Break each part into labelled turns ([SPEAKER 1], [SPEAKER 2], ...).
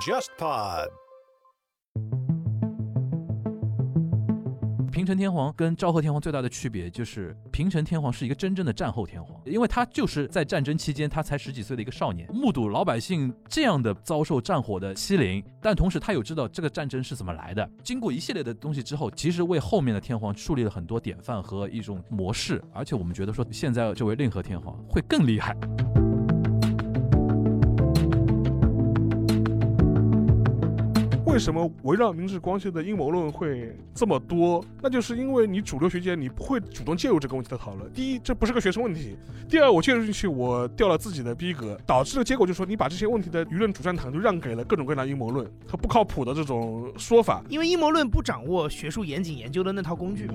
[SPEAKER 1] JustPod。
[SPEAKER 2] 平成天皇跟昭和天皇最大的区别就是，平成天皇是一个真正的战后天皇，因为他就是在战争期间，他才十几岁的一个少年，目睹老百姓这样的遭受战火的欺凌，但同时他又知道这个战争是怎么来的。经过一系列的东西之后，其实为后面的天皇树立了很多典范和一种模式，而且我们觉得说，现在这位令和天皇会更厉害。
[SPEAKER 3] 为什么围绕明治光秀的阴谋论会这么多？那就是因为你主流学界你不会主动介入这个问题的讨论。第一，这不是个学生问题；第二，我介入进去，我掉了自己的逼格，导致的结果就是说，你把这些问题的舆论主战场就让给了各种各样的阴谋论和不靠谱的这种说法。
[SPEAKER 4] 因为阴谋论不掌握学术严谨研究的那套工具。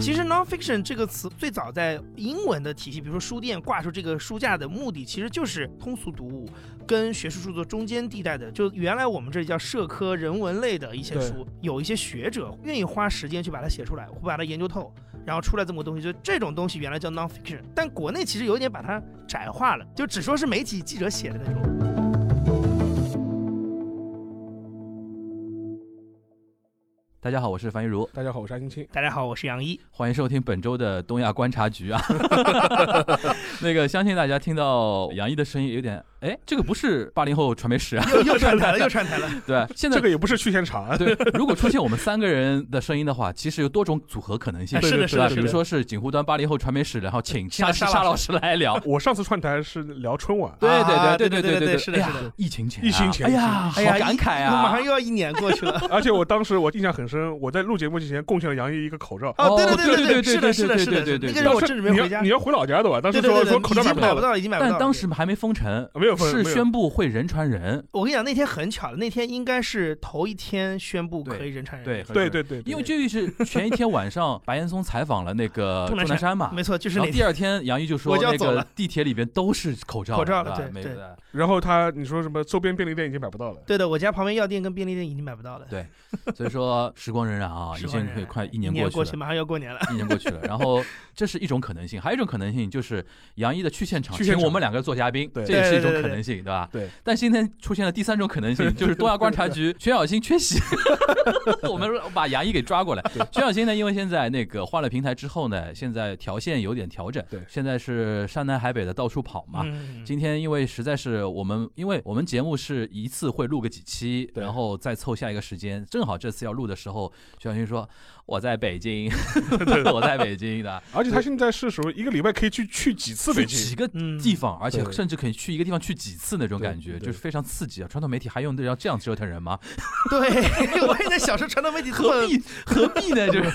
[SPEAKER 4] 其实 nonfiction 这个词最早在英文的体系，比如说书店挂出这个书架的目的，其实就是通俗读物跟学术著作中间地带的。就原来我们这里叫社科人文类的一些
[SPEAKER 3] 对
[SPEAKER 4] 书，有一些学者愿意花时间去把它写出来，会把它研究透，然后出来这么个东西。就这种东西原来叫 nonfiction，但国内其实有点把它窄化了，就只说是媒体记者写的那种。
[SPEAKER 2] 大家好，我是樊一茹，
[SPEAKER 3] 大家好，我是安青青。
[SPEAKER 4] 大家好，我是杨一。
[SPEAKER 2] 欢迎收听本周的东亚观察局啊。 那个相信大家听到杨毅的声音有点，哎，这个不是八零后传媒史啊，
[SPEAKER 4] 又又串台了，又串台了。
[SPEAKER 2] 对，现在
[SPEAKER 3] 这个也不是去现场啊，
[SPEAKER 2] 对，如果出现我们三个人的声音的话，其实有多种组合可能性。
[SPEAKER 4] 哎是的
[SPEAKER 2] 对对
[SPEAKER 4] 是
[SPEAKER 2] 对
[SPEAKER 4] 的是的
[SPEAKER 2] 比如说是锦湖端八零后传媒史，然后请
[SPEAKER 4] 请
[SPEAKER 2] 沙
[SPEAKER 4] 了
[SPEAKER 2] 沙
[SPEAKER 4] 沙
[SPEAKER 2] 沙
[SPEAKER 4] 老
[SPEAKER 2] 老师来聊。
[SPEAKER 3] 我上次串台是聊春 晚，
[SPEAKER 2] 对
[SPEAKER 4] 啊
[SPEAKER 2] 对
[SPEAKER 4] 对
[SPEAKER 2] 对
[SPEAKER 4] 对对
[SPEAKER 2] 对，
[SPEAKER 4] 是的
[SPEAKER 2] 哎呀
[SPEAKER 4] 是的
[SPEAKER 2] 疫情前啊，
[SPEAKER 3] 疫情前
[SPEAKER 2] 哎呀，好
[SPEAKER 4] 哎呀，
[SPEAKER 2] 感慨
[SPEAKER 4] 一马
[SPEAKER 2] 啊
[SPEAKER 4] 上！又要一年过去了。
[SPEAKER 3] 而且我当时我印象很深，我在录节目之前贡献了杨毅一个口罩。
[SPEAKER 4] 哦，对
[SPEAKER 2] 哦
[SPEAKER 4] 对
[SPEAKER 2] 对对
[SPEAKER 4] 对，是的，
[SPEAKER 2] 对
[SPEAKER 4] 是的，
[SPEAKER 2] 对
[SPEAKER 4] 是
[SPEAKER 2] 对
[SPEAKER 4] 的，
[SPEAKER 2] 对对
[SPEAKER 4] 那个
[SPEAKER 2] 对
[SPEAKER 4] 让我
[SPEAKER 3] 当时
[SPEAKER 4] 正准
[SPEAKER 3] 你
[SPEAKER 4] 备
[SPEAKER 3] 要
[SPEAKER 4] 回家
[SPEAKER 3] 你。要回老家的吧？当时
[SPEAKER 4] 对对
[SPEAKER 3] 说
[SPEAKER 4] 对对，
[SPEAKER 3] 说口罩
[SPEAKER 4] 已
[SPEAKER 3] 买
[SPEAKER 4] 经
[SPEAKER 3] 不
[SPEAKER 4] 买不
[SPEAKER 3] 到，
[SPEAKER 4] 到了，已经买不到了。
[SPEAKER 2] 但当时还没封城，
[SPEAKER 3] 没有分
[SPEAKER 2] 是
[SPEAKER 3] 没有
[SPEAKER 2] 宣布会人传人，
[SPEAKER 4] 我跟你讲，那天很巧的，那天应该是头一天宣布可以人传人。
[SPEAKER 2] 对，
[SPEAKER 3] 对对对，
[SPEAKER 2] 因为这个是前一天晚上白岩松采访了那 个
[SPEAKER 4] 钟
[SPEAKER 2] 钟
[SPEAKER 4] 南山
[SPEAKER 2] 南山嘛，
[SPEAKER 4] 没错，就是
[SPEAKER 2] 啊然后
[SPEAKER 4] 那
[SPEAKER 2] 第
[SPEAKER 4] 天。
[SPEAKER 2] 二天杨毅就说
[SPEAKER 4] 我就要
[SPEAKER 2] 那
[SPEAKER 4] 走
[SPEAKER 2] 个
[SPEAKER 4] 了
[SPEAKER 2] 地铁里边都是口罩，
[SPEAKER 4] 口罩了
[SPEAKER 2] 对吧
[SPEAKER 4] 对
[SPEAKER 2] 没
[SPEAKER 4] 对
[SPEAKER 3] 然后他你说什么周边便利店已经买不到了。
[SPEAKER 4] 对的，我家旁边药店跟便利店已经买不到了。
[SPEAKER 2] 对所以说时光荏苒啊，已
[SPEAKER 4] 时光
[SPEAKER 2] 经
[SPEAKER 4] 荏
[SPEAKER 2] 快
[SPEAKER 4] 苒
[SPEAKER 2] 快一
[SPEAKER 4] 一
[SPEAKER 2] 年
[SPEAKER 4] 年
[SPEAKER 2] 过
[SPEAKER 4] 过
[SPEAKER 2] 去了。
[SPEAKER 4] 马上要过年了。
[SPEAKER 2] 一年过去了，然 后这是一种可能性，还有一种可能性就是杨毅的去现场，
[SPEAKER 3] 去现场
[SPEAKER 2] 请我们两个做嘉宾，
[SPEAKER 3] 对
[SPEAKER 2] 这也是一种
[SPEAKER 4] 对对对
[SPEAKER 2] 可能性，对吧？
[SPEAKER 3] 对。
[SPEAKER 2] 但今天出现了第三种可能 性，就是东亚观察局全小新缺席， 我们把杨毅给抓过来。全小新呢，因为现在那个换了平台之后呢，现在条线有点调整，
[SPEAKER 3] 对
[SPEAKER 2] 现在是山南海北的到处跑嘛，
[SPEAKER 4] 嗯，
[SPEAKER 2] 今天因为实在是我们，因为我们节目是一次会录个几期，
[SPEAKER 3] 对
[SPEAKER 2] 然后再凑下一个时间，正好这次要录的时候，徐小新说我在北京，我在北京的，
[SPEAKER 3] 而且他现在是属于一个礼拜可以去去几次北
[SPEAKER 2] 去
[SPEAKER 3] 京
[SPEAKER 2] 几，个
[SPEAKER 4] 嗯
[SPEAKER 2] 地方，而且
[SPEAKER 3] 对
[SPEAKER 2] 甚至可以去一个地方去几次那种
[SPEAKER 3] 对
[SPEAKER 2] 感觉，
[SPEAKER 3] 对
[SPEAKER 2] 就是非常刺激啊！传统媒体还用得着这样折腾人吗？
[SPEAKER 4] 对，我也在想说，传统媒体这
[SPEAKER 2] 何
[SPEAKER 4] 么
[SPEAKER 2] 必何必呢？就是。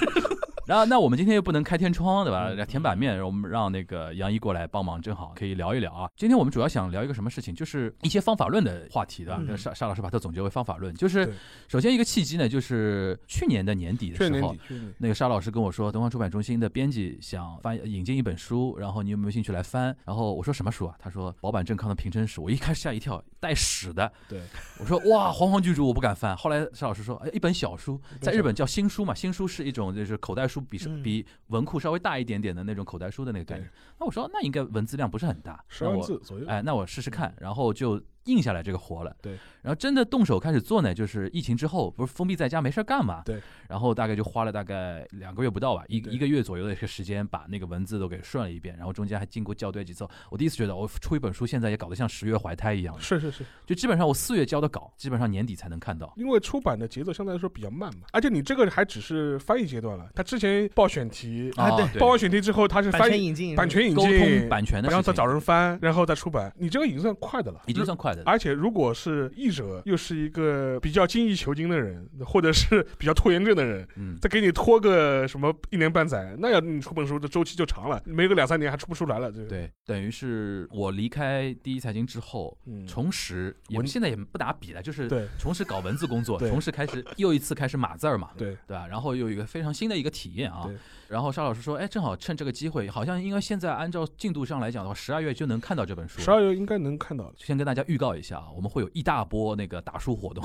[SPEAKER 2] 然后，那我们今天又不能开天窗，对吧？填版面，我们让那个杨一过来帮忙，正好可以聊一聊啊。今天我们主要想聊一个什么事情，就是一些方法论的话题的。
[SPEAKER 4] 嗯
[SPEAKER 2] 沙沙老师把它总结为方法论，就是
[SPEAKER 3] 对
[SPEAKER 2] 首先一个契机呢，就是去年的年底的
[SPEAKER 3] 去
[SPEAKER 2] 时
[SPEAKER 3] 年
[SPEAKER 2] 候
[SPEAKER 3] 底，，去年底
[SPEAKER 2] 那个沙老师跟我说，东方出版中心的编辑想翻引进一本书，然后你有没有兴趣来翻？然后我说什么书啊？他说保坂正康的《平成史》，我一开始吓一跳，带屎的。
[SPEAKER 3] 对，
[SPEAKER 2] 我说哇，煌煌巨著，我不敢翻。后来沙老师说，哎，一本小书，在日本叫新书嘛，新书是一种就是口袋书比是
[SPEAKER 4] 嗯
[SPEAKER 2] 比文库稍微大一点点的那种口袋书的那个概念。那我说那应该文字量不是很大，
[SPEAKER 3] 十
[SPEAKER 2] 那
[SPEAKER 3] 万
[SPEAKER 2] 我
[SPEAKER 3] 字左右。
[SPEAKER 2] 哎，那我试试看，然后就应下来这个活了。
[SPEAKER 3] 对，
[SPEAKER 2] 然后真的动手开始做呢，就是疫情之后，不是封闭在家没事儿干嘛？
[SPEAKER 3] 对，
[SPEAKER 2] 然后大概就花了大概两个月不到吧，一
[SPEAKER 3] 对
[SPEAKER 2] 一个月左右的一个时间，把那个文字都给顺了一遍，然后中间还经过校对几次。我第一次觉得，我出一本书现在也搞得像十月怀胎一样，
[SPEAKER 3] 是是是，
[SPEAKER 2] 就基本上我四月交的稿，基本上年底才能看到。
[SPEAKER 3] 因为出版的节奏相对来说比较慢嘛，而且你这个还只是翻译阶段了。他之前报选题，
[SPEAKER 4] 啊对
[SPEAKER 3] 报完选题之后他是
[SPEAKER 4] 版
[SPEAKER 3] 翻
[SPEAKER 4] 权
[SPEAKER 3] 译
[SPEAKER 4] 引进，
[SPEAKER 3] 版权引
[SPEAKER 2] 哦沟通
[SPEAKER 3] 进，
[SPEAKER 2] 版权的
[SPEAKER 3] 然
[SPEAKER 2] 事
[SPEAKER 3] 后
[SPEAKER 2] 情，
[SPEAKER 3] 再找人翻，然后再出版，你这个已经算快的了，
[SPEAKER 2] 已经算快的了。
[SPEAKER 3] 而且，如果是译者又是一个比较精益求精的人，或者是比较拖延症的人，
[SPEAKER 2] 嗯，
[SPEAKER 3] 再给你拖个什么一年半载，那要你出本书的周期就长了，没个两三年还出不出来了。这个，
[SPEAKER 2] 对，等于是我离开第一财经之后，
[SPEAKER 3] 嗯，
[SPEAKER 2] 重拾，也
[SPEAKER 3] 文
[SPEAKER 2] 现在也不打笔了，就是
[SPEAKER 3] 对
[SPEAKER 2] 重拾搞文字工作，
[SPEAKER 3] 对
[SPEAKER 2] 重拾开始又一次开始码字儿嘛，
[SPEAKER 3] 对
[SPEAKER 2] 对吧？然后又有一个非常新的一个体验啊
[SPEAKER 3] 对。
[SPEAKER 2] 然后沙老师说，哎，正好趁这个机会，好像因为现在按照进度上来讲的话，十二月就能看到这本书
[SPEAKER 3] 十
[SPEAKER 2] 了。
[SPEAKER 3] 二月应该能看到了。
[SPEAKER 2] 先跟大家预告告一下，啊我们会有一大波那个打书活动。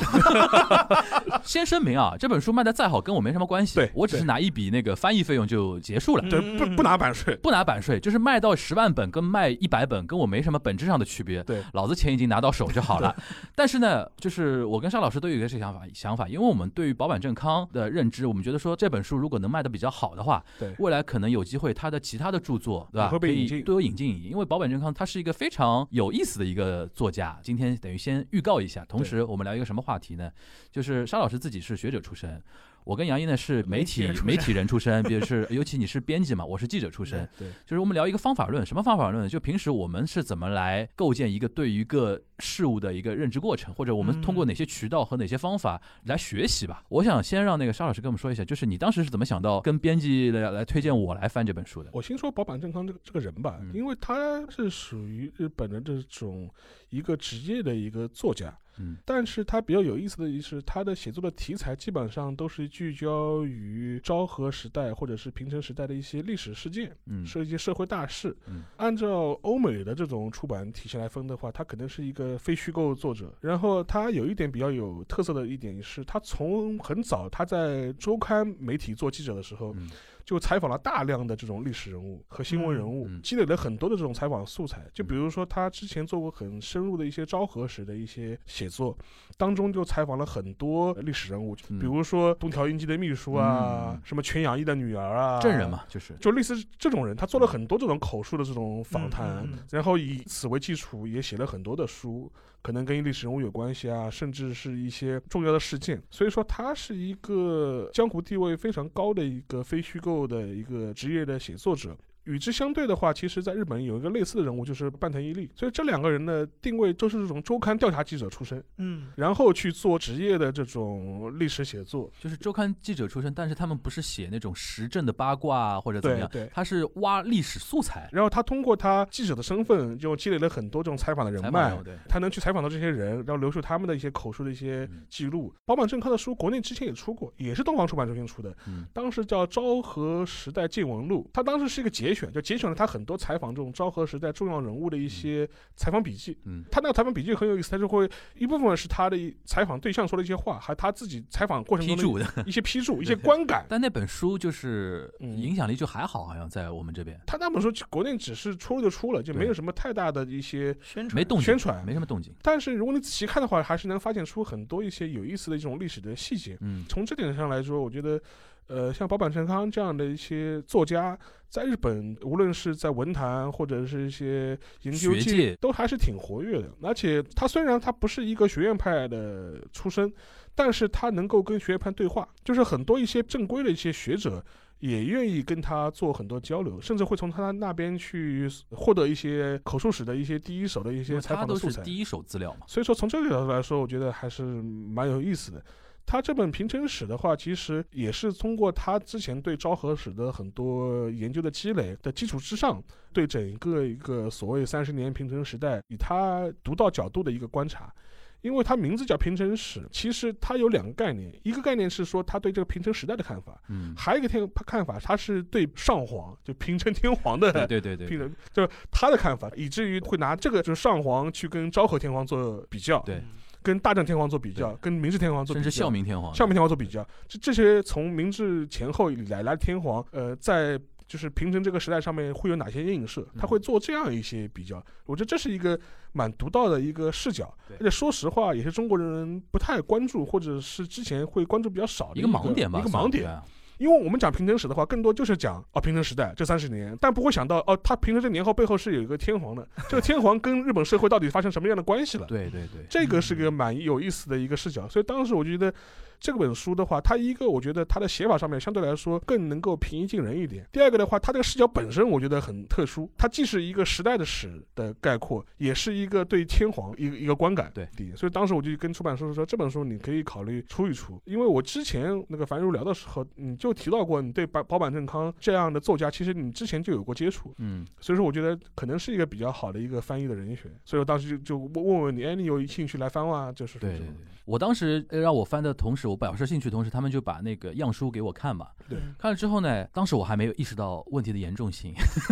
[SPEAKER 2] 先声明啊，这本书卖的再好，跟我没什么关系。
[SPEAKER 3] 对
[SPEAKER 2] 我只是
[SPEAKER 3] 对
[SPEAKER 2] 拿一笔那个翻译费用就结束了。
[SPEAKER 4] 嗯
[SPEAKER 3] 对，不不拿版税，
[SPEAKER 2] 不拿版税，就是卖到十万本跟卖一百本跟我没什么本质上的区别。
[SPEAKER 3] 对，
[SPEAKER 2] 老子钱已经拿到手就好了。 但是呢，就是我跟沙老师都有一个这想法想法，因为我们对于保坂正康的认知，我们觉得说这本书如果能卖的比较好的话，
[SPEAKER 3] 对
[SPEAKER 2] 未来可能有机会他的其他的著作，对吧？
[SPEAKER 3] 会被
[SPEAKER 2] 可以
[SPEAKER 3] 引进
[SPEAKER 2] 都有引进引因为保坂正康他是一个非常有意思的一个作家。今天等于先预告一下，同时我们聊一个什么话题呢？就是沙老师自己是学者出身。我跟杨一呢是媒体
[SPEAKER 4] 媒体人出身
[SPEAKER 2] 媒体人出身，比如是尤其你是编辑嘛，我是记者出身，
[SPEAKER 3] 对，
[SPEAKER 2] 就是我们聊一个方法论，什么方法论呢？就平时我们是怎么来构建一个对于一个事物的一个认知过程，或者我们
[SPEAKER 4] 嗯
[SPEAKER 2] 通过哪些渠道和哪些方法来学习吧。我想先让那个沙老师跟我们说一下，就是你当时是怎么想到跟编辑来来推荐我来翻这本书的？
[SPEAKER 3] 我先说保坂正康这个这个人吧，
[SPEAKER 2] 嗯
[SPEAKER 3] 因为他是属于日本的这种一个职业的一个作家，
[SPEAKER 2] 嗯
[SPEAKER 3] 但是他比较有意思的是，他的写作的题材基本上都是聚焦于昭和时代或者是平成时代的一些历史事件，
[SPEAKER 2] 嗯
[SPEAKER 3] 是一些社会大事。
[SPEAKER 2] 嗯
[SPEAKER 3] 按照欧美的这种出版体系来分的话，他可能是一个非虚构作者。然后他有一点比较有特色的一点是，他从很早他在周刊媒体做记者的时候，
[SPEAKER 2] 嗯
[SPEAKER 3] 就采访了大量的这种历史人物和新闻人物，
[SPEAKER 2] 嗯嗯嗯
[SPEAKER 3] 积累了很多的这种采访素材。就比如说，他之前做过很深入的一些昭和史的一些写作，当中就采访了很多历史人物，
[SPEAKER 2] 嗯
[SPEAKER 3] 比如说东条英机的秘书啊，
[SPEAKER 2] 嗯
[SPEAKER 3] 什么全养义的女儿啊，
[SPEAKER 2] 证人。嘛，就是
[SPEAKER 3] 就类似这种人，他做了很多这种口述的这种访谈，
[SPEAKER 4] 嗯嗯嗯
[SPEAKER 3] 然后以此为基础，也写了很多的书，可能跟历史人物有关系啊，甚至是一些重要的事件。所以说，他是一个江湖地位非常高的一个非虚构的一个职业的写作者。与之相对的话，其实在日本有一个类似的人物，就是半藤一力。所以这两个人的定位都是这种周刊调查记者出身，
[SPEAKER 4] 嗯，
[SPEAKER 3] 然后去做职业的这种历史写作。
[SPEAKER 2] 就是周刊记者出身，但是他们不是写那种时政的八卦啊，或者怎么
[SPEAKER 3] 对
[SPEAKER 2] 样，
[SPEAKER 3] 对。
[SPEAKER 2] 他是挖历史素材，
[SPEAKER 3] 然后他通过他记者的身份，就积累了很多这种采访的人
[SPEAKER 2] 采
[SPEAKER 3] 脉
[SPEAKER 2] 访的，对，
[SPEAKER 3] 他能去采访到这些人，然后留住他们的一些口述的一些
[SPEAKER 2] 嗯
[SPEAKER 3] 记录。保坂正康的书，国内之前也出过，也是东方出版中心出的，
[SPEAKER 2] 嗯
[SPEAKER 3] 当时叫《昭和时代见闻录》，他当时是一个节选，就节选了他很多采访这种昭和时代重要人物的一些采访笔记。
[SPEAKER 2] 嗯
[SPEAKER 3] 他那个采访笔记很有意思，他就会一部分是他的一采访对象说的一些话，还有他自己采访过程
[SPEAKER 2] 批
[SPEAKER 3] 中
[SPEAKER 2] 注的。
[SPEAKER 3] 的一些批注、一
[SPEAKER 2] 对
[SPEAKER 3] 些观感。
[SPEAKER 2] 但那本书就是
[SPEAKER 3] 嗯
[SPEAKER 2] 影响力就还好，好像在我们这边
[SPEAKER 3] 他那本书国内只是出了就出了，就没有什么太大的一些
[SPEAKER 4] 宣传
[SPEAKER 2] 没动静
[SPEAKER 3] 宣，传。
[SPEAKER 2] 没什么动静。
[SPEAKER 3] 但是如果你仔细看的话，还是能发现出很多一些有意思的这种历史的细节。
[SPEAKER 2] 嗯
[SPEAKER 3] 从这点上来说，我觉得，呃，像保坂正康这样的一些作家，在日本无论是在文坛或者是一些研究
[SPEAKER 2] 学界
[SPEAKER 3] 嗯界，都还是挺活跃的。而且他虽然他不是一个学院派的出身，但是他能够跟学院派对话，就是很多一些正规的一些学者。也愿意跟他做很多交流，甚至会从他那边去获得一些口述史的一些第一手的一
[SPEAKER 2] 因
[SPEAKER 3] 些
[SPEAKER 2] 为
[SPEAKER 3] 采
[SPEAKER 2] 它
[SPEAKER 3] 访的
[SPEAKER 2] 都
[SPEAKER 3] 素
[SPEAKER 2] 是
[SPEAKER 3] 材。
[SPEAKER 2] 第一手资料嘛。
[SPEAKER 3] 所以说从这个角度来说，我觉得还是蛮有意思的。他这本《平成史》的话，其实也是通过他之前对昭和史的很多研究的积累的基础之上，对整个一个所谓三十年平成时代，以他独到角度的一个观察。因为他名字叫平成史，其实他有两个概念，一个概念是说他对这个平成时代的看法，
[SPEAKER 2] 嗯，
[SPEAKER 3] 还有一个天看法，他是对上皇，就平成天皇的
[SPEAKER 2] 对对对对
[SPEAKER 3] 批人，就是他的看法，以至于会拿这个就是上皇去跟昭和天皇做比较，
[SPEAKER 4] 嗯
[SPEAKER 2] 对，
[SPEAKER 3] 跟大正天皇做比较，跟明治天皇做比
[SPEAKER 2] 甚
[SPEAKER 3] 较，
[SPEAKER 2] 至孝明天皇，
[SPEAKER 3] 孝明天皇做比较，这这些从明治前后以来来的天皇，呃，在。就是平成这个时代上面会有哪些映
[SPEAKER 2] 嗯
[SPEAKER 3] 射？他会做这样一些比较，我觉得这是一个蛮独到的一个视角，
[SPEAKER 2] 对
[SPEAKER 3] 而且说实话，也是中国人不太关注，或者是之前会关注比较少的
[SPEAKER 2] 一
[SPEAKER 3] 个
[SPEAKER 2] 个盲点吧，
[SPEAKER 3] 一个
[SPEAKER 2] 算
[SPEAKER 3] 盲
[SPEAKER 2] 是啊
[SPEAKER 3] 点。，因为我们讲平成史的话，更多就是讲哦平成时代这三十年，但不会想到哦，他平成这年号背后是有一个天皇的，这个天皇跟日本社会到底发生什么样的关系了？
[SPEAKER 2] 对对对对，
[SPEAKER 3] 这个是个蛮有意思的一个视角，所以当时我觉得这本书的话，它一个我觉得它的写法上面相对来说更能够平易近人一点。第二个的话，它这个视角本身我觉得很特殊，它既是一个时代的史的概括，也是一个对天皇一个一个观感。
[SPEAKER 2] 对，
[SPEAKER 3] 所以当时我就跟出版社说，这本书你可以考虑出一出，因为我之前那个樊如聊的时候，你就提到过，你对保保坂正康这样的作家，其实你之前就有过接触。
[SPEAKER 2] 嗯，
[SPEAKER 3] 所以说我觉得可能是一个比较好的一个翻译的人选，所以我当时就就问问问你，哎，你有兴趣来翻吗？就是
[SPEAKER 2] 对
[SPEAKER 3] 什
[SPEAKER 2] 对
[SPEAKER 3] 么
[SPEAKER 2] 对。我当时呃让我翻的同时，我表示兴趣的同时，他们就把那个样书给我看嘛。
[SPEAKER 3] 对
[SPEAKER 4] 嗯
[SPEAKER 2] 看了之后呢，当时我还没有意识到问题的严重性。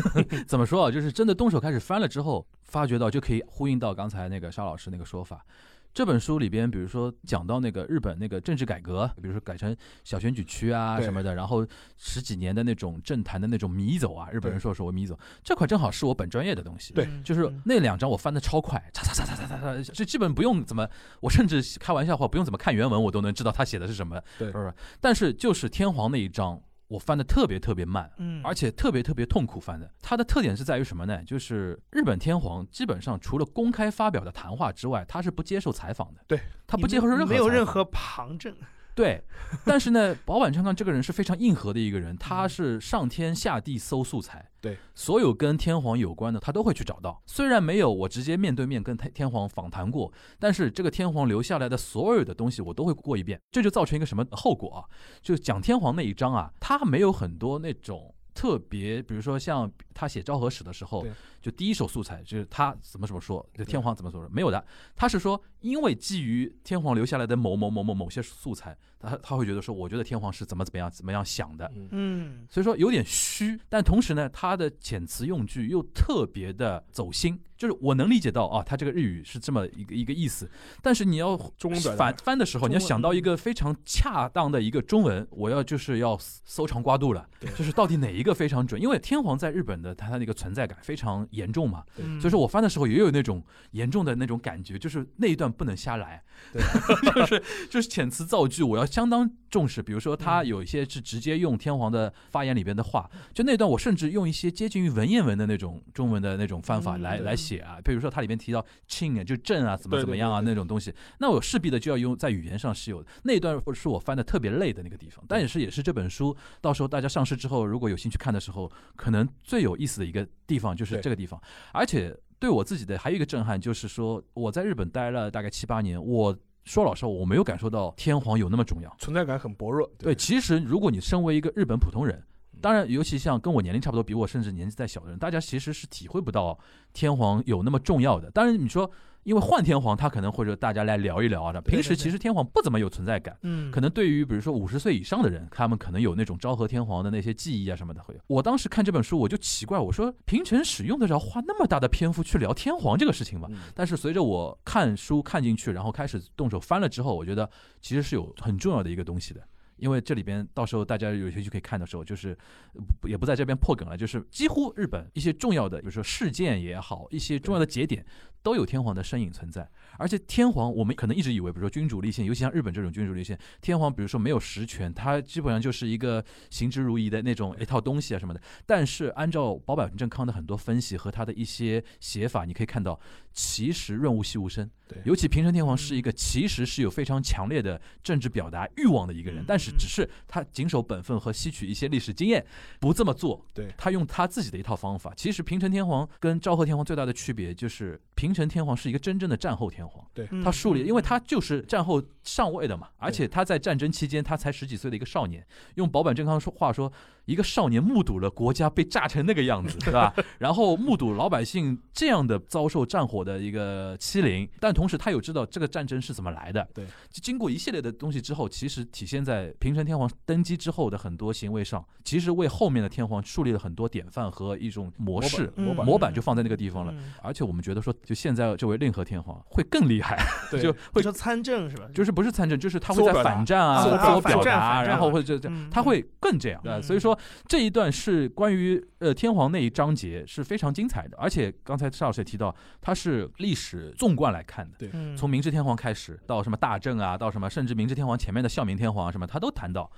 [SPEAKER 2] 怎么说啊？就是真的动手开始翻了之后，发觉到就可以呼应到刚才那个沙老师那个说法。这本书里边，比如说讲到那个日本那个政治改革，比如说改成小选举区啊
[SPEAKER 3] 对
[SPEAKER 2] 什么的，然后十几年的那种政坛的那种迷走啊，日本人说所谓迷走，这块正好是我本专业的东西。
[SPEAKER 3] 对
[SPEAKER 4] 嗯
[SPEAKER 2] 就是
[SPEAKER 4] 嗯
[SPEAKER 2] 那两章我翻的超快，嚓嚓嚓嚓嚓嚓嚓，这基本不用怎么，我甚至开玩笑话不用怎么看原文，我都能知道他写的是什么。
[SPEAKER 3] 对
[SPEAKER 2] 不是，但是就是天皇那一章，我翻的特别特别慢，
[SPEAKER 4] 嗯，
[SPEAKER 2] 而且特别特别痛苦翻的。它的特点是在于什么呢？就是日本天皇基本上除了公开发表的谈话之外，他是不接受采访的。
[SPEAKER 3] 对，
[SPEAKER 2] 他不
[SPEAKER 4] 你
[SPEAKER 2] 接受任何
[SPEAKER 4] 没有
[SPEAKER 2] 采
[SPEAKER 4] 任
[SPEAKER 2] 访
[SPEAKER 4] 何旁证，
[SPEAKER 2] 对，但是呢，保坂昌康这个人是非常硬核的一个人，他是上天下地搜素材，
[SPEAKER 3] 嗯对，
[SPEAKER 2] 所有跟天皇有关的他都会去找到。虽然没有我直接面对面跟天天皇访谈过，但是这个天皇留下来的所有的东西我都会过一遍。这就造成一个什么后果啊？就讲天皇那一章啊，他没有很多那种。特别，比如说像他写《昭和史》的时候
[SPEAKER 3] 对，
[SPEAKER 2] 就第一手素材就是他怎么怎么说，就天皇怎么怎么说，没有的，他是说，因为基于天皇留下来的某某某某某些素材，他他会觉得说，我觉得天皇是怎么怎么样怎么样想的，
[SPEAKER 3] 嗯
[SPEAKER 4] 嗯
[SPEAKER 2] 所以说有点虚，但同时呢，他的遣词用句又特别的走心，就是我能理解到啊，他这个日语是这么一个一个意思，但是你要
[SPEAKER 3] 中文表达嗯
[SPEAKER 2] 反翻的时候，
[SPEAKER 4] 中文
[SPEAKER 2] 你要想到一个非常恰当的一个中文，我要就是要搜肠刮肚了
[SPEAKER 3] 对，
[SPEAKER 2] 就是到底哪一个非常准，因为天皇在日本的他的那个存在感非常严重嘛，
[SPEAKER 3] 对
[SPEAKER 4] 嗯，
[SPEAKER 2] 所以说我翻的时候也有那种严重的那种感觉，就是那一段不能瞎来，
[SPEAKER 3] 对
[SPEAKER 2] 就是就是遣词造句，我要相当重视。比如说
[SPEAKER 4] 嗯
[SPEAKER 2] 他有一些是直接用天皇的发言里边的话，就那段我甚至用一些接近于文言文的那种中文的那种翻法
[SPEAKER 4] 嗯
[SPEAKER 2] 来、
[SPEAKER 4] 对
[SPEAKER 2] 来写啊，比如说它里面提到 chin 啊，就正啊，怎么
[SPEAKER 3] 对对
[SPEAKER 2] 怎么样啊
[SPEAKER 3] 对对
[SPEAKER 2] 那种东西，那我势必的就要用在语言上是有那段是我翻的特别累的那个地方，但也是也是这本书到时候大家上市之后，如果有兴趣看的时候，可能最有意思的一个地方就是
[SPEAKER 3] 对
[SPEAKER 2] 这个地方。而且对我自己的还有一个震撼，就是说我在日本待了大概七八年，我说老实话，我没有感受到天皇有那么重要。
[SPEAKER 3] 存在感很薄弱。
[SPEAKER 2] 对，其实如果你身为一个日本普通人
[SPEAKER 3] 嗯，
[SPEAKER 2] 当然，尤其像跟我年龄差不多，比我甚至年纪再小的人，大家其实是体会不到天皇有那么重要的。当然，你说因为换天皇，他可能或者大家来聊一聊啊，
[SPEAKER 4] 对
[SPEAKER 2] 平时
[SPEAKER 4] 对
[SPEAKER 2] 其实天皇不怎么有存在感。
[SPEAKER 4] 嗯，
[SPEAKER 2] 可能对于比如说五十岁以上的人，他们可能有那种昭和天皇的那些记忆啊什么的会有。我当时看这本书，我就奇怪，我说平成使用得着花那么大的篇幅去聊天皇这个事情吗？
[SPEAKER 3] 嗯
[SPEAKER 2] 但是随着我看书看进去，然后开始动手翻了之后，我觉得其实是有很重要的一个东西的。因为这里边到时候大家有兴趣可以看的时候，就是呃不也不在这边破梗了，就是几乎日本一些重要的，比如说事件也好，一些重要的节点都有天皇的身影存在。而且天皇，我们可能一直以为，比如说君主立宪，尤其像日本这种君主立宪，天皇比如说没有实权，他基本上就是一个行之如仪的那种一套东西啊什么的。但是按照保坂正康的很多分析和他的一些写法，你可以看到，其实润物细无声。
[SPEAKER 3] 对
[SPEAKER 2] 尤其平成天皇是一个其实是有非常强烈的政治表达欲望的一个人
[SPEAKER 4] 嗯，
[SPEAKER 2] 但是
[SPEAKER 4] 嗯
[SPEAKER 2] 只是他谨守本分和吸取一些历史经验，不这么做。
[SPEAKER 3] 对
[SPEAKER 2] 他用他自己的一套方法。其实平成天皇跟昭和天皇最大的区别就是，平成天皇是一个真正的战后天皇。
[SPEAKER 4] 嗯
[SPEAKER 2] 他树立，
[SPEAKER 4] 嗯
[SPEAKER 2] 因为他就是战后上位的嘛，而且他在战争期间他才十几岁的一个少年，用保坂正康说话说，一个少年目睹了国家被炸成那个样子，对吧？然后目睹老百姓这样的遭受战火的一个欺凌，但同时他有知道这个战争是怎么来的，
[SPEAKER 3] 对，
[SPEAKER 2] 经过一系列的东西之后，其实体现在平成天皇登基之后的很多行为上，其实为后面的天皇树立了很多典范和一种模式。
[SPEAKER 3] 模板嗯
[SPEAKER 2] 模板就放在那个地方了，
[SPEAKER 4] 嗯
[SPEAKER 2] 而且我们觉得说，就现在这位令和天皇会更厉害，
[SPEAKER 3] 对
[SPEAKER 2] 就
[SPEAKER 4] 你
[SPEAKER 2] 会
[SPEAKER 4] 说参政是吧？
[SPEAKER 2] 就是不是参政，就是他
[SPEAKER 3] 自
[SPEAKER 2] 会
[SPEAKER 3] 我
[SPEAKER 2] 在
[SPEAKER 3] 表达
[SPEAKER 2] 反战啊，
[SPEAKER 4] 自我表
[SPEAKER 2] 自我表
[SPEAKER 4] 反战
[SPEAKER 2] 达，
[SPEAKER 4] 反战
[SPEAKER 2] 然后或者这
[SPEAKER 4] 嗯
[SPEAKER 2] 他会更这样。
[SPEAKER 4] 嗯
[SPEAKER 2] 对，所以说这一段是关于呃天皇那一章节是非常精彩的，而且刚才邵老师也提到，它是历史纵贯来看的。
[SPEAKER 4] 嗯
[SPEAKER 2] 从明治天皇开始，到什么大正啊，到什么甚至明治天皇前面的孝明天皇啊什么，他都谈到。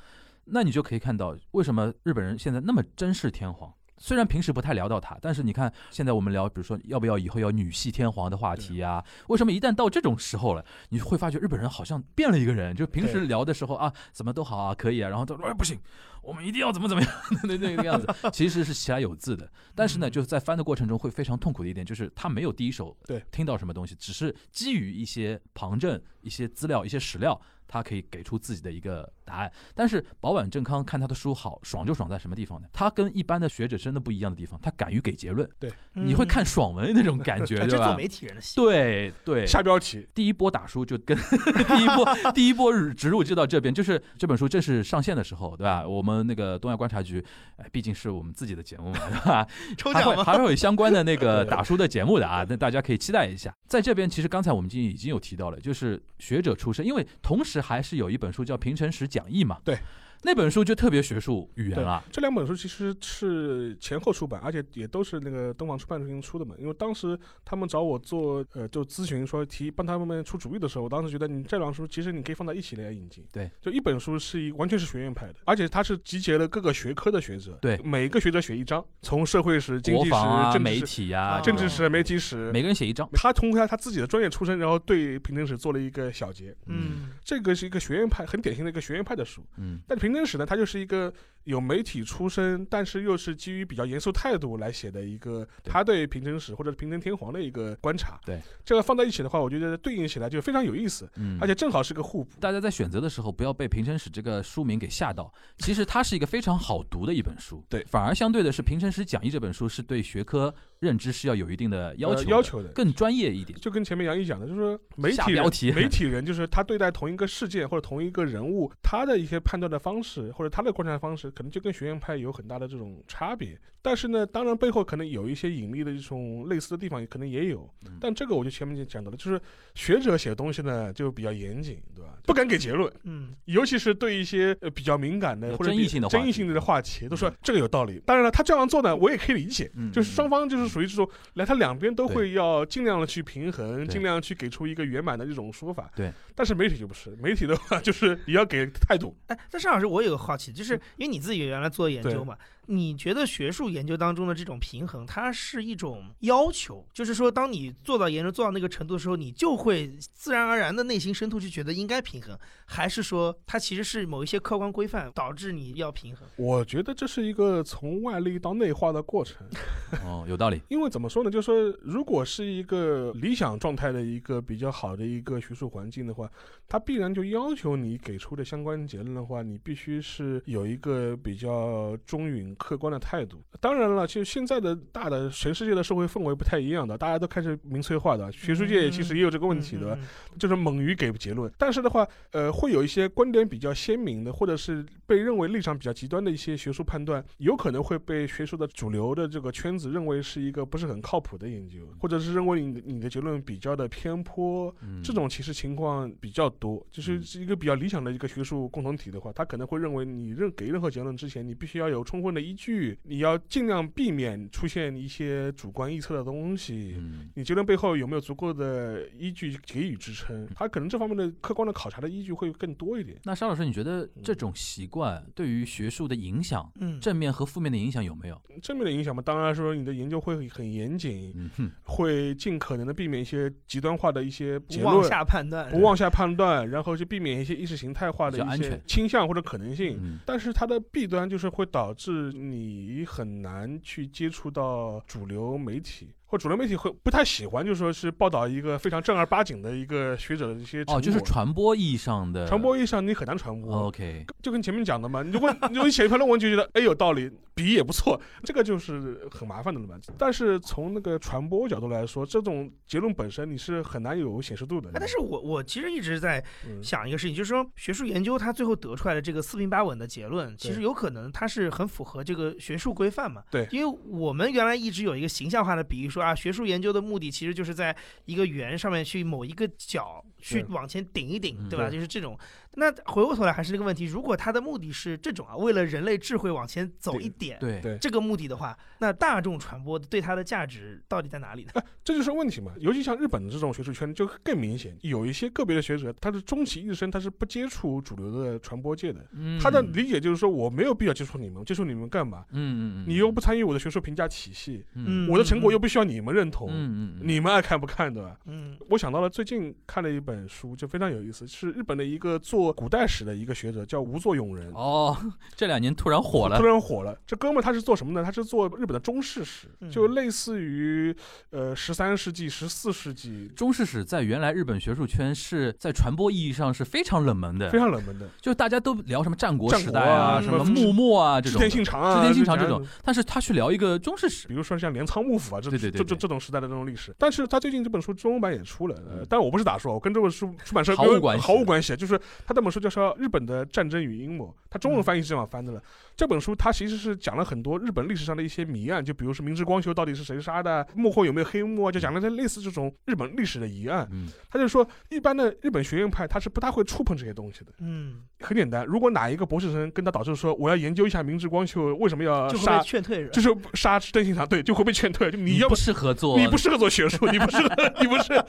[SPEAKER 2] 那你就可以看到，为什么日本人现在那么珍视天皇。虽然平时不太聊到他，但是你看，现在我们聊，比如说要不要以后要女系天皇的话题啊？为什么一旦到这种时候了，你会发觉日本人好像变了一个人？就平时聊的时候啊，怎么都好啊，可以啊，然后他说哎不行，我们一定要怎么怎么样， 那那个样子，其实是其来有自的。但是呢，
[SPEAKER 4] 嗯
[SPEAKER 2] 就是在翻的过程中会非常痛苦的一点，就是他没有第一手
[SPEAKER 3] 对
[SPEAKER 2] 听到什么东西，只是基于一些旁证、一些资料、一些史料，他可以给出自己的一个答案。但是保坂正康看他的书好爽就爽在什么地方呢？他跟一般的学者真的不一样的地方，他敢于给结论，你会看爽文那种感觉，
[SPEAKER 4] 嗯，
[SPEAKER 2] 对
[SPEAKER 4] 这做
[SPEAKER 2] 吧？
[SPEAKER 4] 媒体人的戏，
[SPEAKER 2] 对对，
[SPEAKER 3] 下标题，
[SPEAKER 2] 第一波打书就跟 第一波 第一波植入就到这边，就是这本书正式上线的时候，对吧？我们那个东亚观察局，哎，毕竟是我们自己的节目嘛， 对吧？
[SPEAKER 4] 抽
[SPEAKER 2] 还
[SPEAKER 4] 奖
[SPEAKER 2] 会
[SPEAKER 4] 吗？
[SPEAKER 2] 还会有相关的那个打书的节目的啊， 那大家可以期待一下。在这边，其实刚才我们已经已经有提到了，就是学者出身，因为同时还是有一本书叫《平成史讲义》嘛，
[SPEAKER 3] 对，
[SPEAKER 2] 那本书就特别学术语言啊了，
[SPEAKER 3] 这两本书其实是前后出版，而且也都是那个东方出版中心出的嘛。因为当时他们找我做呃就咨询说提帮他们出主意的时候，我当时觉得你这两书其实你可以放在一起来引进。
[SPEAKER 2] 对，
[SPEAKER 3] 就一本书是一完全是学院派的，而且它是集结了各个学科的学者，
[SPEAKER 2] 对
[SPEAKER 3] 每个学者写一章，从社会史、经
[SPEAKER 2] 国
[SPEAKER 3] 济史、
[SPEAKER 2] 防啊、
[SPEAKER 3] 政
[SPEAKER 2] 媒
[SPEAKER 3] 治史、
[SPEAKER 2] 体啊，
[SPEAKER 3] 政治
[SPEAKER 2] 对
[SPEAKER 3] 史、媒体史。
[SPEAKER 2] 每个人写一章，
[SPEAKER 3] 他通过他自己的专业出身，然后对平成史做了一个小结。
[SPEAKER 4] 嗯，
[SPEAKER 3] 这个是一个学院派，很典型的一个学院派的书。
[SPEAKER 2] 嗯，
[SPEAKER 3] 但平成史呢，它就是一个有媒体出身，但是又是基于比较严肃态度来写的一个
[SPEAKER 2] 对
[SPEAKER 3] 他对平成史或者平成天皇的一个观察。
[SPEAKER 2] 对，
[SPEAKER 3] 这个放在一起的话，我觉得对应起来就非常有意思，
[SPEAKER 2] 嗯，
[SPEAKER 3] 而且正好是个互补。
[SPEAKER 2] 大家在选择的时候，不要被《平成史》这个书名给吓到。其实它是一个非常好读的一本书，
[SPEAKER 3] 对
[SPEAKER 2] 反而相对的是，《平成史讲义》这本书是对学科认知是要有一定的要求
[SPEAKER 3] 呃
[SPEAKER 2] 的、
[SPEAKER 3] 要求的。
[SPEAKER 2] 更专业 一点。
[SPEAKER 3] 就跟前面杨毅讲的，就是说媒
[SPEAKER 2] 下
[SPEAKER 3] 体
[SPEAKER 2] 标
[SPEAKER 3] 人
[SPEAKER 2] 题
[SPEAKER 3] 媒体人就是他对待同一个事件或者同一个人物，他的一些判断的方式或者他的观察方式，可能就跟学院派有很大的这种差别。但是呢，当然背后可能有一些隐秘的这种类似的地方，可能也有
[SPEAKER 2] 嗯。
[SPEAKER 3] 但这个我就前面就讲到了，就是学者写东西呢就比较严谨，对吧？不敢给结论，
[SPEAKER 4] 嗯，
[SPEAKER 3] 尤其是对一些呃比较敏感的
[SPEAKER 2] 有
[SPEAKER 3] 或者
[SPEAKER 2] 争
[SPEAKER 3] 比
[SPEAKER 2] 议性的话
[SPEAKER 3] 争议
[SPEAKER 2] 题
[SPEAKER 3] 性的话题，都说哎这个有道理。当然了，他这样做呢，我也可以理解
[SPEAKER 2] 嗯，
[SPEAKER 3] 就是双方就是属于这种，来他两边都
[SPEAKER 2] 对
[SPEAKER 3] 会要尽量的去平衡，
[SPEAKER 2] 对
[SPEAKER 3] 尽量去给出一个圆满的这种说法。
[SPEAKER 2] 对，
[SPEAKER 3] 但是媒体就不是， 媒体的话就是你要给态度，
[SPEAKER 4] 哎，但是老师，我有个好奇，就是
[SPEAKER 3] 嗯
[SPEAKER 4] 因为你自己原来做研究嘛，你觉得学术研究当中的这种平衡，它是一种要求，就是说，当你做到研究做到那个程度的时候，你就会自然而然的内心深处就觉得应该平衡，还是说它其实是某一些客观规范导致你要平衡？
[SPEAKER 3] 我觉得这是一个从外力到内化的过程。
[SPEAKER 2] 哦，有道理。
[SPEAKER 3] 因为怎么说呢，就是说，如果是一个理想状态的一个比较好的一个学术环境的话，它必然就要求你给出的相关结论的话，你必须是有一个比较中允客观的态度。当然了，其实现在的大的全世界的社会氛围不太一样的，大家都开始民粹化的，学术界其实也有这个问题的，
[SPEAKER 4] 嗯
[SPEAKER 3] 就是猛于给结论。但是的话，呃，会有一些观点比较鲜明的，或者是被认为立场比较极端的一些学术判断，有可能会被学术的主流的这个圈子认为是一个不是很靠谱的研究，或者是认为你的你的结论比较的偏颇。
[SPEAKER 2] 嗯，
[SPEAKER 3] 这种其实情况比较多，就是
[SPEAKER 2] 嗯
[SPEAKER 3] 是一个比较理想的一个学术共同体的话，他可能会认为你任给任何结论之前，你必须要有充分的依据，你要尽量避免出现一些主观臆测的东西。
[SPEAKER 2] 嗯，
[SPEAKER 3] 你结论背后有没有足够的依据给予支撑？他可能这方面的客观的考察的依据会更多一点。
[SPEAKER 2] 那沙老师，你觉得这种习惯对于学术的影响，
[SPEAKER 4] 嗯，
[SPEAKER 2] 正面和负面的影响有没有？
[SPEAKER 3] 正面的影响嘛，当然说你的研究会很严谨，
[SPEAKER 2] 嗯哼，
[SPEAKER 3] 会尽可能的避免一些极端化的一些结
[SPEAKER 4] 不
[SPEAKER 3] 论
[SPEAKER 4] 妄，下判断，
[SPEAKER 3] 不妄下判断，然后去避免一些意识形态化
[SPEAKER 2] 比
[SPEAKER 3] 的
[SPEAKER 2] 较
[SPEAKER 3] 一
[SPEAKER 2] 安
[SPEAKER 3] 些
[SPEAKER 2] 全
[SPEAKER 3] 倾向或者可能性。
[SPEAKER 2] 嗯，
[SPEAKER 3] 但是它的弊端就是会导致你很难去接触到主流媒体，或主流媒体会不太喜欢，就是说是报道一个非常正儿八经的一个学者的一些
[SPEAKER 2] 哦，
[SPEAKER 3] 成果。
[SPEAKER 2] 就是传哦播意义上的
[SPEAKER 3] 传播意义上你很难传播，
[SPEAKER 2] ，OK，
[SPEAKER 3] 就跟前面讲的嘛，你就问， 你就写一篇论文就觉得，哎，有道理，笔也不错，这个就是很麻烦的了嘛。但是从那个传播角度来说，这种结论本身你是很难有显示度的。
[SPEAKER 4] 哎，但是我我其实一直在
[SPEAKER 3] 嗯
[SPEAKER 4] 想一个事情，就是说学术研究它最后得出来的这个四平八稳的结论，其
[SPEAKER 3] 对
[SPEAKER 4] 实有可能它是很符合这个学术规范嘛。
[SPEAKER 3] 对
[SPEAKER 4] 因为我们原来一直有一个形象化的比喻，说啊，学术研究的目的其实就是在一个圆上面去某一个角去
[SPEAKER 3] 对
[SPEAKER 4] 往前顶一顶
[SPEAKER 2] 嗯，
[SPEAKER 4] 对吧？
[SPEAKER 3] 对
[SPEAKER 4] 就是这种。那回过头来还是这个问题，如果它的目的是这种啊，为了人类智慧往前走
[SPEAKER 3] 对
[SPEAKER 4] 一点，
[SPEAKER 2] 对
[SPEAKER 3] 对
[SPEAKER 4] 这个目的的话，那大众传播对它的价值到底在哪里呢？
[SPEAKER 3] 啊这就是问题嘛，尤其像日本的这种学术圈就更明显，有一些个别的学者，他是终其一生他是不接触主流的传播界的，
[SPEAKER 2] 嗯
[SPEAKER 3] 他的理解就是说我没有必要接触你们，接触你们干嘛？
[SPEAKER 2] 嗯嗯嗯，
[SPEAKER 3] 你又不参与我的学术评价体系，
[SPEAKER 2] 嗯
[SPEAKER 3] 我的成果又不需要你你们认同，
[SPEAKER 2] 嗯嗯，嗯
[SPEAKER 3] 你们爱看不看的。
[SPEAKER 4] 嗯
[SPEAKER 3] 我想到了最近看了一本书，就非常有意思，是日本的一个做古代史的一个学者，叫吴作永人。
[SPEAKER 2] 哦，这两年突然火了
[SPEAKER 3] 突，然火了。这哥们儿他是做什么呢？他是做日本的中式史，
[SPEAKER 4] 嗯
[SPEAKER 3] 就类似于呃十三世纪、十四世纪
[SPEAKER 2] 中式史在原来日本学术圈是在传播意义上是非常冷门的
[SPEAKER 3] 非，常冷门的
[SPEAKER 2] 就是大家都聊什么战国
[SPEAKER 3] 战
[SPEAKER 2] 时
[SPEAKER 3] 国
[SPEAKER 2] 代
[SPEAKER 3] 啊
[SPEAKER 2] 什
[SPEAKER 4] 什
[SPEAKER 2] 么
[SPEAKER 4] 么
[SPEAKER 2] 幕末啊这
[SPEAKER 3] 织
[SPEAKER 2] 种的
[SPEAKER 3] 田，信长
[SPEAKER 2] 织
[SPEAKER 3] 啊、
[SPEAKER 2] 田信长这种
[SPEAKER 3] 样，
[SPEAKER 2] 但是他去聊一个中式史，
[SPEAKER 3] 比如说像镰仓幕府啊这
[SPEAKER 2] 对对对
[SPEAKER 3] 这这
[SPEAKER 2] 对
[SPEAKER 3] 这种时代的这种历史。但是他最近这本书中文版也出了，呃
[SPEAKER 2] 嗯
[SPEAKER 3] 但我不是打说，我跟这本书出版社
[SPEAKER 2] 毫无
[SPEAKER 3] 没有
[SPEAKER 2] 关系
[SPEAKER 3] 毫无关系。就是他这本书叫《日本的战争与阴谋》，他中文翻译是这样翻的了。这本书它其实是讲了很多日本历史上的一些谜案，就比如说明治光秀到底是谁杀的，幕后有没有黑幕啊，就讲了这类似这种日本历史的疑案。
[SPEAKER 2] 嗯
[SPEAKER 3] 他就说，一般的日本学院派他是不大会触碰这些东西的。
[SPEAKER 4] 嗯，
[SPEAKER 3] 很简单，如果哪一个博士生跟他导师说，我要研究一下明治光秀为什么要
[SPEAKER 4] 就会
[SPEAKER 3] 呃杀
[SPEAKER 4] 被，劝退是吧？
[SPEAKER 3] 就是杀真信长，对，就会被劝退。就你要
[SPEAKER 2] 不适合做，
[SPEAKER 3] 你不适合做学 术，你不适 合，你不是，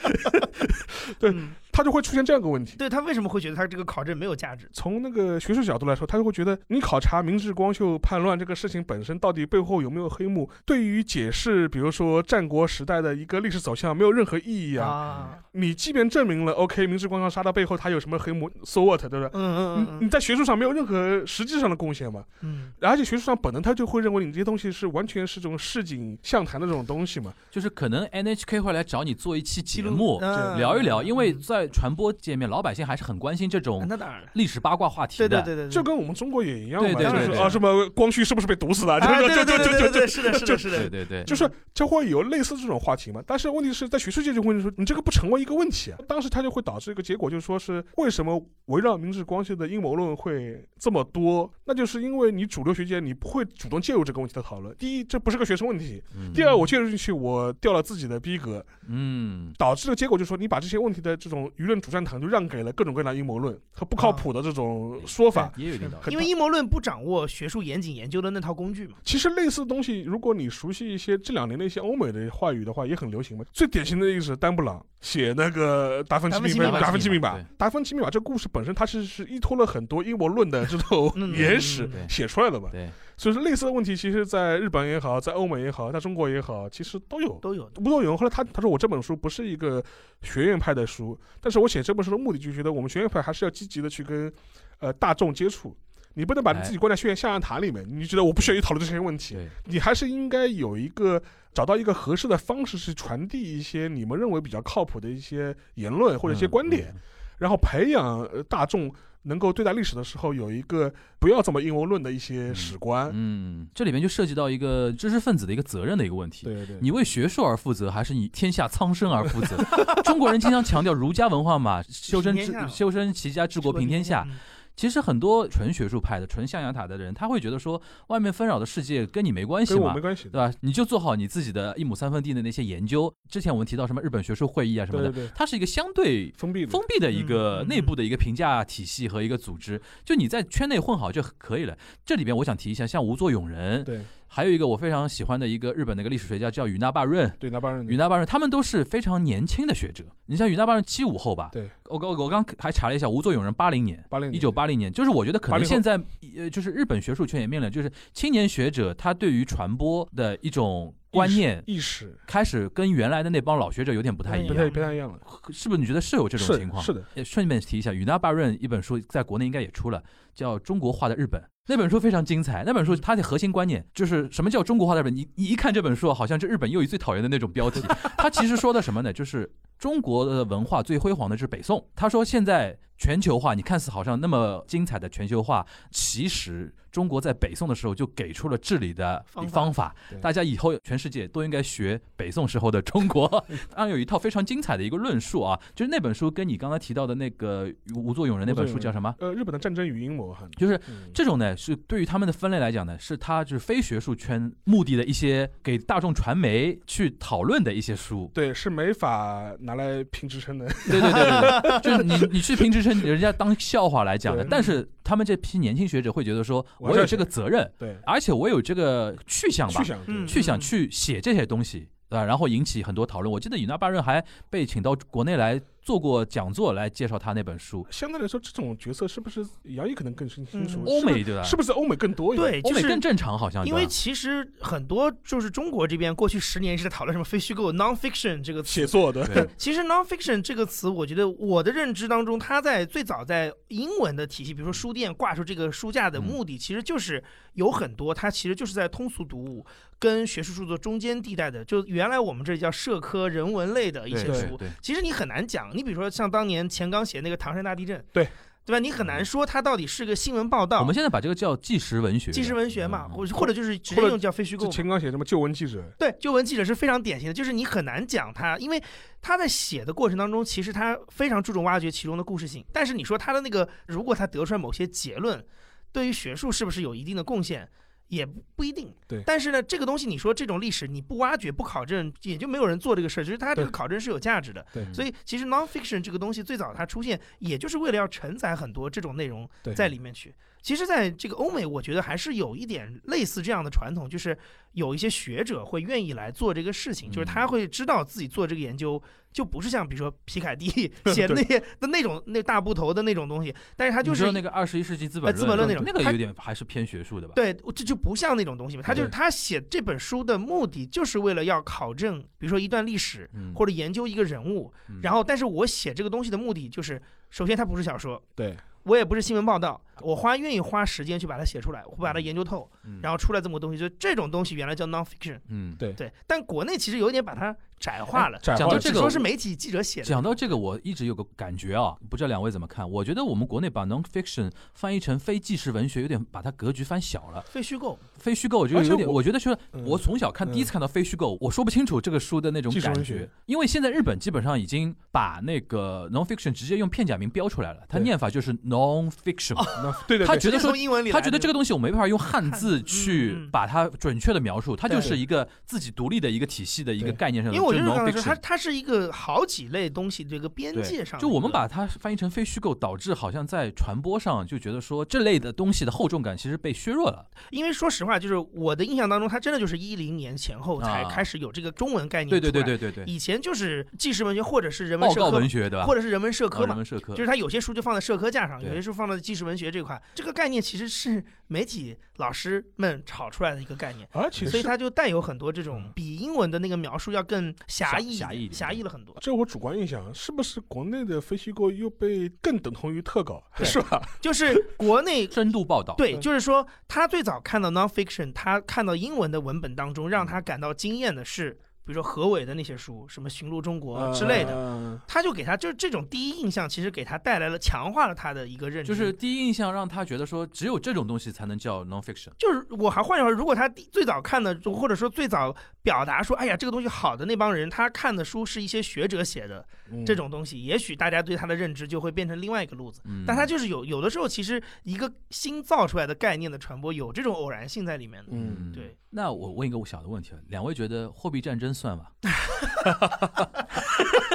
[SPEAKER 3] 对
[SPEAKER 4] 嗯
[SPEAKER 3] 他就会出现这样一个问题。
[SPEAKER 4] 对他为什么会觉得他这个考证没有价值？
[SPEAKER 3] 从那个学术角度来说，他就会觉得你考察明治光秀叛乱这个事情本身到底背后有没有黑幕，对于解释比如说战国时代的一个历史走向没有任何意义啊。
[SPEAKER 4] 啊，
[SPEAKER 3] 你即便证明了 OK 明治光秀杀到背后他有什么黑幕，so what，对不对？
[SPEAKER 4] 嗯嗯
[SPEAKER 3] 你你
[SPEAKER 4] 嗯
[SPEAKER 3] 在学术上没有任何实际上的贡献嘛？
[SPEAKER 4] 嗯，
[SPEAKER 3] 而且学术上本能他就会认为你这些东西是完全是这种市井巷谈的这种东西嘛。
[SPEAKER 2] 就是可能 NHK 会来找你做一期节
[SPEAKER 4] 录
[SPEAKER 2] 目
[SPEAKER 4] 嗯
[SPEAKER 2] 聊一聊，因为
[SPEAKER 4] 嗯
[SPEAKER 2] 在传播界面，老百姓还是很关心这
[SPEAKER 4] 啊
[SPEAKER 3] 嗯
[SPEAKER 2] 种
[SPEAKER 4] 那当然了，
[SPEAKER 2] 历史八卦话题
[SPEAKER 4] 对
[SPEAKER 2] 的。
[SPEAKER 4] 对对对，对
[SPEAKER 3] 就跟我们中国也一样嘛，
[SPEAKER 2] 对对
[SPEAKER 3] 就是
[SPEAKER 2] 对对
[SPEAKER 3] 啊什么光绪是不是被毒死的？
[SPEAKER 4] 啊，
[SPEAKER 3] 就
[SPEAKER 4] 对对
[SPEAKER 3] 就
[SPEAKER 4] 对
[SPEAKER 3] 就
[SPEAKER 4] 对
[SPEAKER 3] 就
[SPEAKER 4] 对
[SPEAKER 3] 就
[SPEAKER 4] 对，是的，是的，是的，
[SPEAKER 2] 对对
[SPEAKER 3] 就是就会有类似这种话题嘛。但是问题是在学术界就会说，你这个不成为一个问题啊。当时他就会导致一个结果，就是说是为什么围绕明治光绪的阴谋论会这么多？那就是因为你主流学界你不会主动介入这个问题的讨论。第一，这不是个学生问题；
[SPEAKER 2] 嗯
[SPEAKER 3] 第二，我介入进去，我掉了自己的逼格，
[SPEAKER 2] 嗯，
[SPEAKER 3] 导致的结果就是说，你把这些问题的这种舆论主战场就让给了各种各样的阴谋论和
[SPEAKER 4] 啊
[SPEAKER 3] 不靠谱的这种说法。
[SPEAKER 2] 也有一点道理。
[SPEAKER 3] 很
[SPEAKER 4] 因为阴谋论不掌握学术严谨研究的那套工具嘛。
[SPEAKER 3] 其实类似的东西，如果你熟悉一些这两年的一些欧美的话语的话，也很流行嘛。最典型的例子是丹布朗写那个《达芬奇密
[SPEAKER 4] 达
[SPEAKER 3] 码
[SPEAKER 4] 芬奇密》，
[SPEAKER 3] 达芬奇密
[SPEAKER 4] 码
[SPEAKER 3] 码，
[SPEAKER 2] 对
[SPEAKER 3] 《达芬奇密码》这故事本身它是是依托了很多阴谋论的这种
[SPEAKER 4] 嗯
[SPEAKER 3] 野史
[SPEAKER 4] 嗯
[SPEAKER 2] 对
[SPEAKER 3] 写出来的嘛。
[SPEAKER 2] 对，
[SPEAKER 3] 所以说类似的问题，其实在日本也好，在欧美也好，在中国也好，其实都有。
[SPEAKER 4] 都有。
[SPEAKER 3] 吴作勇后来他他说我这本书不是一个学院派的书，但是我写这本书的目的就是觉得我们学院派还是要积极的去跟呃大众接触，你不能把
[SPEAKER 2] 哎
[SPEAKER 3] 自己关在象象牙塔里面，你觉得我不屑于讨论这些问题，
[SPEAKER 2] 对
[SPEAKER 3] 你还是应该有一个找到一个合适的方式去传递一些你们认为比较靠谱的一些言论或者一
[SPEAKER 2] 嗯
[SPEAKER 3] 些观点，，然后培养呃大众能够对待历史的时候有一个不要这么阴谋论的一些史观。
[SPEAKER 2] 嗯，嗯这里面就涉及到一个知识分子的一个责任的一个问题。
[SPEAKER 3] 对对，
[SPEAKER 2] 你为学术而负责，还是你天下苍生而负责？ 中国人经常强调儒家文化嘛，修身
[SPEAKER 4] 平
[SPEAKER 2] 治
[SPEAKER 4] 天下
[SPEAKER 2] 修身齐家治国平天
[SPEAKER 4] 嗯
[SPEAKER 2] 下。，其实很多纯学术派的、纯象牙塔的人，他会觉得说，外面纷扰的世界跟你没关系
[SPEAKER 3] 跟我
[SPEAKER 2] 嘛
[SPEAKER 3] 没，关系
[SPEAKER 2] 对。吧？你就做好你自己的一亩三分地的那些研究。之前我们提到什么日本学术会议啊什么
[SPEAKER 3] 对对
[SPEAKER 2] 的，
[SPEAKER 3] 对，
[SPEAKER 2] 它是一个相对
[SPEAKER 3] 封闭的。
[SPEAKER 2] 封闭的一个
[SPEAKER 4] 嗯嗯
[SPEAKER 2] 内部的一个评价体系和一个组织，就你在圈内混好就可以了。这里边我想提一下，像吴作永人，
[SPEAKER 3] 对
[SPEAKER 2] 还有一个我非常喜欢的一个日本的一个历史学家叫与那巴润，
[SPEAKER 3] 对，那帮人
[SPEAKER 2] 与那巴人他们都是非常年轻的学者。你像与那巴人七五后吧？
[SPEAKER 3] 对，
[SPEAKER 2] 我刚我刚还查了一下，吴作永人八零年。
[SPEAKER 3] 八零
[SPEAKER 2] 一九八零年，就是我觉得可能
[SPEAKER 3] 80后
[SPEAKER 2] 现在，呃，就是日本学术圈也面临，就是青年学者他对于传播的一种观念，
[SPEAKER 3] 意识
[SPEAKER 2] 开始跟原来的那帮老学者有点不太一
[SPEAKER 3] 嗯不
[SPEAKER 2] 样，
[SPEAKER 3] 太不太一样了，
[SPEAKER 2] 是不是？你觉得是有这种
[SPEAKER 3] 是
[SPEAKER 2] 情况？
[SPEAKER 3] 是的，
[SPEAKER 2] 也呃顺便提一下，与那巴润一本书在国内应该也出了，叫《中国化的日本》。那本书非常精彩。那本书它的核心观念就是什么叫中国化的日本？你你一看这本书，好像是日本右翼最讨厌的那种标题。 它其实说的什么呢？就是中国的文化最辉煌的是北宋。他说现在全球化，你看似好像那么精彩的全球化，其实中国在北宋的时候就给出了治理的
[SPEAKER 4] 方法
[SPEAKER 2] 方法
[SPEAKER 3] 对。
[SPEAKER 2] 大家以后全世界都应该学北宋时候的中国。当然有一套非常精彩的一个论述啊，就是那本书跟你刚才提到的那个吴作永人那本书叫什么？
[SPEAKER 3] 呃，日本的战争与阴谋哈，
[SPEAKER 2] 就是
[SPEAKER 3] 嗯。
[SPEAKER 2] 这种呢，是对于他们的分类来讲呢，是他就是非学术圈目的的一些给大众传媒去讨论的一些书
[SPEAKER 3] 对是没法拿来评 职称的，
[SPEAKER 2] 对对对对对，就是你你去评职称，人家当笑话来讲的。
[SPEAKER 3] 对
[SPEAKER 2] 但是他们这批年轻学者会觉得说，
[SPEAKER 3] 我还
[SPEAKER 2] 我
[SPEAKER 3] 是
[SPEAKER 2] 有这个责任，
[SPEAKER 3] 对，
[SPEAKER 2] 而且我有这个去向吧
[SPEAKER 3] 去，想
[SPEAKER 4] 嗯
[SPEAKER 2] 去想啊去写这些东西，对吧？然后引起很多讨论。我记得尹纳巴润还被请到国内来做过讲座来介绍他那本书。
[SPEAKER 3] 相对来说，这种角色是不是杨毅可能更清清楚？
[SPEAKER 4] 嗯
[SPEAKER 2] 欧
[SPEAKER 3] 是不是
[SPEAKER 2] 美对吧？
[SPEAKER 3] 是不是欧美更多一点？
[SPEAKER 4] 对，
[SPEAKER 2] 欧
[SPEAKER 4] 就
[SPEAKER 2] 美
[SPEAKER 4] 是
[SPEAKER 2] 更正常，好像
[SPEAKER 4] 因为其实很多就是中国这边过去十年一直在讨论什么非虚构 nonfiction 这个词
[SPEAKER 3] 写作的，
[SPEAKER 2] 对吧
[SPEAKER 4] 其实 nonfiction 这个词，我觉得我的认知当中，它在最早在英文的体系，比如说书店挂出这个书架的目的，其实就是有很多，它其实就是在通俗读物跟学术著作中间地带的，就原来我们这里叫社科人文类的一些
[SPEAKER 2] 对
[SPEAKER 4] 书
[SPEAKER 2] 对，对
[SPEAKER 4] 其实你很难讲。你比如说像当年钱刚写那个唐山大地震，
[SPEAKER 3] 对
[SPEAKER 4] 对吧？你很难说它到底是个新闻报道，
[SPEAKER 2] 我们现在把这个叫纪实文学，
[SPEAKER 4] 纪实文学嘛，
[SPEAKER 2] 嗯
[SPEAKER 4] 或或者就是直接
[SPEAKER 3] 或者
[SPEAKER 4] 用叫非虚构
[SPEAKER 3] 这
[SPEAKER 4] 嘛。
[SPEAKER 3] 秦刚写什么旧闻记者，
[SPEAKER 4] 对，旧闻记者是非常典型的，就是你很难讲他，因为他在写的过程当中，其实他非常注重挖掘其中的故事性。但是你说他的那个，如果他得出来某些结论，对于学术是不是有一定的贡献，也不不一定。
[SPEAKER 3] 对
[SPEAKER 4] 但是呢，这个东西你说这种历史你不挖掘不考证，也就没有人做这个事儿。就是它这个
[SPEAKER 3] 对
[SPEAKER 4] 考证是有价值的。
[SPEAKER 3] 对
[SPEAKER 4] 所以其实 nonfiction 这个东西最早它出现，也就是为了要承载很多这种内容
[SPEAKER 3] 对
[SPEAKER 4] 在里面去。其实，在这个欧美，我觉得还是有一点类似这样的传统，就是有一些学者会愿意来做这个事情，就是
[SPEAKER 2] 嗯
[SPEAKER 4] 他会知道自己做这个研究，就不是像比如说 皮凯蒂写的那些的那种那大部头的那种东西，但是他就
[SPEAKER 2] 你知
[SPEAKER 4] 是
[SPEAKER 2] 道那个二十一世纪资
[SPEAKER 4] 呃
[SPEAKER 2] 本
[SPEAKER 4] 资本论那种
[SPEAKER 2] 那个
[SPEAKER 4] 它
[SPEAKER 2] 有点还是偏学术的吧？
[SPEAKER 4] 对，这就不像那种东西嘛。他就是他写这本书的目的，就是为了要考证，比如说一段历史
[SPEAKER 2] 嗯，
[SPEAKER 4] 或者研究一个人物。
[SPEAKER 2] 嗯
[SPEAKER 4] 然后，但是我写这个东西的目的就是，首先它不是小说，
[SPEAKER 3] 对，
[SPEAKER 4] 我也不是新闻报道，我花愿意花时间去把它写出来，我把它研究透，
[SPEAKER 2] 嗯
[SPEAKER 4] 然后出来这么个东西，就这种东西原来叫 nonfiction。
[SPEAKER 2] 嗯，哎
[SPEAKER 3] 对
[SPEAKER 4] 对，但国内其实有点把它窄化了，
[SPEAKER 3] 展
[SPEAKER 2] 讲
[SPEAKER 3] 望
[SPEAKER 2] 到
[SPEAKER 4] 就
[SPEAKER 2] 这
[SPEAKER 4] 只
[SPEAKER 2] 个
[SPEAKER 4] 说是媒体记者写的。
[SPEAKER 2] 讲到这个，我一直有个感觉啊，不知道两位怎么看？我觉得我们国内把 nonfiction 翻译成非纪实文学，有点把它格局翻小了。
[SPEAKER 4] 非虚构，
[SPEAKER 2] 非虚构，我觉
[SPEAKER 3] 而
[SPEAKER 2] 得
[SPEAKER 3] 且
[SPEAKER 2] 有点，
[SPEAKER 3] 我
[SPEAKER 2] 我觉得是
[SPEAKER 3] 嗯
[SPEAKER 2] 我从小看
[SPEAKER 3] 嗯
[SPEAKER 2] 第一次看到非虚构，我说不清楚这个书的那种
[SPEAKER 3] 纪实
[SPEAKER 2] 感
[SPEAKER 3] 文
[SPEAKER 2] 觉
[SPEAKER 3] 学，
[SPEAKER 2] 因为现在日本基本上已经把那个 nonfiction 直接用片假名标出来了，它
[SPEAKER 3] 对
[SPEAKER 2] 念法就是 nonfiction，
[SPEAKER 4] 哦
[SPEAKER 3] 那对对
[SPEAKER 2] 他
[SPEAKER 3] 对，
[SPEAKER 2] 觉得说
[SPEAKER 4] 从英文里来
[SPEAKER 2] 他
[SPEAKER 4] 的，
[SPEAKER 2] 觉得这个东西我没办法用汉字
[SPEAKER 4] 汉字
[SPEAKER 2] 去
[SPEAKER 4] 嗯嗯
[SPEAKER 2] 把它准确的描述，它
[SPEAKER 4] 对
[SPEAKER 2] 就是一个自己独立的一个体系的一个
[SPEAKER 3] 对
[SPEAKER 2] 概念上
[SPEAKER 4] 因
[SPEAKER 2] 的，
[SPEAKER 4] 为我
[SPEAKER 2] 就
[SPEAKER 4] 就是是刚才说，它
[SPEAKER 2] nonfiction。
[SPEAKER 4] 它是一个好几类东西这个边界
[SPEAKER 2] 对
[SPEAKER 4] 上的一个，，
[SPEAKER 2] 就我们把它翻译成非虚构，导致好像在传播上就觉得说这类的东西的厚重感其实被削弱了。
[SPEAKER 4] 因为说实话，就是我的印象当中，它真的就是一零年前后才
[SPEAKER 2] 啊
[SPEAKER 4] 开始有这个中文概念。
[SPEAKER 2] 对对对，对对对，
[SPEAKER 4] 以前就是纪实文学或者是人文
[SPEAKER 2] 报
[SPEAKER 4] 社
[SPEAKER 2] 告
[SPEAKER 4] 科嘛，
[SPEAKER 2] 文学对吧？
[SPEAKER 4] 或者是人文社科
[SPEAKER 2] 啊人
[SPEAKER 4] 嘛。
[SPEAKER 2] 文社科
[SPEAKER 4] 就，是它有些书就放在社科架上，
[SPEAKER 2] 对
[SPEAKER 4] 有些书放在纪实文学这块，这个概念其实是媒体老师们炒出来的一个概念，
[SPEAKER 3] 而且
[SPEAKER 4] 所以
[SPEAKER 3] 啊是
[SPEAKER 4] 它就带有很多这种比英文的那个描述要更狭义
[SPEAKER 2] 嗯
[SPEAKER 4] 一
[SPEAKER 2] 狭狭义一
[SPEAKER 4] 点、
[SPEAKER 2] 点
[SPEAKER 4] 狭义了很多。
[SPEAKER 3] 这我主观印象，是不是国内的非虚构又被更等同于特稿，
[SPEAKER 4] 对
[SPEAKER 3] 是吧？
[SPEAKER 4] 就是 国内
[SPEAKER 2] 深度报道，
[SPEAKER 4] 对，
[SPEAKER 3] 对
[SPEAKER 4] 就是说他最早看到 nonfiction，他看到英文的文本当中，
[SPEAKER 2] 嗯
[SPEAKER 4] 让他感到惊艳的是，比如说何伟的那些书，什么《寻路中国》
[SPEAKER 2] 嗯
[SPEAKER 4] 之类的，
[SPEAKER 3] 的，
[SPEAKER 4] 他就给他就是这种第一印象，其实给他带来了强化了他的一个
[SPEAKER 3] 嗯
[SPEAKER 4] 认知。
[SPEAKER 2] 就是第一印象让他觉得说只有这种东西才能叫 nonfiction。
[SPEAKER 4] 就是我还换句话说，如果他第最早看的，或者说最早表达说，哎呀，这个东西好的那帮人，他看的书是一些学者写的
[SPEAKER 3] 嗯
[SPEAKER 4] 这种东西，也许大家对他的认知就会变成另外一个路子。
[SPEAKER 2] 嗯，
[SPEAKER 4] 但他就是有有的时候，其实一个新造出来的概念的传播有这种偶然性在里面的。
[SPEAKER 3] 嗯，
[SPEAKER 4] 对，
[SPEAKER 2] 那我问一个我小的问题啊，两位觉得货币战争 算吗？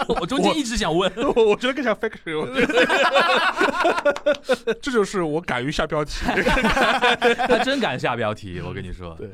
[SPEAKER 2] 我中间一直想 问，
[SPEAKER 3] 我我觉得更像 fiction，我觉得这就是我敢于下标题。
[SPEAKER 2] 他真敢下标题，我跟你说，
[SPEAKER 3] 对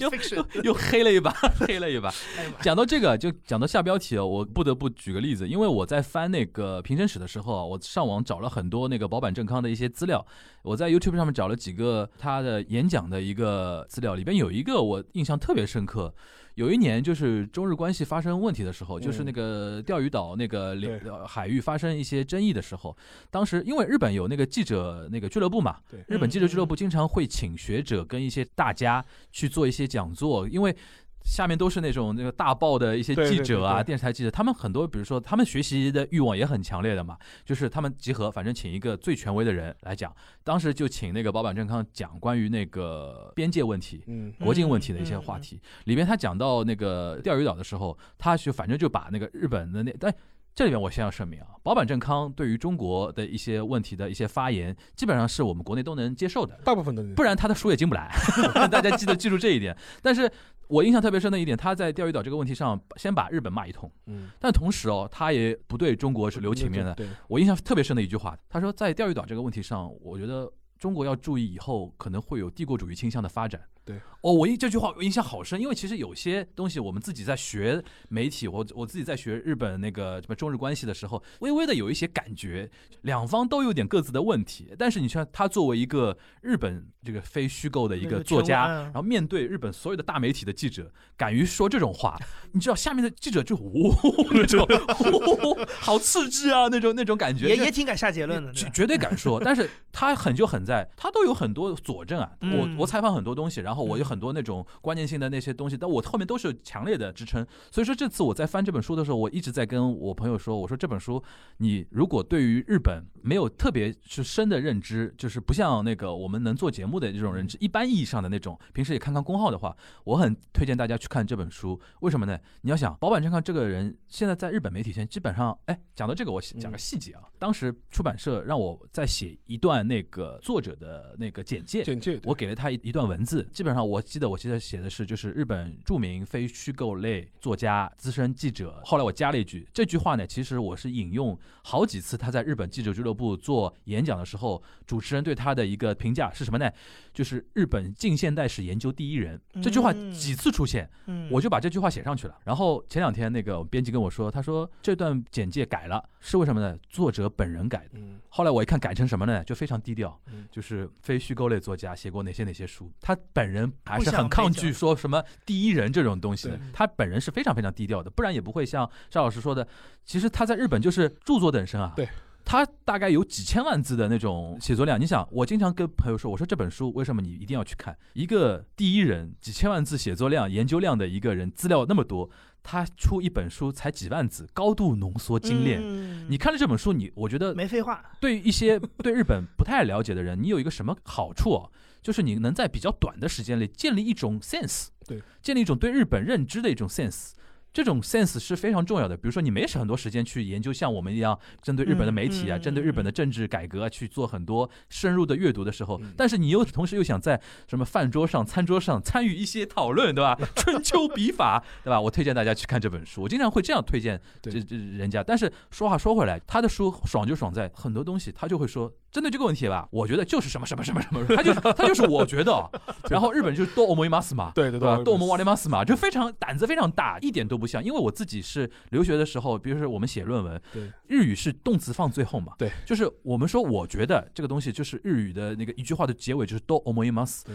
[SPEAKER 2] 又 又黑了一把，黑了一把。
[SPEAKER 4] 哎
[SPEAKER 2] 讲到这个，就讲到下标题啊，我不得不举个例子，因为我在翻那个平成史的时候啊，我上网找了很多那个保坂正康的一些资料，我在 YouTube 上面找了几个他的演讲的一个资料，里边有一个我印象特别深刻。有一年就是中日关系发生问题的时候，就是那个钓鱼岛那个领
[SPEAKER 3] 对
[SPEAKER 2] 呃海域发生一些争议的时候，当时因为日本有那个记者那个俱乐部嘛，
[SPEAKER 3] 对
[SPEAKER 2] 日本
[SPEAKER 4] 嗯
[SPEAKER 2] 记者俱乐部经常会请学者跟一些大家去做一些讲座，因为。下面都是那种那个大报的一些
[SPEAKER 3] 对
[SPEAKER 2] 记
[SPEAKER 3] 对
[SPEAKER 2] 者啊，
[SPEAKER 3] 对对
[SPEAKER 2] 电视台记者，他们很多，比如说他们学习的欲望也很强烈的嘛，就是他们集合，反正请一个最权威的人来讲。当时就请那个保坂正康讲关于那个边界问题，
[SPEAKER 3] 嗯
[SPEAKER 2] 国境问题的一些话
[SPEAKER 4] 嗯
[SPEAKER 2] 题。里边他讲到那个钓鱼岛的时候，他就反正就把那个日本的那但。这里面我先要声明啊，保坂正康对于中国的一些问题的一些发言，基本上是我们国内都能接受的，
[SPEAKER 3] 大部分的人
[SPEAKER 2] 不然他的书也进不来。 大家记得记住这一点。但是我印象特别深的一点，他在钓鱼岛这个问题上，先把日本骂一通，
[SPEAKER 3] 嗯
[SPEAKER 2] 但同时哦，他也不对中国是留情面的，
[SPEAKER 3] 对，对
[SPEAKER 2] 我印象特别深的一句话，他说在钓鱼岛这个问题上，我觉得中国要注意以后可能会有帝国主义倾向的发展。
[SPEAKER 3] 对，
[SPEAKER 2] 哦，我印这句话我印象好深，因为其实有些东西我们自己在学媒体，我我自己在学日本那个什么中日关系的时候，微微的有一些感觉，两方都有点各自的问题，但是你像他作为一个日本这个非虚构的一
[SPEAKER 4] 那
[SPEAKER 2] 个
[SPEAKER 4] 个
[SPEAKER 2] 作
[SPEAKER 4] 圈
[SPEAKER 2] 家，
[SPEAKER 4] 外啊
[SPEAKER 2] 然后面对日本所有的大媒体的记者，敢于说这种话，你知道下面的记者就哦呜 那种，呜好刺激啊那种那种感觉，
[SPEAKER 4] 也
[SPEAKER 2] 就
[SPEAKER 4] 也挺敢下结论的，对
[SPEAKER 2] 绝
[SPEAKER 4] 吧
[SPEAKER 2] 绝对敢 说，但是他很就很在，他都有很多佐证啊。
[SPEAKER 4] 嗯
[SPEAKER 2] 我我采访很多东西，然后我有很多那种关键性的那些东西，但我后面都是有强烈的支撑。所以说这次我在翻这本书的时候，我一直在跟我朋友说，我说这本书你如果对于日本没有特别是深的认知，就是不像那个我们能做节目的这种认知，一般意义上的那种，平时也看看公号的话，我很推荐大家去看这本书。为什么呢？你要想，保坂正康这个人现在在日本媒体圈基本上，哎，讲到这个我讲个细节啊，当时出版社让我再写一段那个作者的那个简介。
[SPEAKER 3] 简介，
[SPEAKER 2] 我给了他一一段文字，基本上我记得，我记得写的是就是日本著名非虚构类作家、资深记者。后来我加了一句，这句话呢，其实我是引用好几次他在日本记者俱乐部做演讲的时候，主持人对他的一个评价是什么呢？就是日本近现代史研究第一人。这句话
[SPEAKER 4] 嗯
[SPEAKER 2] 几次出现，
[SPEAKER 4] 嗯
[SPEAKER 2] 我就把这句话写上去了。然后前两天那个编辑跟我说，他说这段简介改了，是为什么呢？作者本人改的。
[SPEAKER 3] 嗯
[SPEAKER 2] 后来我一看改成什么呢？就非常低调
[SPEAKER 3] 嗯，
[SPEAKER 2] 就是非虚构类作家写过哪些哪些书，他本人还是
[SPEAKER 4] 不想
[SPEAKER 2] 很抗拒
[SPEAKER 4] 被讲
[SPEAKER 2] 说什么第一人这种东西的
[SPEAKER 3] 对，
[SPEAKER 2] 他本人是非常非常低调的，不然也不会像邵老师说的，其实他在日本就是著作等身啊。
[SPEAKER 3] 对。
[SPEAKER 2] 他大概有几千万字的那种写作量，你想，我经常跟朋友说，我说这本书为什么你一定要去看？一个第一人几千万字写作量、研究量的一个人，资料那么多，他出一本书才几万字，高度浓缩精炼。
[SPEAKER 4] 嗯
[SPEAKER 2] 你看了这本书，你我觉得
[SPEAKER 4] 没废话，
[SPEAKER 2] 对于一些对日本不太了解的人，你有一个什么好处、啊？就是你能在比较短的时间里建立一种 sense，
[SPEAKER 3] 对，
[SPEAKER 2] 建立一种对日本认知的一种 sense。这种 sense 是非常重要的。比如说，你没很多时间去研究像我们一样针对日本的媒体啊，
[SPEAKER 4] 嗯嗯
[SPEAKER 2] 针对日本的政治改革啊、去做很多深入的阅读的时候，
[SPEAKER 3] 嗯
[SPEAKER 2] 但是你又同时又想在什么饭桌上、餐桌上参与一些讨论，对吧？ 春秋笔法，对吧？我推荐大家去看这本书，我经常会这样推荐这
[SPEAKER 3] 对
[SPEAKER 2] 这人家。但是说话说回来，他的书爽就爽在很多东西，他就会说针对这个问题吧，我觉得就是什么什么什么什么，他就是他就是我觉得 哦，然后日本就是多思います嘛，
[SPEAKER 3] 对对
[SPEAKER 2] 对吧？多
[SPEAKER 3] 我
[SPEAKER 2] 么瓦里马斯嘛，就非常胆子非常大，一点都不像。因为我自己是留学的时候，比如说我们写论文，
[SPEAKER 3] 对
[SPEAKER 2] 日语是动词放最后嘛，
[SPEAKER 3] 对，
[SPEAKER 2] 就是我们说我觉得这个东西就是日语的那个一句话的结尾就是多思います。
[SPEAKER 3] 对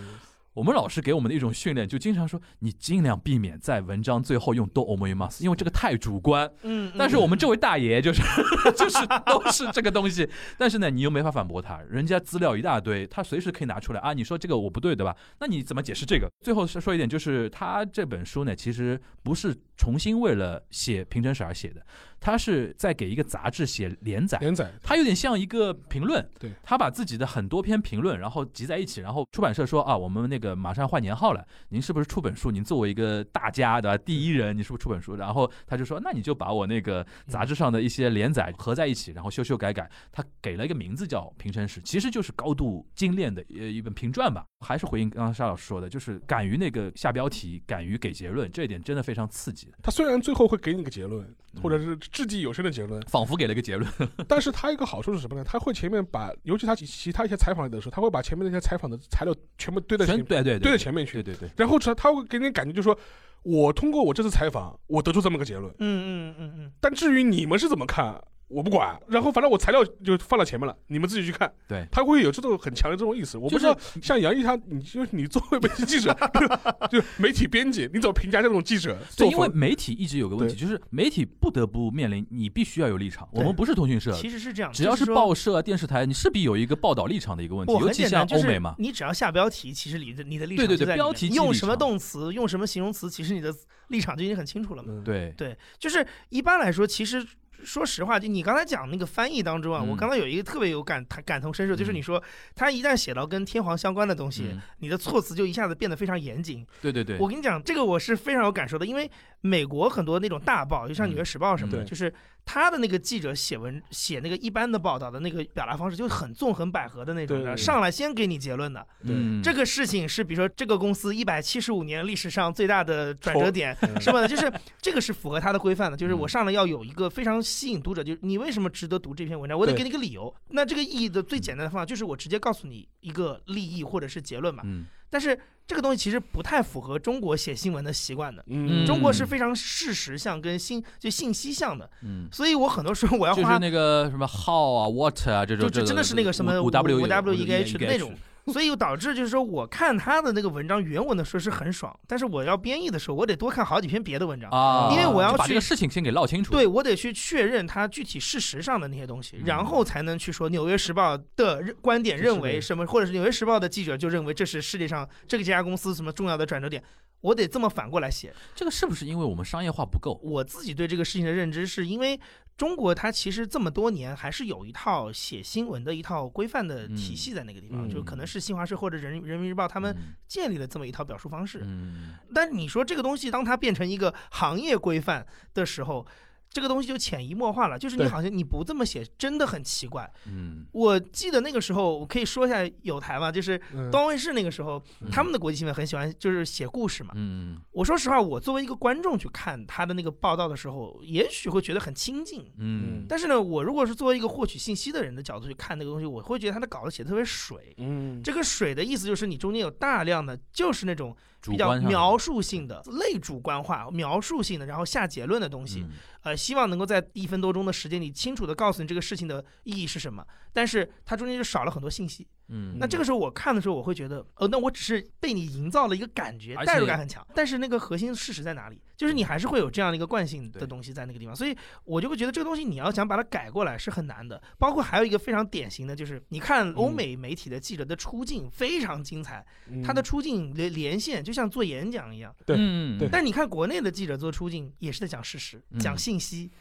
[SPEAKER 2] 我们老师给我们的一种训练，就经常说你尽量避免在文章最后用多思います，因为这个太主观。
[SPEAKER 4] 嗯，
[SPEAKER 2] 但是我
[SPEAKER 4] 们
[SPEAKER 2] 们这位大爷就是 就是都是这个东西，但是呢，你又没法反驳他，人家资料一大堆，他随时可以拿出来啊，你说这个我不对，对吧？那你怎么解释这个？最后是说一点，就是他这本书呢，其实不是重新为了写平成史而写的，他是在给一个杂志写连载。
[SPEAKER 3] 连载，
[SPEAKER 2] 他有点像一个评论，
[SPEAKER 3] 对
[SPEAKER 2] 他把自己的很多篇评论，然后集在一起，然后出版社说啊，我们那个马上换年号了，您是不是出本书？您作为一个大家对吧，第一人，你是不是出本书？然后他就说，那你就把我那个杂志上的一些连载合在一起，然后修修改改，他给了一个名字叫《平成史》，其实就是高度精炼的呃一本评传吧。还是回应刚刚沙老师说的，就是敢于那个下标题，敢于给结论，这一点真的非常刺激，
[SPEAKER 3] 他虽然最后会给你个结论，或者是掷地有声的结论，
[SPEAKER 2] 仿佛给了一个结论。
[SPEAKER 3] 但是他一个好处是什么呢？他会前面把，尤其他其其他一些采访里的时候，他会把前面那些采访的材料全部堆在前
[SPEAKER 2] 全
[SPEAKER 3] 面，
[SPEAKER 2] 对对
[SPEAKER 3] 堆
[SPEAKER 2] 对
[SPEAKER 3] 在前面去，
[SPEAKER 2] 对对对，
[SPEAKER 3] 然后他他会给你感觉就是说，我通过我这次采访，我得出这么个结论，
[SPEAKER 4] 嗯嗯嗯嗯，
[SPEAKER 3] 但至于你们是怎么看，我不管。然后反正我材料就放到前面了，你们自己去看。
[SPEAKER 2] 对
[SPEAKER 3] 他会有这种很强的这种意思。我
[SPEAKER 2] 就
[SPEAKER 3] 不
[SPEAKER 2] 是
[SPEAKER 3] 知道，像杨毅他，你就是你作为媒体记者， 就就媒体编辑，你怎么评价这种记者
[SPEAKER 2] 对，
[SPEAKER 3] 作
[SPEAKER 2] 因为
[SPEAKER 3] 风？
[SPEAKER 2] 媒体一直有个问题，就是媒体不得不面临你必须要有立场。我们不是通讯社，
[SPEAKER 4] 其实是这样，
[SPEAKER 2] 只要
[SPEAKER 4] 就是说
[SPEAKER 2] 报社、啊、电视台，你势必有一个报道立场的一个问题，
[SPEAKER 4] 不
[SPEAKER 2] 尤
[SPEAKER 4] 很
[SPEAKER 2] 其
[SPEAKER 4] 简
[SPEAKER 2] 像
[SPEAKER 4] 单，就
[SPEAKER 2] 欧美
[SPEAKER 4] 是
[SPEAKER 2] 嘛。
[SPEAKER 4] 你只要下标题，其实你的你的立
[SPEAKER 2] 对
[SPEAKER 4] 场
[SPEAKER 2] 对
[SPEAKER 4] 就
[SPEAKER 2] 对
[SPEAKER 4] 在里
[SPEAKER 2] 标
[SPEAKER 4] 面
[SPEAKER 2] 题即
[SPEAKER 4] 用
[SPEAKER 2] 立
[SPEAKER 4] 什么
[SPEAKER 2] 场
[SPEAKER 4] 动词，用什么形容词，其实你的立场就已经很清楚了嘛。
[SPEAKER 3] 嗯，
[SPEAKER 2] 对，
[SPEAKER 4] 就是一般来说，其实说实话，就你刚才讲那个翻译当中啊，
[SPEAKER 2] 嗯
[SPEAKER 4] 我刚才有一个特别有感感同身受，就是
[SPEAKER 2] 嗯
[SPEAKER 4] 你说他一旦写到跟天皇相关的东西，
[SPEAKER 2] 嗯
[SPEAKER 4] 你的措辞就一下子变得非常严谨。
[SPEAKER 2] 对对对
[SPEAKER 4] 我，跟你讲，这个我是非常有感受的，因为美国很多那种大报，就像《纽约时报》什么的，
[SPEAKER 3] 嗯对
[SPEAKER 4] 就是他的那个记者写文写那个一般的报道的那个表达方式，就很纵横捭阖的那
[SPEAKER 3] 对
[SPEAKER 4] 种
[SPEAKER 3] 对
[SPEAKER 4] 的，
[SPEAKER 3] 对
[SPEAKER 4] 上来先给你结论的。
[SPEAKER 2] 嗯，
[SPEAKER 4] 这个事情是，比如说这个公司一百七十五年历史上最大的转折点，
[SPEAKER 3] 嗯
[SPEAKER 4] 什么的，就是这个是符合他的规范的，就是
[SPEAKER 2] 嗯
[SPEAKER 4] 我上来要有一个非常吸引读者，就是你为什么值得读这篇文章，我得
[SPEAKER 5] 对
[SPEAKER 4] 给你个理由。那这个意义的最简单的方法就是我直接告诉你一个利益或者是结论嘛。
[SPEAKER 2] 嗯
[SPEAKER 4] 但是这个东西其实不太符合中国写新闻的习惯的。
[SPEAKER 2] 嗯
[SPEAKER 4] 中国是非常事实向跟信就信息向的，
[SPEAKER 2] 嗯，
[SPEAKER 4] 所以我很多时候我要
[SPEAKER 2] 就是
[SPEAKER 4] 花，
[SPEAKER 2] 那个什么 how 啊 what 啊这种，
[SPEAKER 4] 就就真的是那个什么
[SPEAKER 2] 五
[SPEAKER 4] W
[SPEAKER 2] W
[SPEAKER 4] 五 W 一
[SPEAKER 2] 一
[SPEAKER 4] 个 H 的那种，所以导致就是说我看他的那个文章原文的时候是很爽，但是我要编译的时候，我得多看好几篇别的文章。
[SPEAKER 2] 啊，
[SPEAKER 4] 因为我要
[SPEAKER 2] 就把这
[SPEAKER 4] 去
[SPEAKER 2] 个事情先给唠清楚。
[SPEAKER 4] 对，我得去确认它具体事实上的那些东西，然
[SPEAKER 2] 嗯
[SPEAKER 4] 后才能去说《纽约时报》的认观点
[SPEAKER 3] 这是
[SPEAKER 4] 认
[SPEAKER 3] 个
[SPEAKER 4] 为什么，或者是《纽约时报》的记者就认为这是世界上这个这家公司什么重要的转折点。我得这么反过来写。
[SPEAKER 2] 这个是不是因为我们商业化不够？
[SPEAKER 4] 我自己对这个事情的认知是因为中国它其实这么多年还是有一套写新闻的一套规范的体
[SPEAKER 2] 嗯
[SPEAKER 4] 系在那个地方，
[SPEAKER 3] 嗯
[SPEAKER 4] 就可能是新华社或者人人民日报他们
[SPEAKER 2] 嗯
[SPEAKER 4] 建立了这么一套表述方式。
[SPEAKER 2] 嗯，
[SPEAKER 4] 但你说这个东西，当它变成一个行业规范的时候，这个东西就潜移默化了。就是你
[SPEAKER 3] 对
[SPEAKER 4] 好像你不这么写，真的很奇怪。
[SPEAKER 2] 嗯，
[SPEAKER 4] 我记得那个时候，我可以说一下有台嘛，就是
[SPEAKER 3] 嗯
[SPEAKER 4] 东方卫视那个时候，
[SPEAKER 2] 嗯
[SPEAKER 4] 他们的国际新闻很喜欢就是写故事嘛。
[SPEAKER 2] 嗯
[SPEAKER 4] 我说实话，我作为一个观众去看他的那个报道的时候，也许会觉得很亲近。
[SPEAKER 2] 嗯
[SPEAKER 4] 但是呢，我如果是作为一个获取信息的人的角度去看那个东西，我会觉得他的稿子写的特别水。
[SPEAKER 3] 嗯，
[SPEAKER 4] 这个水的意思就是你中间有大量的就是那种
[SPEAKER 2] 主
[SPEAKER 4] 比较
[SPEAKER 2] 观上
[SPEAKER 4] 描述性的、类主观化、描述性的，然后下结论的东西。
[SPEAKER 2] 嗯
[SPEAKER 4] 呃，希望能够在一分多钟的时间里清楚的告诉你这个事情的意义是什么。但是它中间就少了很多信息。
[SPEAKER 2] 嗯，
[SPEAKER 4] 那这个时候我看的时候，我会觉得，哦，那我只是被你营造了一个感觉，
[SPEAKER 2] 而且
[SPEAKER 4] 代入感很强。但是那个核心事实在哪里？就是你还是会有这样的一个惯性的
[SPEAKER 2] 对
[SPEAKER 4] 东西在那个地方，所以我就会觉得这个东西你要想把它改过来是很难的。包括还有一个非常典型的就是，你看欧
[SPEAKER 3] 嗯
[SPEAKER 4] 美媒体的记者的出镜非常精彩。
[SPEAKER 3] 嗯
[SPEAKER 4] 他的出镜连连线就像做演讲一样。
[SPEAKER 3] 对
[SPEAKER 2] 嗯
[SPEAKER 3] 对
[SPEAKER 4] 但是你看国内的记者做出镜也是在讲事实、
[SPEAKER 2] 嗯
[SPEAKER 4] 讲信息，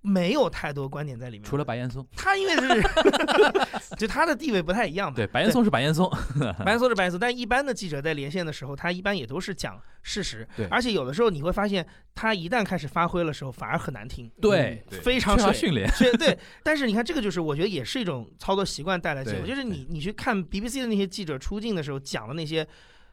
[SPEAKER 4] 没有太多观点在里面。
[SPEAKER 2] 除了白岩松，
[SPEAKER 4] 他，因为 是就他的地位不太一样嘛。
[SPEAKER 2] 对，白岩松是白岩松，嗯
[SPEAKER 4] 白岩松是白岩松，但一般的记者在连线的时候，他一般也都是讲事实。
[SPEAKER 2] 对
[SPEAKER 4] 而且有的时候你会发现，他一旦开始发挥的时候，反而很难听，
[SPEAKER 2] 对，
[SPEAKER 3] 嗯
[SPEAKER 4] 非常
[SPEAKER 2] 嗯缺乏
[SPEAKER 4] 水。
[SPEAKER 2] 训练，
[SPEAKER 4] 对对，但是你看，这个就是我觉得也是一种操作习惯带来的结果，
[SPEAKER 2] 对
[SPEAKER 4] 就是你你去看 BBC 的那些记者出镜的时候讲的那些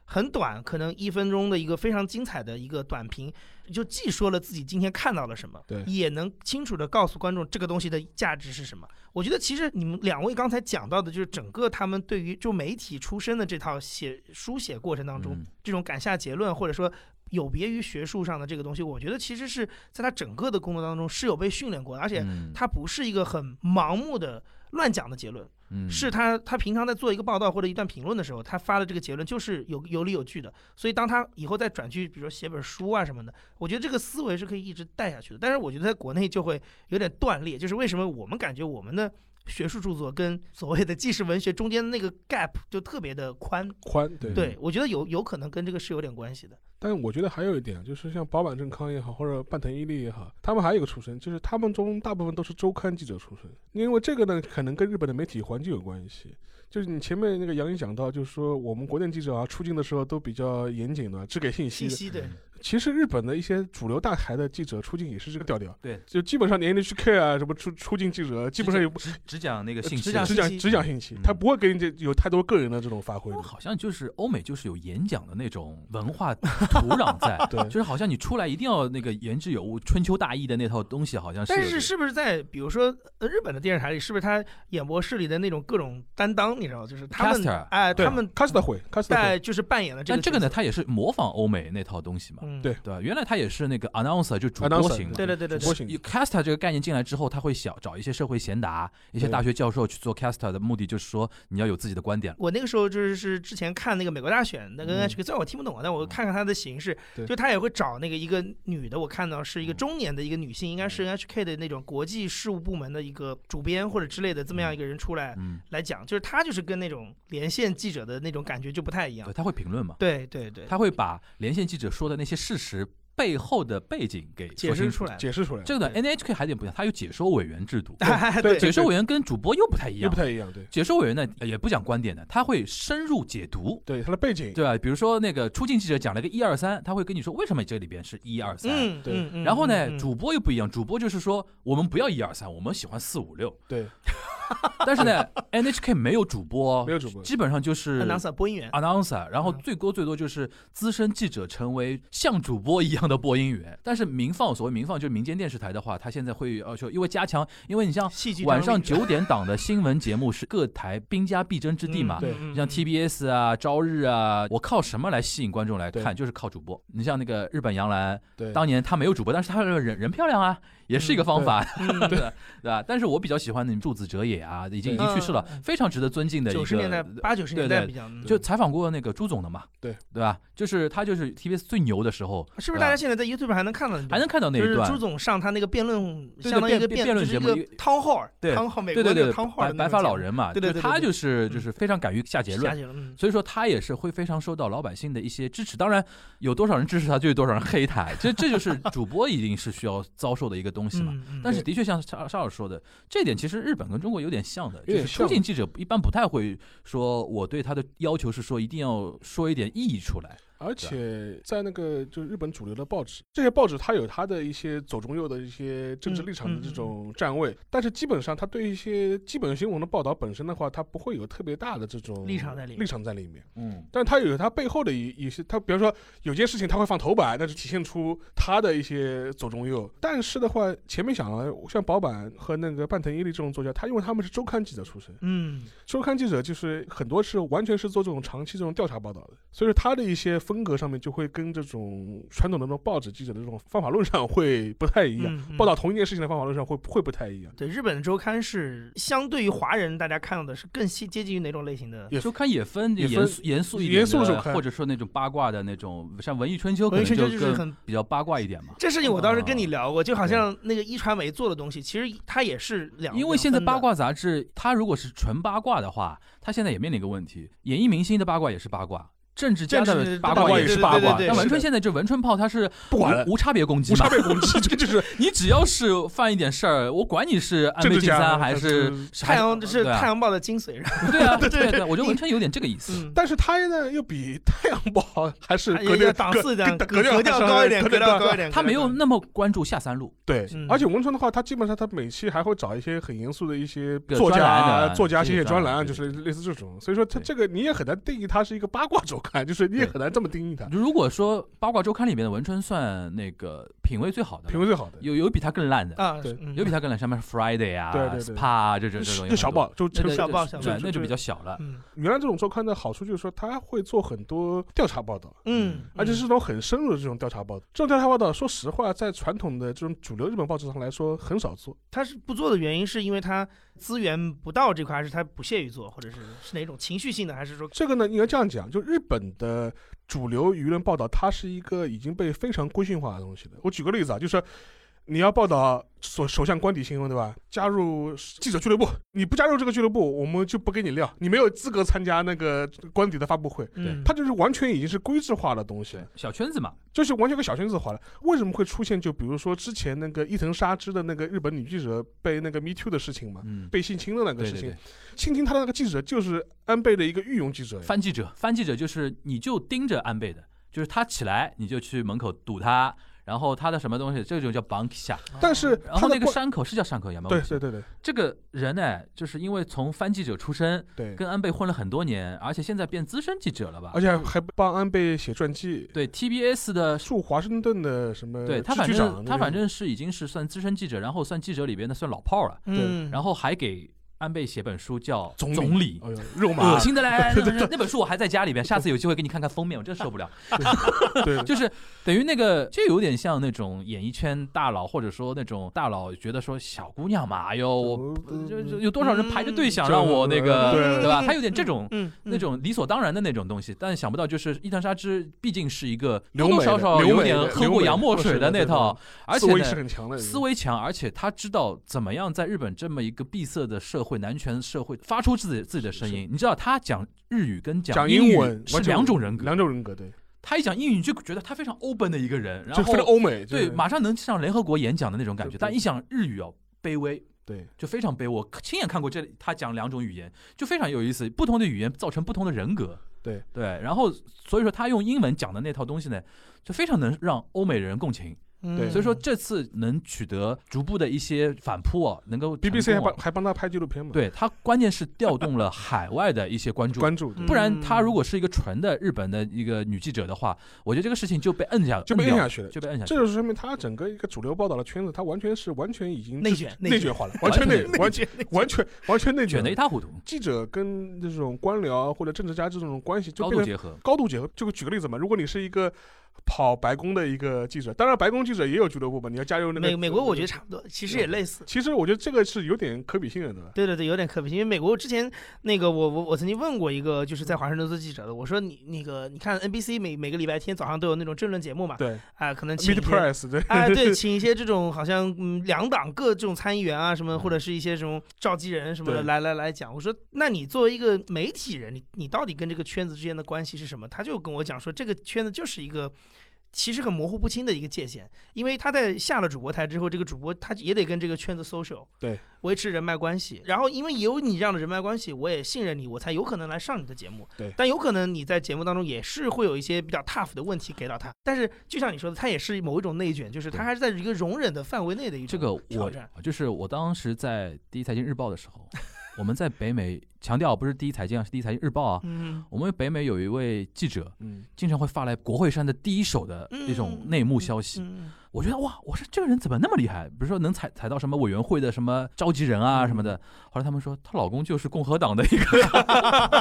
[SPEAKER 4] 很短，可能一分钟的一个非常精彩的一个短评，就既说了自己今天看到了什么，
[SPEAKER 3] 对
[SPEAKER 4] 也能清楚的告诉观众这个东西的价值是什么。我觉得其实你们两位刚才讲到的，就是整个他们对于就媒体出身的这套写书写过程当中，
[SPEAKER 2] 嗯
[SPEAKER 4] 这种敢下结论或者说有别于学术上的这个东西，我觉得其实是在他整个的工作当中是有被训练过的，而且
[SPEAKER 2] 嗯
[SPEAKER 4] 它不是一个很盲目的乱讲的结论，
[SPEAKER 2] 嗯
[SPEAKER 4] 是他他平常在做一个报道或者一段评论的时候，他发的这个结论就是有有理有据的。所以当他以后再转去，比如说写本书啊什么的，我觉得这个思维是可以一直带下去的。但是我觉得在国内就会有点断裂，就是为什么我们感觉我们的学术著作跟所谓的纪实文学中间的那个 gap 就特别的宽。
[SPEAKER 3] 宽对
[SPEAKER 4] 对，我觉得有有可能跟这个是有点关系的。
[SPEAKER 3] 但我觉得还有一点，就是像保坂正康也好，或者半藤伊力也好，他们还有一个出身，就是他们中大部分都是周刊记者出身。因为这个呢，可能跟日本的媒体环境有关系。就是你前面那个杨毅讲到，就是说我们国内记者啊，出镜的时候都比较严谨的，只给信息
[SPEAKER 4] 信
[SPEAKER 3] 的。
[SPEAKER 4] 息
[SPEAKER 2] 嗯
[SPEAKER 4] 对，
[SPEAKER 3] 其实日本的一些主流大台的记者出镜也是这个调调，
[SPEAKER 2] 对
[SPEAKER 3] 就基本上连 NHK 啊什么出出镜记者，啊基本上也不
[SPEAKER 2] 只只讲那个信息，
[SPEAKER 4] 呃只
[SPEAKER 3] 只
[SPEAKER 4] 讲
[SPEAKER 3] 讲
[SPEAKER 4] 信息
[SPEAKER 3] 只讲信息
[SPEAKER 2] 嗯，
[SPEAKER 3] 他不会给你这有太多个人的这种发挥
[SPEAKER 2] 因
[SPEAKER 3] 的
[SPEAKER 2] 为。好像就是欧美就是有演讲的那种文化土壤在，
[SPEAKER 3] 对
[SPEAKER 2] 就是好像你出来一定要那个言之有物，春秋大义的那套东西好像是有
[SPEAKER 4] 但
[SPEAKER 2] 这个。
[SPEAKER 4] 是是不是在比如说呃日本的电视台里，是不是他演播室里的那种各种担当，你知道，就是他们
[SPEAKER 2] Caster，
[SPEAKER 4] 哎、
[SPEAKER 3] 对
[SPEAKER 4] 他们
[SPEAKER 3] 卡斯特会，卡斯特
[SPEAKER 4] 在
[SPEAKER 3] 会，
[SPEAKER 4] 就是扮演了这个
[SPEAKER 2] 但这个呢，
[SPEAKER 4] 角色，
[SPEAKER 2] 它也是模仿欧美那套东西嘛，
[SPEAKER 4] 嗯，
[SPEAKER 3] 对
[SPEAKER 2] 对吧？原来它也是那个 announcer 就主播
[SPEAKER 3] Announcer，
[SPEAKER 2] 型的
[SPEAKER 4] 对。对对对
[SPEAKER 3] 主播
[SPEAKER 4] 对，
[SPEAKER 3] 型
[SPEAKER 2] 有 caster 这个概念进来之后，他会想找一些社会贤达、一些
[SPEAKER 3] 对
[SPEAKER 2] 大学教授去做 caster 的目的，就是说你要有自己的观点。
[SPEAKER 4] 我那个时候就是是之前看那个美国大选那个
[SPEAKER 3] 嗯
[SPEAKER 4] NHK，虽然我听不懂啊，但我看看他的形式，
[SPEAKER 3] 对
[SPEAKER 4] 就他也会找那个一个女的，我看到是一个
[SPEAKER 2] 嗯
[SPEAKER 4] 中年的一个女性，应该是 NHK 的那种国际事务部门的一个主编或者之类的这么样一个人出来
[SPEAKER 2] 嗯，
[SPEAKER 4] 来讲，就是他就是跟那种连线记者的那种感觉就不太一样
[SPEAKER 2] 对，，他会评论嘛，
[SPEAKER 4] 对对对，
[SPEAKER 2] 他会把连线记者说的那些事实背后的背景给
[SPEAKER 4] 解
[SPEAKER 2] 说
[SPEAKER 4] 释
[SPEAKER 2] 清
[SPEAKER 4] 出
[SPEAKER 2] 楚。
[SPEAKER 4] 来，
[SPEAKER 3] 解释出来
[SPEAKER 2] 这个呢，NHK 还有点不一样，它有解说委员制度，
[SPEAKER 4] 哎对嗯
[SPEAKER 2] 解说委员跟主播又不太一
[SPEAKER 3] 又
[SPEAKER 2] 样
[SPEAKER 3] 不。太一样，对
[SPEAKER 2] 解说委员呢也不讲观点的，他会深入解读，
[SPEAKER 3] 对，他的背景，
[SPEAKER 2] 对吧？比如说那个出镜记者讲了个一二三，他会跟你说为什么这里边是一二三。
[SPEAKER 4] 嗯，
[SPEAKER 3] 对
[SPEAKER 4] 嗯嗯
[SPEAKER 2] 然后呢，
[SPEAKER 4] 嗯嗯
[SPEAKER 2] 主播又不一样，主播就是说我们不要一二三，我们喜欢四五六。
[SPEAKER 3] 对
[SPEAKER 2] 但是呢，NHK 没有主
[SPEAKER 4] 哦
[SPEAKER 2] 播哦
[SPEAKER 3] 没，有主播，
[SPEAKER 2] 基本上就是
[SPEAKER 4] 很难撒播音
[SPEAKER 2] 啊
[SPEAKER 4] 员。
[SPEAKER 2] announcer，然后
[SPEAKER 4] 嗯
[SPEAKER 2] 最多最多就是资深记者成为像主播一样的播音员。但是民放，所谓民放就是民间电视台的话，它现在会要求，因为加强，因为你像
[SPEAKER 4] 戏剧
[SPEAKER 2] 晚上
[SPEAKER 4] 张力
[SPEAKER 2] 九点档的新闻节目是各台兵家必争之地嘛
[SPEAKER 4] 嗯。
[SPEAKER 3] 对
[SPEAKER 4] 嗯
[SPEAKER 2] 你像 TBS 啊、朝日啊，我靠什么来吸引观众来看？
[SPEAKER 3] 对
[SPEAKER 2] 就是靠主播。你像那个日本杨澜，
[SPEAKER 3] 对，
[SPEAKER 2] 当年她没有主播，但是她人人漂亮啊，也是一个方法，
[SPEAKER 4] 嗯
[SPEAKER 2] 对对吧？但是我比较喜欢那种柱子哲也啊，已经已
[SPEAKER 3] 对
[SPEAKER 2] 经去世了，非常值得尊敬的一个
[SPEAKER 4] 嗯九十年代、八九十年代比较，嗯
[SPEAKER 2] 就采访过那个朱总的嘛，
[SPEAKER 3] 对
[SPEAKER 2] 对吧？就是他就是 TBS 最牛的时候，
[SPEAKER 4] 是不是
[SPEAKER 2] 对吧
[SPEAKER 4] 大家现在在 YouTube 上还能看到那段？
[SPEAKER 2] 嗯还能看到那
[SPEAKER 4] 就
[SPEAKER 2] 一
[SPEAKER 4] 是
[SPEAKER 2] 段
[SPEAKER 4] 朱。总上他那个辩论，
[SPEAKER 2] 对
[SPEAKER 4] 相当于一个
[SPEAKER 2] 辩辩论节目
[SPEAKER 4] 就是一个汤浩尔，
[SPEAKER 2] 对
[SPEAKER 4] 汤浩美
[SPEAKER 2] 对
[SPEAKER 4] 国
[SPEAKER 2] 对
[SPEAKER 4] 那
[SPEAKER 2] 对
[SPEAKER 4] 个，汤浩
[SPEAKER 2] 白
[SPEAKER 4] 的那
[SPEAKER 2] 白
[SPEAKER 4] 个
[SPEAKER 2] 发老
[SPEAKER 4] 节目
[SPEAKER 2] 人嘛，
[SPEAKER 4] 对对对
[SPEAKER 2] 就他
[SPEAKER 4] 对对
[SPEAKER 2] 就是
[SPEAKER 4] 嗯
[SPEAKER 2] 就是非常敢于下结
[SPEAKER 4] 下
[SPEAKER 2] 论，
[SPEAKER 4] 结论，嗯
[SPEAKER 2] 所以说他也是会非常受到老百姓的一些支持。当然，有多少人支持他，就有多少人黑他，这这就是主播一定是需要遭受的一个东西嘛。
[SPEAKER 4] 嗯嗯
[SPEAKER 2] 但是的确像沙沙老师说的，这点其实日本跟中国有点像的，就
[SPEAKER 3] 点
[SPEAKER 2] 是出
[SPEAKER 3] 像
[SPEAKER 2] 境记者一般不太会说，我对他的要求是说一定要说一点意义出来。
[SPEAKER 4] 啊
[SPEAKER 3] 而且在那个就是日本主流的报纸，这些报纸它有它的一些左中右的一些政
[SPEAKER 4] 嗯
[SPEAKER 3] 治立场的这种站位，但是基本上它对一些基本新闻的报道本身的话，它不会有特别大的这种
[SPEAKER 4] 立场在里面
[SPEAKER 3] 立场在里面。
[SPEAKER 2] 嗯，
[SPEAKER 3] 但是它有它背后的一一些，它比方说有件事情它会放头版，那是体现出它的一些左中右。但是的话，前面讲了，像保坂和那个半藤伊力这种作家，他因为他们是周刊记者出身，
[SPEAKER 4] 嗯，
[SPEAKER 3] 周刊记者就是很多是完全是做这种长期这种调查报道的，所以说他的一些风格上面就会跟这种传统的那种报纸记者的这种方法论上会不太一样，
[SPEAKER 4] 嗯嗯
[SPEAKER 3] 报道同一件事情的方法论上会会不太一样。
[SPEAKER 4] 对日本的周刊是相对于华人，大家看到的是更接接近于哪种类型的？
[SPEAKER 3] 也
[SPEAKER 2] 周刊也分
[SPEAKER 3] 也
[SPEAKER 2] 严
[SPEAKER 3] 分
[SPEAKER 2] 肃严肃一点的，
[SPEAKER 3] 严肃的周刊
[SPEAKER 2] 或者说那种八卦的那种，像文艺春秋可
[SPEAKER 4] 文
[SPEAKER 2] 能
[SPEAKER 4] 艺春秋就是
[SPEAKER 2] 更
[SPEAKER 4] 很
[SPEAKER 2] 比较八卦一点嘛。
[SPEAKER 4] 这事情我倒
[SPEAKER 2] 哦
[SPEAKER 4] 是跟你聊过，就好像那个一传媒做的东西，其实它也是两，
[SPEAKER 2] 因为现在
[SPEAKER 4] 两分的
[SPEAKER 2] 八卦杂志，它如果是纯八卦的话，它现在也面临一个问题：演艺明星的八卦也是八卦，政治家
[SPEAKER 4] 政治
[SPEAKER 2] 的八
[SPEAKER 3] 八
[SPEAKER 2] 卦
[SPEAKER 3] 卦
[SPEAKER 2] 也
[SPEAKER 3] 也
[SPEAKER 2] 是
[SPEAKER 3] 是
[SPEAKER 2] 八
[SPEAKER 3] 八
[SPEAKER 2] 卦
[SPEAKER 3] 卦。对
[SPEAKER 2] 但文
[SPEAKER 4] 是的
[SPEAKER 2] 春现在这文春炮，它是
[SPEAKER 3] 不管了
[SPEAKER 2] 无无差别攻击
[SPEAKER 3] 无
[SPEAKER 2] 嘛
[SPEAKER 3] 差，别攻击，这就是
[SPEAKER 2] 你只要是犯一点事儿，我管你是安倍
[SPEAKER 3] 政治
[SPEAKER 2] 晋
[SPEAKER 3] 家
[SPEAKER 2] 三还
[SPEAKER 3] 就是是
[SPEAKER 4] 太阳
[SPEAKER 2] 还
[SPEAKER 4] 这是
[SPEAKER 2] 对啊
[SPEAKER 4] 太阳报的精髓，
[SPEAKER 2] 对啊，对啊
[SPEAKER 4] 对
[SPEAKER 2] 对啊，我觉得
[SPEAKER 4] 你
[SPEAKER 2] 文春有点这个意 思。
[SPEAKER 4] 嗯，
[SPEAKER 3] 但是他呢又比太阳报还是
[SPEAKER 4] 它
[SPEAKER 3] 格
[SPEAKER 4] 也也
[SPEAKER 3] 调
[SPEAKER 4] 档
[SPEAKER 3] 格
[SPEAKER 4] 次这样
[SPEAKER 3] 格
[SPEAKER 4] 格
[SPEAKER 3] 格调
[SPEAKER 4] 格调
[SPEAKER 3] 还是
[SPEAKER 4] 高 一点，
[SPEAKER 3] 格
[SPEAKER 4] 格
[SPEAKER 3] 调
[SPEAKER 4] 调
[SPEAKER 3] 高
[SPEAKER 4] 高一点，
[SPEAKER 2] 他没有
[SPEAKER 4] 格调
[SPEAKER 2] 那么关注下三路，
[SPEAKER 3] 对
[SPEAKER 4] 嗯，
[SPEAKER 3] 而且文春的话，他基本上他每期还会找一些很严肃的一些
[SPEAKER 2] 对
[SPEAKER 3] 作
[SPEAKER 2] 专
[SPEAKER 3] 家
[SPEAKER 2] 栏
[SPEAKER 3] 啊、
[SPEAKER 2] 的
[SPEAKER 3] 作家
[SPEAKER 2] 这
[SPEAKER 3] 写
[SPEAKER 2] 些
[SPEAKER 3] 写专
[SPEAKER 2] 专
[SPEAKER 3] 栏啊，
[SPEAKER 2] 栏
[SPEAKER 3] 就
[SPEAKER 2] 对
[SPEAKER 3] 是类似这种。所以说，他
[SPEAKER 2] 对
[SPEAKER 3] 这个你也很难定义它是一个八卦周刊，就是你也
[SPEAKER 2] 对
[SPEAKER 3] 很难这么定义它。
[SPEAKER 2] 如果说八卦周刊里面的文春算那个品味最好的了，
[SPEAKER 3] 评论最好的，
[SPEAKER 2] 有有比他更烂的，
[SPEAKER 4] 高啊
[SPEAKER 3] 对，
[SPEAKER 4] 嗯
[SPEAKER 2] 有比他更烂，上面是 Friday 啊、
[SPEAKER 3] 对对对
[SPEAKER 2] SPA 啊这种这种有
[SPEAKER 3] 就
[SPEAKER 2] 很
[SPEAKER 3] 小
[SPEAKER 2] 多嗯
[SPEAKER 3] 报，就
[SPEAKER 2] 那
[SPEAKER 3] 成
[SPEAKER 2] 就
[SPEAKER 4] 小报
[SPEAKER 2] 就
[SPEAKER 4] 小
[SPEAKER 2] 对
[SPEAKER 4] 报
[SPEAKER 2] 那就
[SPEAKER 3] 就
[SPEAKER 2] 比较小了。
[SPEAKER 4] 嗯
[SPEAKER 3] 原来这种周刊的好处就是说，他会做很多调查报道。
[SPEAKER 4] 嗯，
[SPEAKER 3] 而且是那种很深入的这种调查报道，这种调查报道，说实话，在传统的这种主流日本报纸上来说，很少做。
[SPEAKER 4] 他是不做的原因是因为他资源不到这块，还是他不屑于做，或者是是哪种情绪性的，还是说
[SPEAKER 3] 这个呢，应该这样讲，就日本的主流舆论报道，它是一个已经被非常规训化的东西了。我举个例子啊，就是你要报道首首相官邸新闻，对吧？加入记者俱乐部，你不加入这个俱乐部，我们就不给你料，你没有资格参加那个官邸的发布会。
[SPEAKER 4] 嗯，
[SPEAKER 3] 它就是完全已经是规制化的东西了，
[SPEAKER 2] 小圈子嘛，
[SPEAKER 3] 就是完全个小圈子化了。为什么会出现？就比如说之前那个伊藤纱织的那个日本女记者被那个 Me Too 的事情嘛，
[SPEAKER 2] 嗯，
[SPEAKER 3] 被性侵的那个
[SPEAKER 2] 对
[SPEAKER 3] 事
[SPEAKER 2] 对
[SPEAKER 3] 情
[SPEAKER 2] 对，，
[SPEAKER 3] 性侵她的那个记者就是安倍的一个御用记者呀，
[SPEAKER 2] 翻记者，翻记者就是你就盯着安倍的，就是他起来你就去门口堵他，然后他的什么东西，这种叫 bank 下，
[SPEAKER 3] 但是
[SPEAKER 2] 然
[SPEAKER 3] 他
[SPEAKER 2] 后
[SPEAKER 3] 的
[SPEAKER 2] 那个
[SPEAKER 3] 官
[SPEAKER 2] 山口是叫山口洋吗？
[SPEAKER 3] 对对对对
[SPEAKER 2] 这个人呢，就是因为从翻记者出身，
[SPEAKER 3] 对，
[SPEAKER 2] 跟啊安倍混了很多年，而且现在变资深记者了吧
[SPEAKER 3] 而？且还帮安倍写传记，
[SPEAKER 2] 对 TBS 的
[SPEAKER 3] 驻华盛顿的什么
[SPEAKER 2] 对他
[SPEAKER 3] 支
[SPEAKER 2] 反
[SPEAKER 3] 局
[SPEAKER 2] 正
[SPEAKER 3] 长，
[SPEAKER 2] 他反正是已经是算资深记者，然后算记者里边的算老炮儿了，
[SPEAKER 4] 嗯，
[SPEAKER 2] 然后
[SPEAKER 4] 后
[SPEAKER 2] 还给安倍写本书叫《
[SPEAKER 3] 总理
[SPEAKER 2] 总理呃
[SPEAKER 3] 哎》。呦肉麻
[SPEAKER 2] 恶，心 的嘞！那那本书我还在家里边，下次有机会给你看看封面，我真受 不了。
[SPEAKER 3] 对，
[SPEAKER 2] 就是等于那个，就有点像那种演艺圈大佬，或者说那种大佬觉得说小姑娘嘛，哎呦，我就就有多少人排着队想让我那个，
[SPEAKER 3] 嗯对
[SPEAKER 2] 对吧？他有点这种
[SPEAKER 4] 嗯
[SPEAKER 2] 那种理所当然的那种东西，但想不到就是伊藤沙织毕竟是一个多
[SPEAKER 3] 留
[SPEAKER 2] 多
[SPEAKER 3] 美
[SPEAKER 2] 少
[SPEAKER 3] 的
[SPEAKER 2] 少
[SPEAKER 3] 留
[SPEAKER 2] 有
[SPEAKER 3] 美
[SPEAKER 2] 点
[SPEAKER 3] 的
[SPEAKER 2] 喝
[SPEAKER 3] 留
[SPEAKER 2] 过
[SPEAKER 3] 美哦
[SPEAKER 2] 洋
[SPEAKER 3] 的
[SPEAKER 2] 墨
[SPEAKER 3] 墨
[SPEAKER 2] 水
[SPEAKER 3] 水
[SPEAKER 2] 的
[SPEAKER 3] 的
[SPEAKER 2] 那
[SPEAKER 3] 对
[SPEAKER 2] 套
[SPEAKER 3] 吧，
[SPEAKER 2] 而
[SPEAKER 3] 思
[SPEAKER 2] 且
[SPEAKER 3] 维是
[SPEAKER 2] 呢。
[SPEAKER 3] 很强的人，
[SPEAKER 2] 思维强，而且他知道怎么样在日本这么一个闭塞的社会、男权社会发出自己自己的声音。你知道，他讲日语跟
[SPEAKER 3] 讲
[SPEAKER 2] 英语
[SPEAKER 3] 文
[SPEAKER 2] 是
[SPEAKER 3] 完全
[SPEAKER 2] 两种人格。
[SPEAKER 3] 两种人格，对，
[SPEAKER 2] 他一讲英语，你就觉得他非常 open 的一个人，然
[SPEAKER 3] 就非常
[SPEAKER 2] 后
[SPEAKER 3] 欧美，就
[SPEAKER 2] 对
[SPEAKER 3] 是
[SPEAKER 2] 马上能上联合国演讲的那种感觉。
[SPEAKER 3] 对对
[SPEAKER 2] 但一讲日语哦，卑微，
[SPEAKER 3] 对
[SPEAKER 2] 就非常卑微。我亲眼看过这里他讲两种语言，就非常有意思。不同的语言造成不同的人格。
[SPEAKER 3] 对
[SPEAKER 2] 对，然后所以说他用英文讲的那套东西呢，就非常能让欧美人共情。
[SPEAKER 3] 对
[SPEAKER 4] 嗯
[SPEAKER 2] 所以说这次能取得逐步的一些反扑啊，能够成
[SPEAKER 3] BBC 还
[SPEAKER 2] 功啊
[SPEAKER 3] 帮还帮他拍纪录片嘛？，
[SPEAKER 2] 对他关键是调动了海外的一些关注。
[SPEAKER 3] 关注对
[SPEAKER 2] 不然，她如果是一个纯的日本的一个女记者的话，我觉得这个事情就被摁下，
[SPEAKER 3] 就被
[SPEAKER 2] 摁
[SPEAKER 3] 摁
[SPEAKER 2] 掉
[SPEAKER 3] 下去了。
[SPEAKER 2] 就被摁下去
[SPEAKER 3] 这就说明他整个一个主流报道的圈子，他完全是完全已经
[SPEAKER 4] 内卷
[SPEAKER 3] 内卷化了，完全内完全完全完全内
[SPEAKER 2] 卷
[SPEAKER 3] 卷
[SPEAKER 2] 得
[SPEAKER 3] 了
[SPEAKER 2] 一。塌糊涂，
[SPEAKER 3] 记者跟这种官僚啊或者政治家这种关系就
[SPEAKER 2] 高度
[SPEAKER 3] 变得
[SPEAKER 2] 结合。
[SPEAKER 3] 高度结合。就举个例子嘛，如果你是一个跑白宫的一个记者，当然白宫记者也有俱乐部嘛，你要加入那个
[SPEAKER 4] 美美国
[SPEAKER 3] 嗯
[SPEAKER 4] 我觉得差不多，其实也类似。
[SPEAKER 3] 其实我觉得这个是有点可比性的，对吧？
[SPEAKER 4] 对对对，有点可比性，因为美国之前那个我我我曾经问过一个就是在华盛顿做记者的，我说你那个你看 NBC 每每个礼拜天早上都有那种政论节目嘛，
[SPEAKER 3] 对
[SPEAKER 4] 啊、可能请 一
[SPEAKER 3] ，Mid
[SPEAKER 4] 些
[SPEAKER 3] Price 对，
[SPEAKER 4] 哎，对，请一些这种好像嗯两党各这种参议员啊什么，或者是一些这种召集人什么的
[SPEAKER 3] 对
[SPEAKER 4] 来来来讲。我说，那你作为一个媒体人，你你到底跟这个圈子之间的关系是什么？他就跟我讲说，这个圈子就是一个。其实很模糊不清的一个界限，因为他在下了主播台之后，这个主播他也得跟这个圈子 social，
[SPEAKER 3] 对，
[SPEAKER 4] 维持人脉关系。然后因为有你这样的人脉关系，我也信任你，我才有可能来上你的节目。
[SPEAKER 3] 对
[SPEAKER 4] 但有可能你在节目当中也是会有一些比较 tough 的问题给到他。但是就像你说的，他也是某一种内卷，就是他
[SPEAKER 2] 对
[SPEAKER 4] 还是在一个容忍的范围内的一
[SPEAKER 2] 这个
[SPEAKER 4] 种挑
[SPEAKER 2] 我
[SPEAKER 4] 战。
[SPEAKER 2] 就是我当时在第一财经日报的时候， 我们在北美强调不是第一财经啊，是第一财经日报啊。
[SPEAKER 4] 嗯，
[SPEAKER 2] 我们北美有一位记者，
[SPEAKER 3] 嗯，
[SPEAKER 2] 经常会发来国会山的第一手的一种内幕消息。
[SPEAKER 4] 嗯
[SPEAKER 2] 我觉得哇，我说这个人怎么那么厉害？比如说能采采到什么委员会的什么召集人啊什么的。后来他们说她老公就是共和党的一个，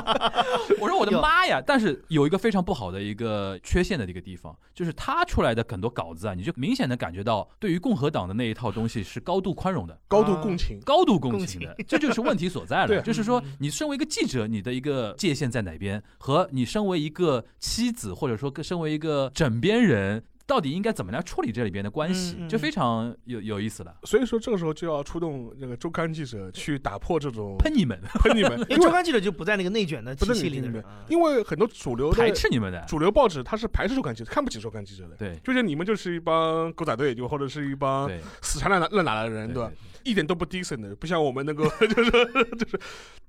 [SPEAKER 2] 我说我的妈呀！但是有一个非常不好的一个缺陷的一个地方，就是他出来的很多稿子啊，你就明显的感觉到对于共和党的那一套东西是高度宽容的。
[SPEAKER 3] 高度共情。
[SPEAKER 2] 高度共情的，这就是问题所在
[SPEAKER 3] 对
[SPEAKER 2] 了。就是说
[SPEAKER 4] 嗯，
[SPEAKER 2] 你身为一个记者，你的一个界限在哪边，和你身为一个妻子，或者说跟身为一个枕边人，到底应该怎么来处理这里边的关系
[SPEAKER 4] 嗯，嗯
[SPEAKER 2] 就非常有有意思了。
[SPEAKER 3] 所以说这个时候就要出动那个周刊记者去打破这种
[SPEAKER 2] 喷你们，
[SPEAKER 3] 喷你们，
[SPEAKER 4] 因
[SPEAKER 3] 因
[SPEAKER 4] 为周
[SPEAKER 3] 为
[SPEAKER 4] 刊记者就不在那个内卷的体系里的人啊，
[SPEAKER 3] 因为很多主流
[SPEAKER 2] 排
[SPEAKER 3] 的
[SPEAKER 2] 斥你们的，
[SPEAKER 3] 主流报纸它是排斥周刊记者，看不起周刊记者的。
[SPEAKER 2] 对
[SPEAKER 3] 就是你们就是一帮狗仔队，就或者是一帮
[SPEAKER 2] 对
[SPEAKER 3] 死缠烂打烂打的人，
[SPEAKER 2] 对
[SPEAKER 3] 对吧
[SPEAKER 2] 对？
[SPEAKER 3] 一点都不 decent 的，不像我们能够 就是就是，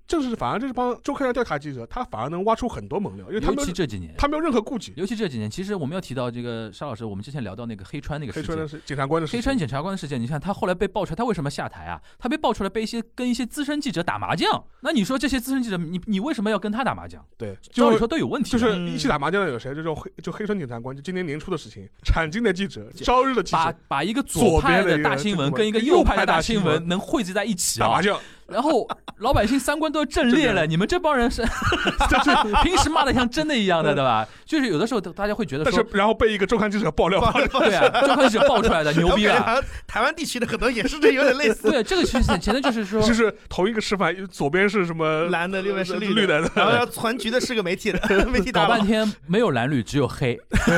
[SPEAKER 3] 正是反而这帮周刊的调查记者，他反而能挖出很多猛料，因为他
[SPEAKER 2] 尤
[SPEAKER 3] 没
[SPEAKER 2] 其
[SPEAKER 3] 有
[SPEAKER 2] 这几年，
[SPEAKER 3] 他没有任何顾忌。
[SPEAKER 2] 尤其这几年，其实我们要提到这个沙老师，我们之前聊到那个黑川那个
[SPEAKER 3] 黑
[SPEAKER 2] 事
[SPEAKER 3] 川的
[SPEAKER 2] 件。
[SPEAKER 3] 是检察官的事情，
[SPEAKER 2] 黑川检察官的事件，你看他后来被爆出来，他为什么下台啊？他被爆出来被一些跟一些资深记者打麻将。那你说这些资深记者，你你为什么要跟他打麻将？
[SPEAKER 3] 对，
[SPEAKER 2] 照理
[SPEAKER 3] 就
[SPEAKER 2] 说都有问题
[SPEAKER 3] 就
[SPEAKER 2] 的。
[SPEAKER 3] 是
[SPEAKER 4] 嗯
[SPEAKER 3] 一起打麻将的有谁？就是黑就黑川检察官，就今年年初的事情，产经的记者，朝日的记
[SPEAKER 2] 把
[SPEAKER 3] 者
[SPEAKER 2] 把一个
[SPEAKER 3] 左
[SPEAKER 2] 左派
[SPEAKER 3] 边的一
[SPEAKER 2] 的
[SPEAKER 3] 个
[SPEAKER 2] 大新闻
[SPEAKER 3] 这个
[SPEAKER 2] 跟一个
[SPEAKER 3] 跟
[SPEAKER 2] 右
[SPEAKER 3] 右
[SPEAKER 2] 派
[SPEAKER 3] 派
[SPEAKER 2] 的
[SPEAKER 3] 大
[SPEAKER 2] 大
[SPEAKER 3] 新
[SPEAKER 2] 新
[SPEAKER 3] 闻
[SPEAKER 2] 闻能汇集在一起
[SPEAKER 3] 打麻
[SPEAKER 2] 啊，
[SPEAKER 3] 将，
[SPEAKER 2] 然后老百姓三观都震裂了，你们这帮人是， 就是平时骂的像真的一样的，对吧？就是有的时候大家会觉得
[SPEAKER 3] 但是
[SPEAKER 2] 说，
[SPEAKER 3] 然后被一个周刊记者爆料，
[SPEAKER 2] 对啊，这块是爆出来 的，牛逼
[SPEAKER 4] 然后
[SPEAKER 2] 啊！
[SPEAKER 4] 感觉好像台湾地区的很多也是这有点 类似，
[SPEAKER 2] 对，这个其实前面就是说，
[SPEAKER 3] 就是同一个示范，左边是什么呃
[SPEAKER 4] 蓝的另外是
[SPEAKER 3] 绿
[SPEAKER 4] 的，
[SPEAKER 3] 的，
[SPEAKER 4] 然后要传局的是个媒体的 媒体
[SPEAKER 2] 搞
[SPEAKER 4] 大佬
[SPEAKER 2] 半，天没有蓝绿，只有黑，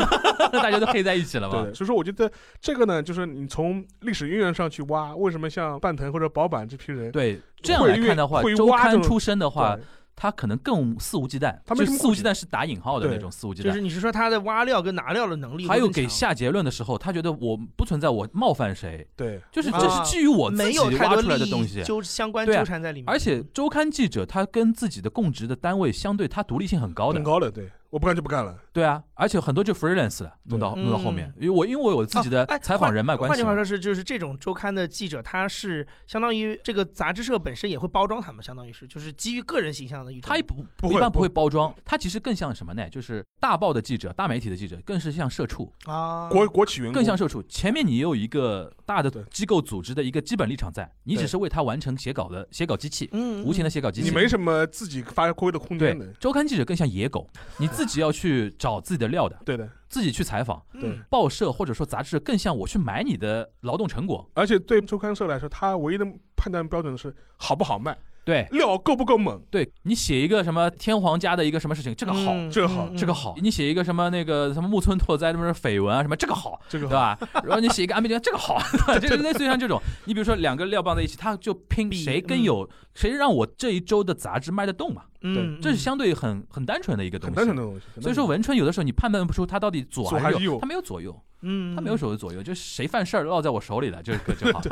[SPEAKER 2] 大家都黑在一起了嘛
[SPEAKER 3] 对，。所以说我觉得这个呢，就是你从历史渊源上去挖，为什么像半藤或者保坂这批人，
[SPEAKER 2] 对，这样来看的话
[SPEAKER 3] 会，越
[SPEAKER 2] 周
[SPEAKER 3] 会挖这
[SPEAKER 2] 刊
[SPEAKER 3] 种
[SPEAKER 2] 出身的话，
[SPEAKER 3] 对
[SPEAKER 2] 他可能更肆无忌惮，
[SPEAKER 3] 他没
[SPEAKER 2] 就
[SPEAKER 3] 什么
[SPEAKER 2] 肆无
[SPEAKER 3] 顾
[SPEAKER 2] 忌
[SPEAKER 3] 忌
[SPEAKER 2] 惮是打引号的
[SPEAKER 3] 对
[SPEAKER 2] 那种肆无忌惮
[SPEAKER 4] 就。是你是说他的挖料跟拿料的能力会
[SPEAKER 2] 还有
[SPEAKER 4] 更强，
[SPEAKER 2] 给下结论的时候，他觉得我不存在我冒犯谁，
[SPEAKER 3] 对
[SPEAKER 2] 就是
[SPEAKER 4] 啊
[SPEAKER 2] 这是基于我自
[SPEAKER 4] 没
[SPEAKER 2] 己
[SPEAKER 4] 有太
[SPEAKER 2] 挖
[SPEAKER 4] 多
[SPEAKER 2] 出来的
[SPEAKER 4] 利
[SPEAKER 2] 东
[SPEAKER 4] 益
[SPEAKER 2] 西。
[SPEAKER 4] 纠相关
[SPEAKER 2] 对啊
[SPEAKER 4] 纠缠在里面，
[SPEAKER 2] 而且周刊记者他跟自己的供职的单位相对，他独立性很高
[SPEAKER 3] 很
[SPEAKER 2] 的，
[SPEAKER 3] 高的，对，我不干就不干了，
[SPEAKER 2] 对啊，而且很多就 freelance 的，弄到
[SPEAKER 4] 嗯
[SPEAKER 2] 弄到后面，因为我因为我有自己的
[SPEAKER 4] 啊哎
[SPEAKER 2] 采访人脉关
[SPEAKER 4] 换
[SPEAKER 2] 系
[SPEAKER 4] 句
[SPEAKER 2] 嘛
[SPEAKER 4] 话，说是，就是这种周刊的记者，他是相当于这个杂志社本身也会包装他们，相当于是就是基于个人形象的一种。
[SPEAKER 2] 他一不
[SPEAKER 3] 不
[SPEAKER 2] 一
[SPEAKER 3] 会
[SPEAKER 2] 般不
[SPEAKER 3] 不
[SPEAKER 2] 会包装，他其实更像什么呢？就是大报的记者、大媒体的记者，更是像社畜，
[SPEAKER 4] 啊，
[SPEAKER 3] 国国企员工
[SPEAKER 2] 更像社畜。前面你有一个大的
[SPEAKER 3] 对
[SPEAKER 2] 机构组织的一个基本立场在，你只
[SPEAKER 3] 对
[SPEAKER 2] 是为他完成写稿的写稿机器，
[SPEAKER 4] 嗯
[SPEAKER 2] 无情的写稿机器。
[SPEAKER 3] 你没什么自己发挥的空
[SPEAKER 2] 对
[SPEAKER 3] 间的，，
[SPEAKER 2] 周刊记者更像野狗，你自己要去找自己的料的，
[SPEAKER 3] 对的，
[SPEAKER 2] 自己去采访。
[SPEAKER 4] 嗯
[SPEAKER 3] 对
[SPEAKER 4] 嗯
[SPEAKER 2] 报社或者说杂志更像我去买你的劳动成果，
[SPEAKER 3] 而且对周刊社来说，他唯一的判断标准是好不好卖，
[SPEAKER 2] 对
[SPEAKER 3] 料够不够猛，
[SPEAKER 2] 对，你写一个什么天皇家的一个什么事情，这个好，
[SPEAKER 4] 嗯
[SPEAKER 3] 这个好
[SPEAKER 4] 嗯
[SPEAKER 2] 这个好；你写一个什么那个什么木村拓哉什么绯闻啊什么，这个好，
[SPEAKER 3] 这个
[SPEAKER 2] 对
[SPEAKER 3] 好
[SPEAKER 2] 吧？然后你写一个安倍晋三，这个 好，就是类似于像这种，你比如说两个料放在一起，他就拼
[SPEAKER 4] 比
[SPEAKER 2] 谁
[SPEAKER 3] 嗯
[SPEAKER 2] 更有，谁让我这一周的杂志卖得动嘛，
[SPEAKER 4] 嗯，
[SPEAKER 2] 这是相对很很单纯的一个东
[SPEAKER 3] 很
[SPEAKER 2] 西。
[SPEAKER 3] 单纯的东西。很单纯
[SPEAKER 2] 所以说文春有的时候你判断不出他到底左
[SPEAKER 3] 左
[SPEAKER 2] 还
[SPEAKER 3] 还
[SPEAKER 2] 是
[SPEAKER 3] 是
[SPEAKER 2] 右，
[SPEAKER 3] 右
[SPEAKER 2] 他没有左右，
[SPEAKER 4] 嗯，
[SPEAKER 2] 他没有手的左右，就是谁犯事儿 落在我手里了，这个就好。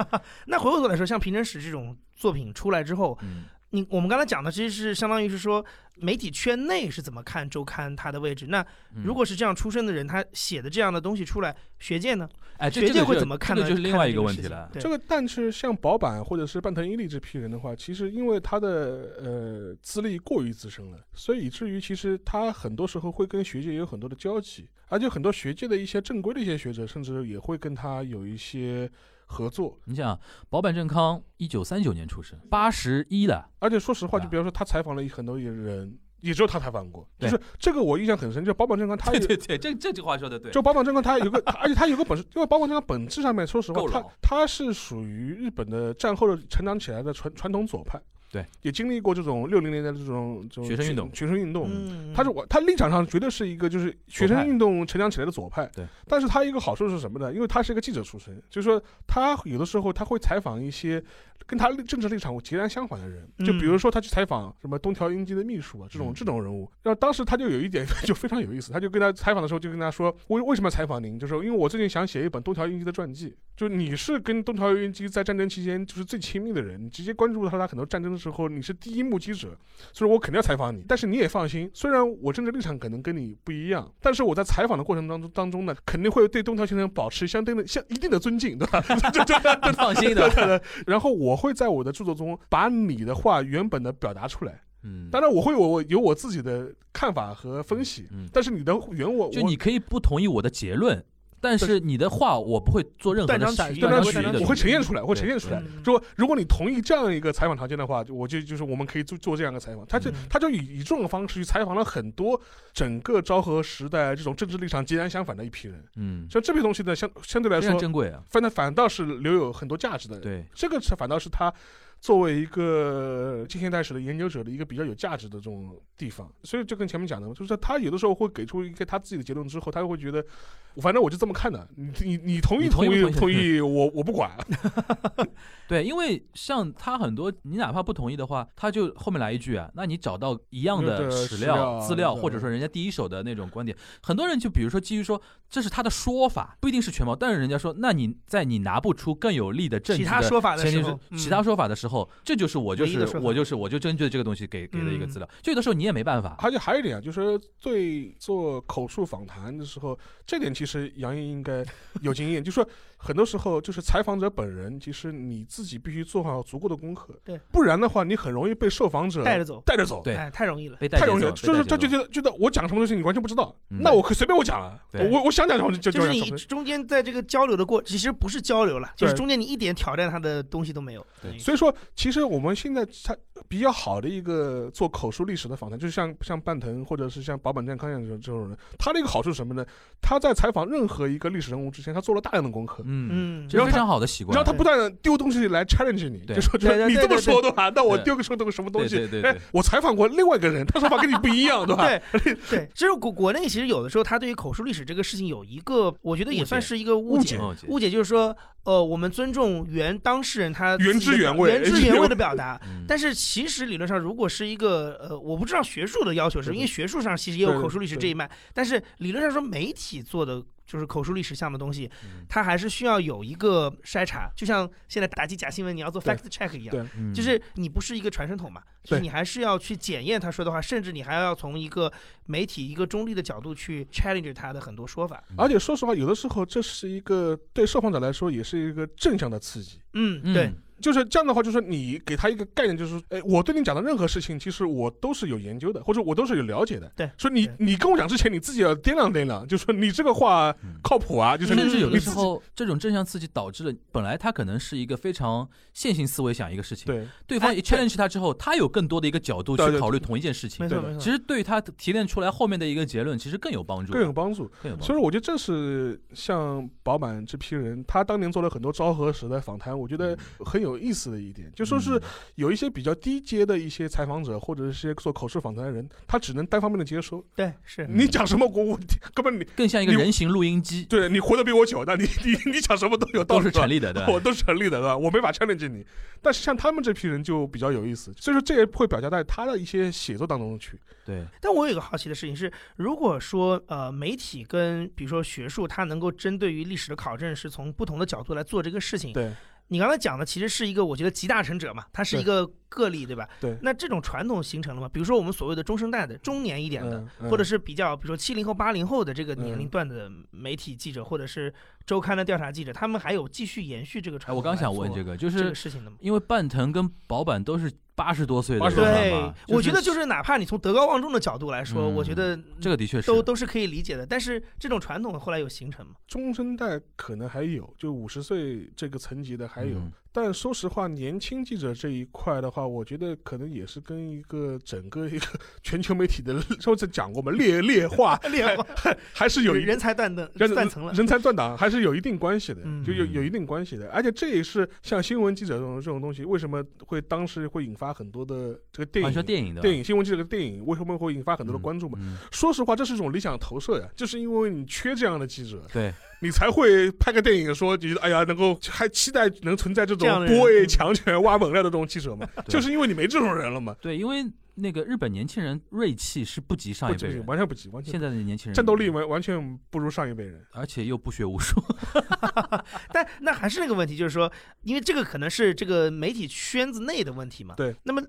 [SPEAKER 4] 那回过头来说，像平成史这种作品出来之后，
[SPEAKER 2] 嗯，
[SPEAKER 4] 你我们刚才讲的其实是相当于是说媒体圈内是怎么看周刊它的位置。那
[SPEAKER 2] 嗯
[SPEAKER 4] 如果是这样出身的人，他写的这样的东西出来，学界呢？
[SPEAKER 2] 哎，这
[SPEAKER 4] 学
[SPEAKER 2] 这
[SPEAKER 4] 界
[SPEAKER 2] 个
[SPEAKER 4] 会
[SPEAKER 2] 就
[SPEAKER 4] 怎么看
[SPEAKER 2] 这
[SPEAKER 4] 呢？
[SPEAKER 2] 个就是另
[SPEAKER 4] 看
[SPEAKER 2] 外
[SPEAKER 4] 待
[SPEAKER 2] 一
[SPEAKER 4] 这
[SPEAKER 2] 个
[SPEAKER 4] 个
[SPEAKER 2] 问
[SPEAKER 4] 事
[SPEAKER 2] 题
[SPEAKER 4] 情
[SPEAKER 2] 了。
[SPEAKER 4] 对
[SPEAKER 3] 这个，但是像保坂或者是半藤伊力这批人的话，其实因为他的呃资历过于资深了，所以以至于其实他很多时候会跟学界也有很多的交集，而且很多学界的一些正规的一些学者，甚至也会跟他有一些合作。
[SPEAKER 2] 你想，保坂正康一九三九年出生，八十一的，
[SPEAKER 3] 而且说实话，
[SPEAKER 2] 对啊
[SPEAKER 3] 就比方说他采访了很多人，也只有他采访过，就
[SPEAKER 2] 对
[SPEAKER 3] 是这个我印象很深，就保坂正康他也。
[SPEAKER 2] 对，这这句话说的对
[SPEAKER 3] 就保坂正康，他有个，而且他有个本事，因为保坂正康本质上面，说实话
[SPEAKER 2] 够，
[SPEAKER 3] 他
[SPEAKER 2] 老
[SPEAKER 3] 他是属于日本的战后的成长起来的传传统左派，
[SPEAKER 2] 对，
[SPEAKER 3] 也经历过这种六零年代的这种这种
[SPEAKER 2] 学生运动
[SPEAKER 3] 学生运动。
[SPEAKER 4] 嗯，
[SPEAKER 3] 他是我，他立场上绝对是一个就是学
[SPEAKER 2] 左
[SPEAKER 3] 生
[SPEAKER 2] 派
[SPEAKER 3] 运动成长起来的左派，
[SPEAKER 2] 对。
[SPEAKER 3] 但是他一个好处是什么呢？因为他是一个记者出身，就是说他有的时候他会采访一些跟他立政治立场截然相反的人，就比如
[SPEAKER 4] 嗯
[SPEAKER 3] 说他去采访什么东条英机的秘书啊这种
[SPEAKER 2] 嗯
[SPEAKER 3] 这种人物。然后当时他就有一点 就非常有意思，他就跟他采访的时候就跟他说，为为什么要采访您？就是因为我最近想写一本东条英机的传记，就你是跟东条英机在战争期间就是最亲密的人，你直接关注到他很多战争的时候，你是第一目击者，所以我肯定要采访你。但是你也放心，虽然我政治立场可能跟你不一样，但是我在采访的过程当中当中呢，肯定会对东条先生保持相对的相一定的尊敬，对吧？ 对对对 对
[SPEAKER 2] 放心
[SPEAKER 3] 对
[SPEAKER 2] 的，
[SPEAKER 3] 对对然后我会在我的著作中把你的话原本的表达出来，
[SPEAKER 2] 嗯，
[SPEAKER 3] 当然我会有我有我自己的看法和分析，
[SPEAKER 2] 嗯
[SPEAKER 3] 但是你的原我
[SPEAKER 2] 就
[SPEAKER 3] 我
[SPEAKER 2] 你可以不同意我的结论，但
[SPEAKER 3] 对
[SPEAKER 2] 是你的话我不会做任何
[SPEAKER 4] 断
[SPEAKER 2] 的
[SPEAKER 4] 章
[SPEAKER 2] 删
[SPEAKER 4] 取义
[SPEAKER 2] 断章
[SPEAKER 4] 我
[SPEAKER 2] 取
[SPEAKER 4] 会
[SPEAKER 2] 义的东
[SPEAKER 4] 断章取
[SPEAKER 2] 西。
[SPEAKER 4] 义
[SPEAKER 3] 我会呈现出来，我会呈现出来
[SPEAKER 4] 对嗯。
[SPEAKER 3] 说，如果你同意这样一个采访条件的话，就我就就是我们可以做做这样一个采访。他就
[SPEAKER 4] 嗯
[SPEAKER 3] 他就以以这种方式去采访了很多整个昭和时代这种政治立场截然相反的一批人。
[SPEAKER 2] 嗯，
[SPEAKER 3] 像这批东西呢，相相对来
[SPEAKER 2] 非常
[SPEAKER 3] 说，
[SPEAKER 2] 珍贵啊。
[SPEAKER 3] 反正反倒是留有很多价值的。，
[SPEAKER 2] 对，
[SPEAKER 3] 这个是反倒是他作为一个近现代史的研究者的一个比较有价值的这种地方。所以就跟前面讲的，就是他有的时候会给出一个他自己的结论之后，他会觉得，反正我就这么看的，你你你同意
[SPEAKER 2] 你同意
[SPEAKER 3] 意
[SPEAKER 2] 不
[SPEAKER 3] 同
[SPEAKER 2] 同意嗯
[SPEAKER 3] 我我不管。
[SPEAKER 2] 对，因为像他很多，你哪怕不同意的话，他就后面来一句啊，那你找到一样
[SPEAKER 3] 有
[SPEAKER 2] 的
[SPEAKER 3] 的
[SPEAKER 2] 史
[SPEAKER 3] 史
[SPEAKER 2] 料、
[SPEAKER 3] 料
[SPEAKER 2] 资料，
[SPEAKER 3] 对
[SPEAKER 2] 或者说人家第一手的那种观点，很多人就比如说基于说这是他的说法，不一定是全貌，但是人家说，那你在你拿不出更有力的证据
[SPEAKER 4] 其
[SPEAKER 2] 的
[SPEAKER 4] 他说法的
[SPEAKER 2] 前提
[SPEAKER 4] 时
[SPEAKER 2] 是
[SPEAKER 4] 候，嗯
[SPEAKER 2] 其他说法的时候，这就是我就
[SPEAKER 4] 唯一的
[SPEAKER 2] 是
[SPEAKER 4] 说法
[SPEAKER 2] 我就是我就针对这个东西给给的一个
[SPEAKER 4] 嗯
[SPEAKER 2] 资料，就有的时候你也没办法，
[SPEAKER 3] 而且还有一点啊，就是对做口述访谈的时候，这点其实杨毅应该有经验。就说很多时候，就是采访者本人，其实你自己必须做好足够的功课，
[SPEAKER 4] 对，
[SPEAKER 3] 不然的话，你很容易被受访者
[SPEAKER 4] 带着走，
[SPEAKER 3] 带着走。
[SPEAKER 2] 对
[SPEAKER 4] 哎，太容易了。
[SPEAKER 2] 被带
[SPEAKER 3] 太
[SPEAKER 2] 节
[SPEAKER 3] 容易
[SPEAKER 2] 奏
[SPEAKER 3] 了，，就是他就觉得觉得我讲什么东西你完全不知道，
[SPEAKER 2] 嗯
[SPEAKER 3] 那我可以随便我讲啊，
[SPEAKER 2] 对
[SPEAKER 3] 我我想讲什么就
[SPEAKER 4] 就
[SPEAKER 3] 就是讲
[SPEAKER 4] 你
[SPEAKER 3] 什么。
[SPEAKER 4] 中间在这个交流的过，其实不是交流了，就是
[SPEAKER 3] 对
[SPEAKER 4] 中间你一点挑战他的东西都没有。
[SPEAKER 2] 对
[SPEAKER 3] 所以说，其实我们现在它比较好的一个做口述历史的访谈，就是像像半藤或者是像保本健康这样这种人，他的一个好处是什么呢？他在采访任何一个历史人物之前，他做了大量的功课。
[SPEAKER 2] 嗯，
[SPEAKER 4] 嗯，
[SPEAKER 2] 这是
[SPEAKER 3] 然后
[SPEAKER 2] 非
[SPEAKER 3] 他
[SPEAKER 2] 常好的习
[SPEAKER 3] 然
[SPEAKER 2] 惯。
[SPEAKER 3] 后他不断地丢东西来 challenge 你，
[SPEAKER 2] 对
[SPEAKER 3] 就说就说
[SPEAKER 4] 对对
[SPEAKER 3] 你
[SPEAKER 4] 对
[SPEAKER 3] 这么
[SPEAKER 4] 对
[SPEAKER 3] 说的话，那我
[SPEAKER 2] 对
[SPEAKER 3] 丢个什么什么东
[SPEAKER 2] 对
[SPEAKER 3] 西？
[SPEAKER 2] 对对
[SPEAKER 3] 哎
[SPEAKER 2] 对，
[SPEAKER 3] 我采访过另外一个人，他说法跟你不一样，对吧？
[SPEAKER 4] 对 对，其实国国内其实有的时候，他对于口述历史这个事情有一个，我觉得也
[SPEAKER 2] 误解
[SPEAKER 4] 算是一个误
[SPEAKER 3] 误
[SPEAKER 4] 解。
[SPEAKER 3] 解
[SPEAKER 2] 嗯解
[SPEAKER 4] 误解就是说，呃，我们尊重原当事人他
[SPEAKER 3] 原
[SPEAKER 4] 自己的
[SPEAKER 3] 汁
[SPEAKER 4] 表
[SPEAKER 3] 原味
[SPEAKER 4] 原汁原味的表达。
[SPEAKER 2] 嗯
[SPEAKER 4] 但是其实理论上，如果是一个呃，我不知道学术的要求是，
[SPEAKER 3] 对对
[SPEAKER 4] 因为学术上其实也有
[SPEAKER 3] 对
[SPEAKER 4] 口述历史
[SPEAKER 3] 对
[SPEAKER 4] 这一脉，但是理论上说，媒体做的就是口述历史项的东西
[SPEAKER 2] 嗯，
[SPEAKER 4] 它还是需要有一个筛查，就像现在打击假新闻，你要做
[SPEAKER 3] 对
[SPEAKER 4] fact check 一样
[SPEAKER 3] 对。
[SPEAKER 2] 嗯
[SPEAKER 4] 就是你不是一个传声筒嘛，就是
[SPEAKER 3] 对
[SPEAKER 4] 你还是要去检验他说的话，甚至你还要从一个媒体一个中立的角度去 challenge 他的很多说法。
[SPEAKER 3] 而且说实话，有的时候这是一个对受访者来说也是一个正向的刺激。
[SPEAKER 4] 嗯，
[SPEAKER 2] 嗯
[SPEAKER 4] 对，
[SPEAKER 3] 就是这样的话，就是你给他一个概念，就是哎，我对你讲的任何事情，其实我都是有研究的，或者我都是有了解的。
[SPEAKER 4] 对
[SPEAKER 3] 所以你
[SPEAKER 4] 对
[SPEAKER 3] 你跟我讲之前，你自己要掂量掂量，就说你这个话
[SPEAKER 2] 嗯
[SPEAKER 3] 靠谱啊，就是
[SPEAKER 2] 甚至
[SPEAKER 3] 你
[SPEAKER 2] 有的
[SPEAKER 3] 你
[SPEAKER 2] 时
[SPEAKER 3] 自己
[SPEAKER 2] 候，这种正向刺激导致了本来他可能是一个非常线性思维想一个事情，
[SPEAKER 3] 对
[SPEAKER 2] 对方一
[SPEAKER 4] 哎对
[SPEAKER 2] challenge 他之后，他有更多的一个角度
[SPEAKER 3] 对对
[SPEAKER 2] 去
[SPEAKER 3] 对
[SPEAKER 2] 考虑同一件事情
[SPEAKER 4] 没。错
[SPEAKER 3] 对
[SPEAKER 4] 没错。
[SPEAKER 2] 其实对于他提炼出来后面的一个结论，其实更有帮助，
[SPEAKER 3] 更有帮助。
[SPEAKER 2] 更有帮助。
[SPEAKER 3] 所以说，我觉得这是像饱满这批人，他当年做了很多昭和时的访谈，我觉得很有意思的一点，就说是
[SPEAKER 2] 嗯
[SPEAKER 3] 有一些比较低阶的一些采访者，或者是一些做口述访谈的人，他只能单方面的接收，
[SPEAKER 4] 对，是
[SPEAKER 2] 嗯
[SPEAKER 3] 你讲什么我我根本你
[SPEAKER 2] 更像一个
[SPEAKER 3] 你
[SPEAKER 2] 人形录音机，
[SPEAKER 3] 对你活得比我久，那你你你讲什么都有道
[SPEAKER 2] 都
[SPEAKER 3] 理
[SPEAKER 2] 是
[SPEAKER 3] 吧，
[SPEAKER 2] 成立的，对吧
[SPEAKER 3] 我都是成立的，对吧？我没法 challenge 你。但是像他们这批人就比较有意思，所以说这也会表达在他的一些写作当中去。
[SPEAKER 2] 对，
[SPEAKER 4] 但我有一个好奇的事情是，如果说呃媒体
[SPEAKER 2] 嗯
[SPEAKER 4] 跟比如说学术，它能够针对于历史的考证是从不同的角度来做这个事情，
[SPEAKER 3] 对，
[SPEAKER 4] 你刚才讲的其实是一个，我觉得集大成者嘛，它是
[SPEAKER 3] 对
[SPEAKER 4] 一个个例，对吧？
[SPEAKER 3] 对
[SPEAKER 4] 那这种传统形成了吗？比如说我们所谓的中生代的、中年一点的，
[SPEAKER 3] 嗯
[SPEAKER 4] 或者是比较，比如说七零后、八零后的这个年龄
[SPEAKER 3] 嗯
[SPEAKER 4] 段的媒体记者，或者是周刊的调查记者，他们还有继续延续这个传
[SPEAKER 2] 哎，
[SPEAKER 4] 统。
[SPEAKER 2] 我刚想问
[SPEAKER 4] 这
[SPEAKER 2] 这个，就
[SPEAKER 4] 这个
[SPEAKER 2] 是
[SPEAKER 4] 事情的吗？
[SPEAKER 2] 因为半藤跟保坂都是八十多岁的
[SPEAKER 3] 80
[SPEAKER 2] 人
[SPEAKER 3] 多
[SPEAKER 2] 了
[SPEAKER 4] 对
[SPEAKER 2] 嘛，，
[SPEAKER 4] 我觉得就是哪怕你从德高望重的角度来说，我觉
[SPEAKER 2] 嗯
[SPEAKER 4] 得
[SPEAKER 2] 这个的确是嗯
[SPEAKER 4] 都都是可以理解的。但是这种传统后来有形成吗？，
[SPEAKER 3] 中生代可能还有，就五十岁这个层级的还有，
[SPEAKER 2] 嗯
[SPEAKER 3] 但说实话，年轻记者这一块的话，我觉得可能也是跟一个整个一个 全球媒体的， 上次讲过嘛，劣劣化
[SPEAKER 4] 两个
[SPEAKER 3] 还是有一
[SPEAKER 4] 人才断层
[SPEAKER 3] 人
[SPEAKER 4] 断层了。
[SPEAKER 3] 人才断档还是有一定关系的，
[SPEAKER 4] 嗯
[SPEAKER 3] 就有有一定关系的。而且这也是像新闻记者这种这种东西，为什么会当时会引发很多的这个电
[SPEAKER 2] 啊
[SPEAKER 3] 影
[SPEAKER 2] 你说电影的
[SPEAKER 3] 电影新闻记者的电影为什么会引发很多的关注嘛？
[SPEAKER 2] 嗯
[SPEAKER 3] 说实话，这是一种理想投射呀，就是因为你缺这样的记者，
[SPEAKER 2] 对，
[SPEAKER 3] 你才会拍个电影说，觉得哎呀，能够还期待能存在这
[SPEAKER 4] 这样
[SPEAKER 3] 种
[SPEAKER 4] 的人
[SPEAKER 3] 不畏
[SPEAKER 4] 嗯
[SPEAKER 3] 强权、挖猛料的这种记者嘛？
[SPEAKER 2] 对
[SPEAKER 3] 就是因为你没这种人了嘛，
[SPEAKER 2] 对，因为那个日本年轻人锐气是不及上
[SPEAKER 3] 不
[SPEAKER 2] 一辈
[SPEAKER 3] 及
[SPEAKER 2] 人，
[SPEAKER 3] 完全不及，完全
[SPEAKER 2] 现在的年轻人
[SPEAKER 3] 战斗力，完完全不如上一辈人。
[SPEAKER 2] 而且又不学无 术，
[SPEAKER 4] 但那还是那个问题，就是说，因为这个可能是这个媒体圈子内的问题嘛。
[SPEAKER 3] 对。
[SPEAKER 4] 那么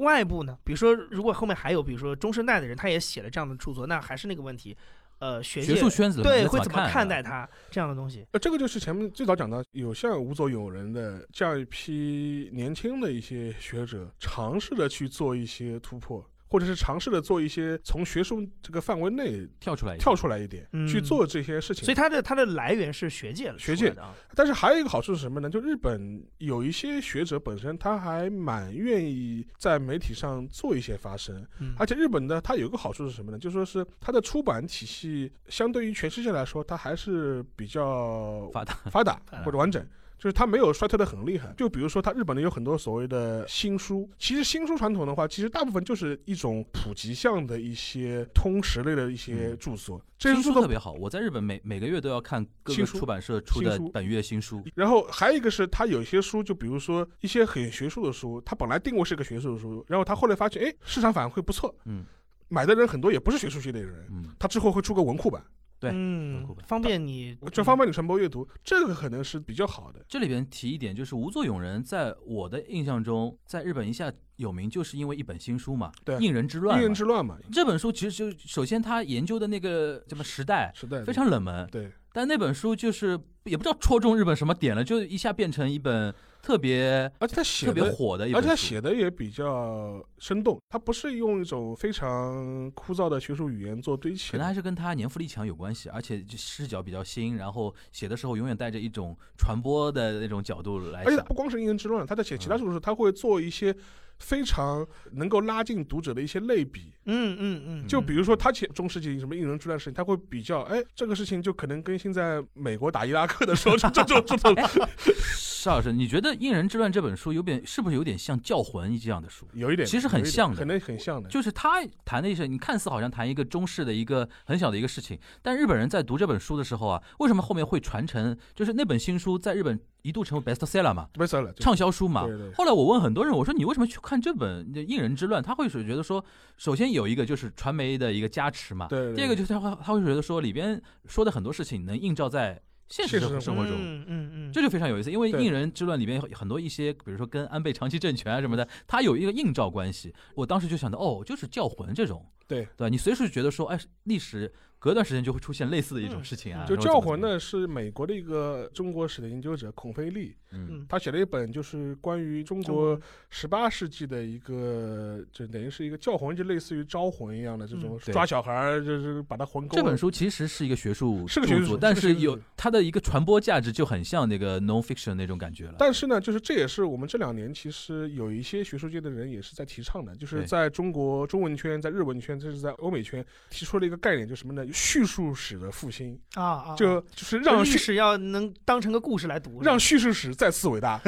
[SPEAKER 4] 外部呢？比如说，如果后面还有，比如说中生代的人，他也写了这样的著作，那还是那个问题，呃，学界
[SPEAKER 2] 学术圈子
[SPEAKER 4] 对
[SPEAKER 2] 你
[SPEAKER 4] 会怎么
[SPEAKER 2] 看啊
[SPEAKER 4] 看待？他这样的东西？
[SPEAKER 3] 呃，这个就是前面最早讲到，有像吴佐友人的这样一批年轻的一些学者，尝试的去做一些突破，或者是尝试的做一些从学术这个范围内
[SPEAKER 2] 跳出来一点，
[SPEAKER 3] 跳出来一点，
[SPEAKER 4] 嗯
[SPEAKER 3] 去做这些事情。
[SPEAKER 4] 所以它的它的来源是学界了，
[SPEAKER 3] 学界
[SPEAKER 4] 的啊，
[SPEAKER 3] 但是还有一个好处是什么呢？就日本有一些学者本身他还蛮愿意在媒体上做一些发声，
[SPEAKER 4] 嗯
[SPEAKER 3] 而且日本呢，它有一个好处是什么呢？就说是它的出版体系相对于全世界来说，它还是比较
[SPEAKER 2] 发达，嗯
[SPEAKER 3] 发达
[SPEAKER 4] 发达
[SPEAKER 3] 或者完整。就是它没有衰退的很厉害，就比如说它日本的有很多所谓的新书，其实新书传统的话，其实大部分就是一种普及向的一些通识类的一些
[SPEAKER 2] 嗯
[SPEAKER 3] 著作， 这些
[SPEAKER 2] 新
[SPEAKER 3] 著
[SPEAKER 2] 书
[SPEAKER 3] 作
[SPEAKER 2] 特别好，我在日本每每个月都要看各个
[SPEAKER 3] 新书
[SPEAKER 2] 出版社出的
[SPEAKER 3] 新书
[SPEAKER 2] 本月新书，
[SPEAKER 3] 然后还有一个是，他有一些书，就比如说一些很学术的书，他本来定位是个学术的书，然后他后来发现，哎，市场反馈不错，
[SPEAKER 2] 嗯
[SPEAKER 3] 买的人很多也不是学术系的人，
[SPEAKER 2] 嗯，
[SPEAKER 3] 他之后会出个文库版，
[SPEAKER 2] 对很
[SPEAKER 4] 嗯
[SPEAKER 2] 酷吧，
[SPEAKER 4] 方便你
[SPEAKER 3] 这方便你传播阅读，这个可能是比较好的。
[SPEAKER 2] 这里边提一点，就是无作俑人，在我的印象中，在日本一下有名，就是因为一本新书嘛，
[SPEAKER 3] 对
[SPEAKER 2] 应人之乱》
[SPEAKER 3] 一人
[SPEAKER 2] 嘛
[SPEAKER 3] 之乱嘛，
[SPEAKER 2] 这本书其实就首先他研究的那个什么时代
[SPEAKER 3] 时代的
[SPEAKER 2] 非常冷门，
[SPEAKER 3] 对，
[SPEAKER 2] 但那本书就是也不知道戳中日本什么点了，就一下变成一本特别
[SPEAKER 3] 而且他
[SPEAKER 2] 特
[SPEAKER 3] 写
[SPEAKER 2] 别
[SPEAKER 3] 的，
[SPEAKER 2] 火的一
[SPEAKER 3] 而
[SPEAKER 2] 本
[SPEAKER 3] 且
[SPEAKER 2] 书。
[SPEAKER 3] 他写的也比较生动，他不是用一种非常枯燥的学术语言做堆砌
[SPEAKER 2] 可能还
[SPEAKER 3] 的，
[SPEAKER 2] 是跟他年富力强有关系，而且就视角比较新，然后写的时候永远带着一种传播的那种角度来
[SPEAKER 3] 而且
[SPEAKER 2] 想
[SPEAKER 3] 他。不光是一人之乱，他在写其他
[SPEAKER 2] 嗯
[SPEAKER 3] 书的时候，他会做一些非常能够拉近读者的一些类比。
[SPEAKER 4] 嗯嗯嗯，
[SPEAKER 3] 就比如说他写中世纪什么应人之乱事情，他会比较，哎，这个事情就可能跟现在美国打伊拉克的时候这这这这种
[SPEAKER 2] 邵老师，你觉得《应人之乱》这本书有点是不是有点像《教魂》这样的书？
[SPEAKER 3] 有一点，
[SPEAKER 2] 其实很
[SPEAKER 3] 有一点
[SPEAKER 2] 像的
[SPEAKER 3] 可能很像的。
[SPEAKER 2] 就是他谈的一些，你看似好像谈一个中式的一个很小的一个事情，但日本人在读这本书的时候啊，为什么后面会传承？就是那本新书在日本一度成为 bestseller 嘛，
[SPEAKER 3] 没事了，就
[SPEAKER 2] 畅销书嘛
[SPEAKER 3] 对对。
[SPEAKER 2] 后来我问很多人，我说你为什么去看这本《应人之乱》？他会是觉得说，首先有一个就是传媒的一个加持嘛，
[SPEAKER 3] 对对对
[SPEAKER 2] 第二个就是他会他会觉得说里边说的很多事情能映照在现实
[SPEAKER 3] 现实
[SPEAKER 2] 生
[SPEAKER 3] 生
[SPEAKER 2] 生活中。
[SPEAKER 4] 嗯嗯嗯，
[SPEAKER 2] 这就非常有意思，因为《
[SPEAKER 3] 对
[SPEAKER 2] 应人之乱》里边有很多一些，比如说跟安倍长期政权啊什么的，它有一个映照关系。我当时就想到，哦，就是教魂这种，
[SPEAKER 3] 对
[SPEAKER 2] 对吧？你随时觉得说，哎，历史隔段时间就会出现类似的一种事情啊。
[SPEAKER 4] 嗯
[SPEAKER 3] 就
[SPEAKER 2] 然后
[SPEAKER 3] 教
[SPEAKER 2] 怎么
[SPEAKER 3] 魂，呢，是美国的一个中国史的研究者孔飞利，
[SPEAKER 2] 怎么样嗯，
[SPEAKER 4] 嗯
[SPEAKER 3] 他写了一本就是关于中国十八世纪的一个，就等于是一个教魂，就类似于招魂一样的这种
[SPEAKER 4] 嗯
[SPEAKER 2] 对
[SPEAKER 3] 抓小孩儿，就是把他魂勾了。
[SPEAKER 2] 这本书其实是一个学术
[SPEAKER 3] 是个学术
[SPEAKER 2] 著作
[SPEAKER 3] 是个
[SPEAKER 2] 但
[SPEAKER 3] 学
[SPEAKER 2] 是
[SPEAKER 3] 术
[SPEAKER 2] 有
[SPEAKER 3] 著作
[SPEAKER 2] 它的一个传播价值就很像那个 non fiction 那种感觉了。
[SPEAKER 3] 但是呢，就是这也是我们这两年其实有一些学术界的人也是在提倡的，就是
[SPEAKER 2] 对
[SPEAKER 3] 在中国中文圈、在日文圈，甚至在欧美圈提出了一个概念，就是什么呢？叙述史的复兴，
[SPEAKER 4] 啊
[SPEAKER 2] 哦
[SPEAKER 4] 啊，
[SPEAKER 3] 就
[SPEAKER 4] 啊
[SPEAKER 3] 就是
[SPEAKER 4] 就
[SPEAKER 3] 让
[SPEAKER 4] 历
[SPEAKER 3] 叙
[SPEAKER 4] 史要能当成个故事来读，
[SPEAKER 3] 让叙述史再次 伟大。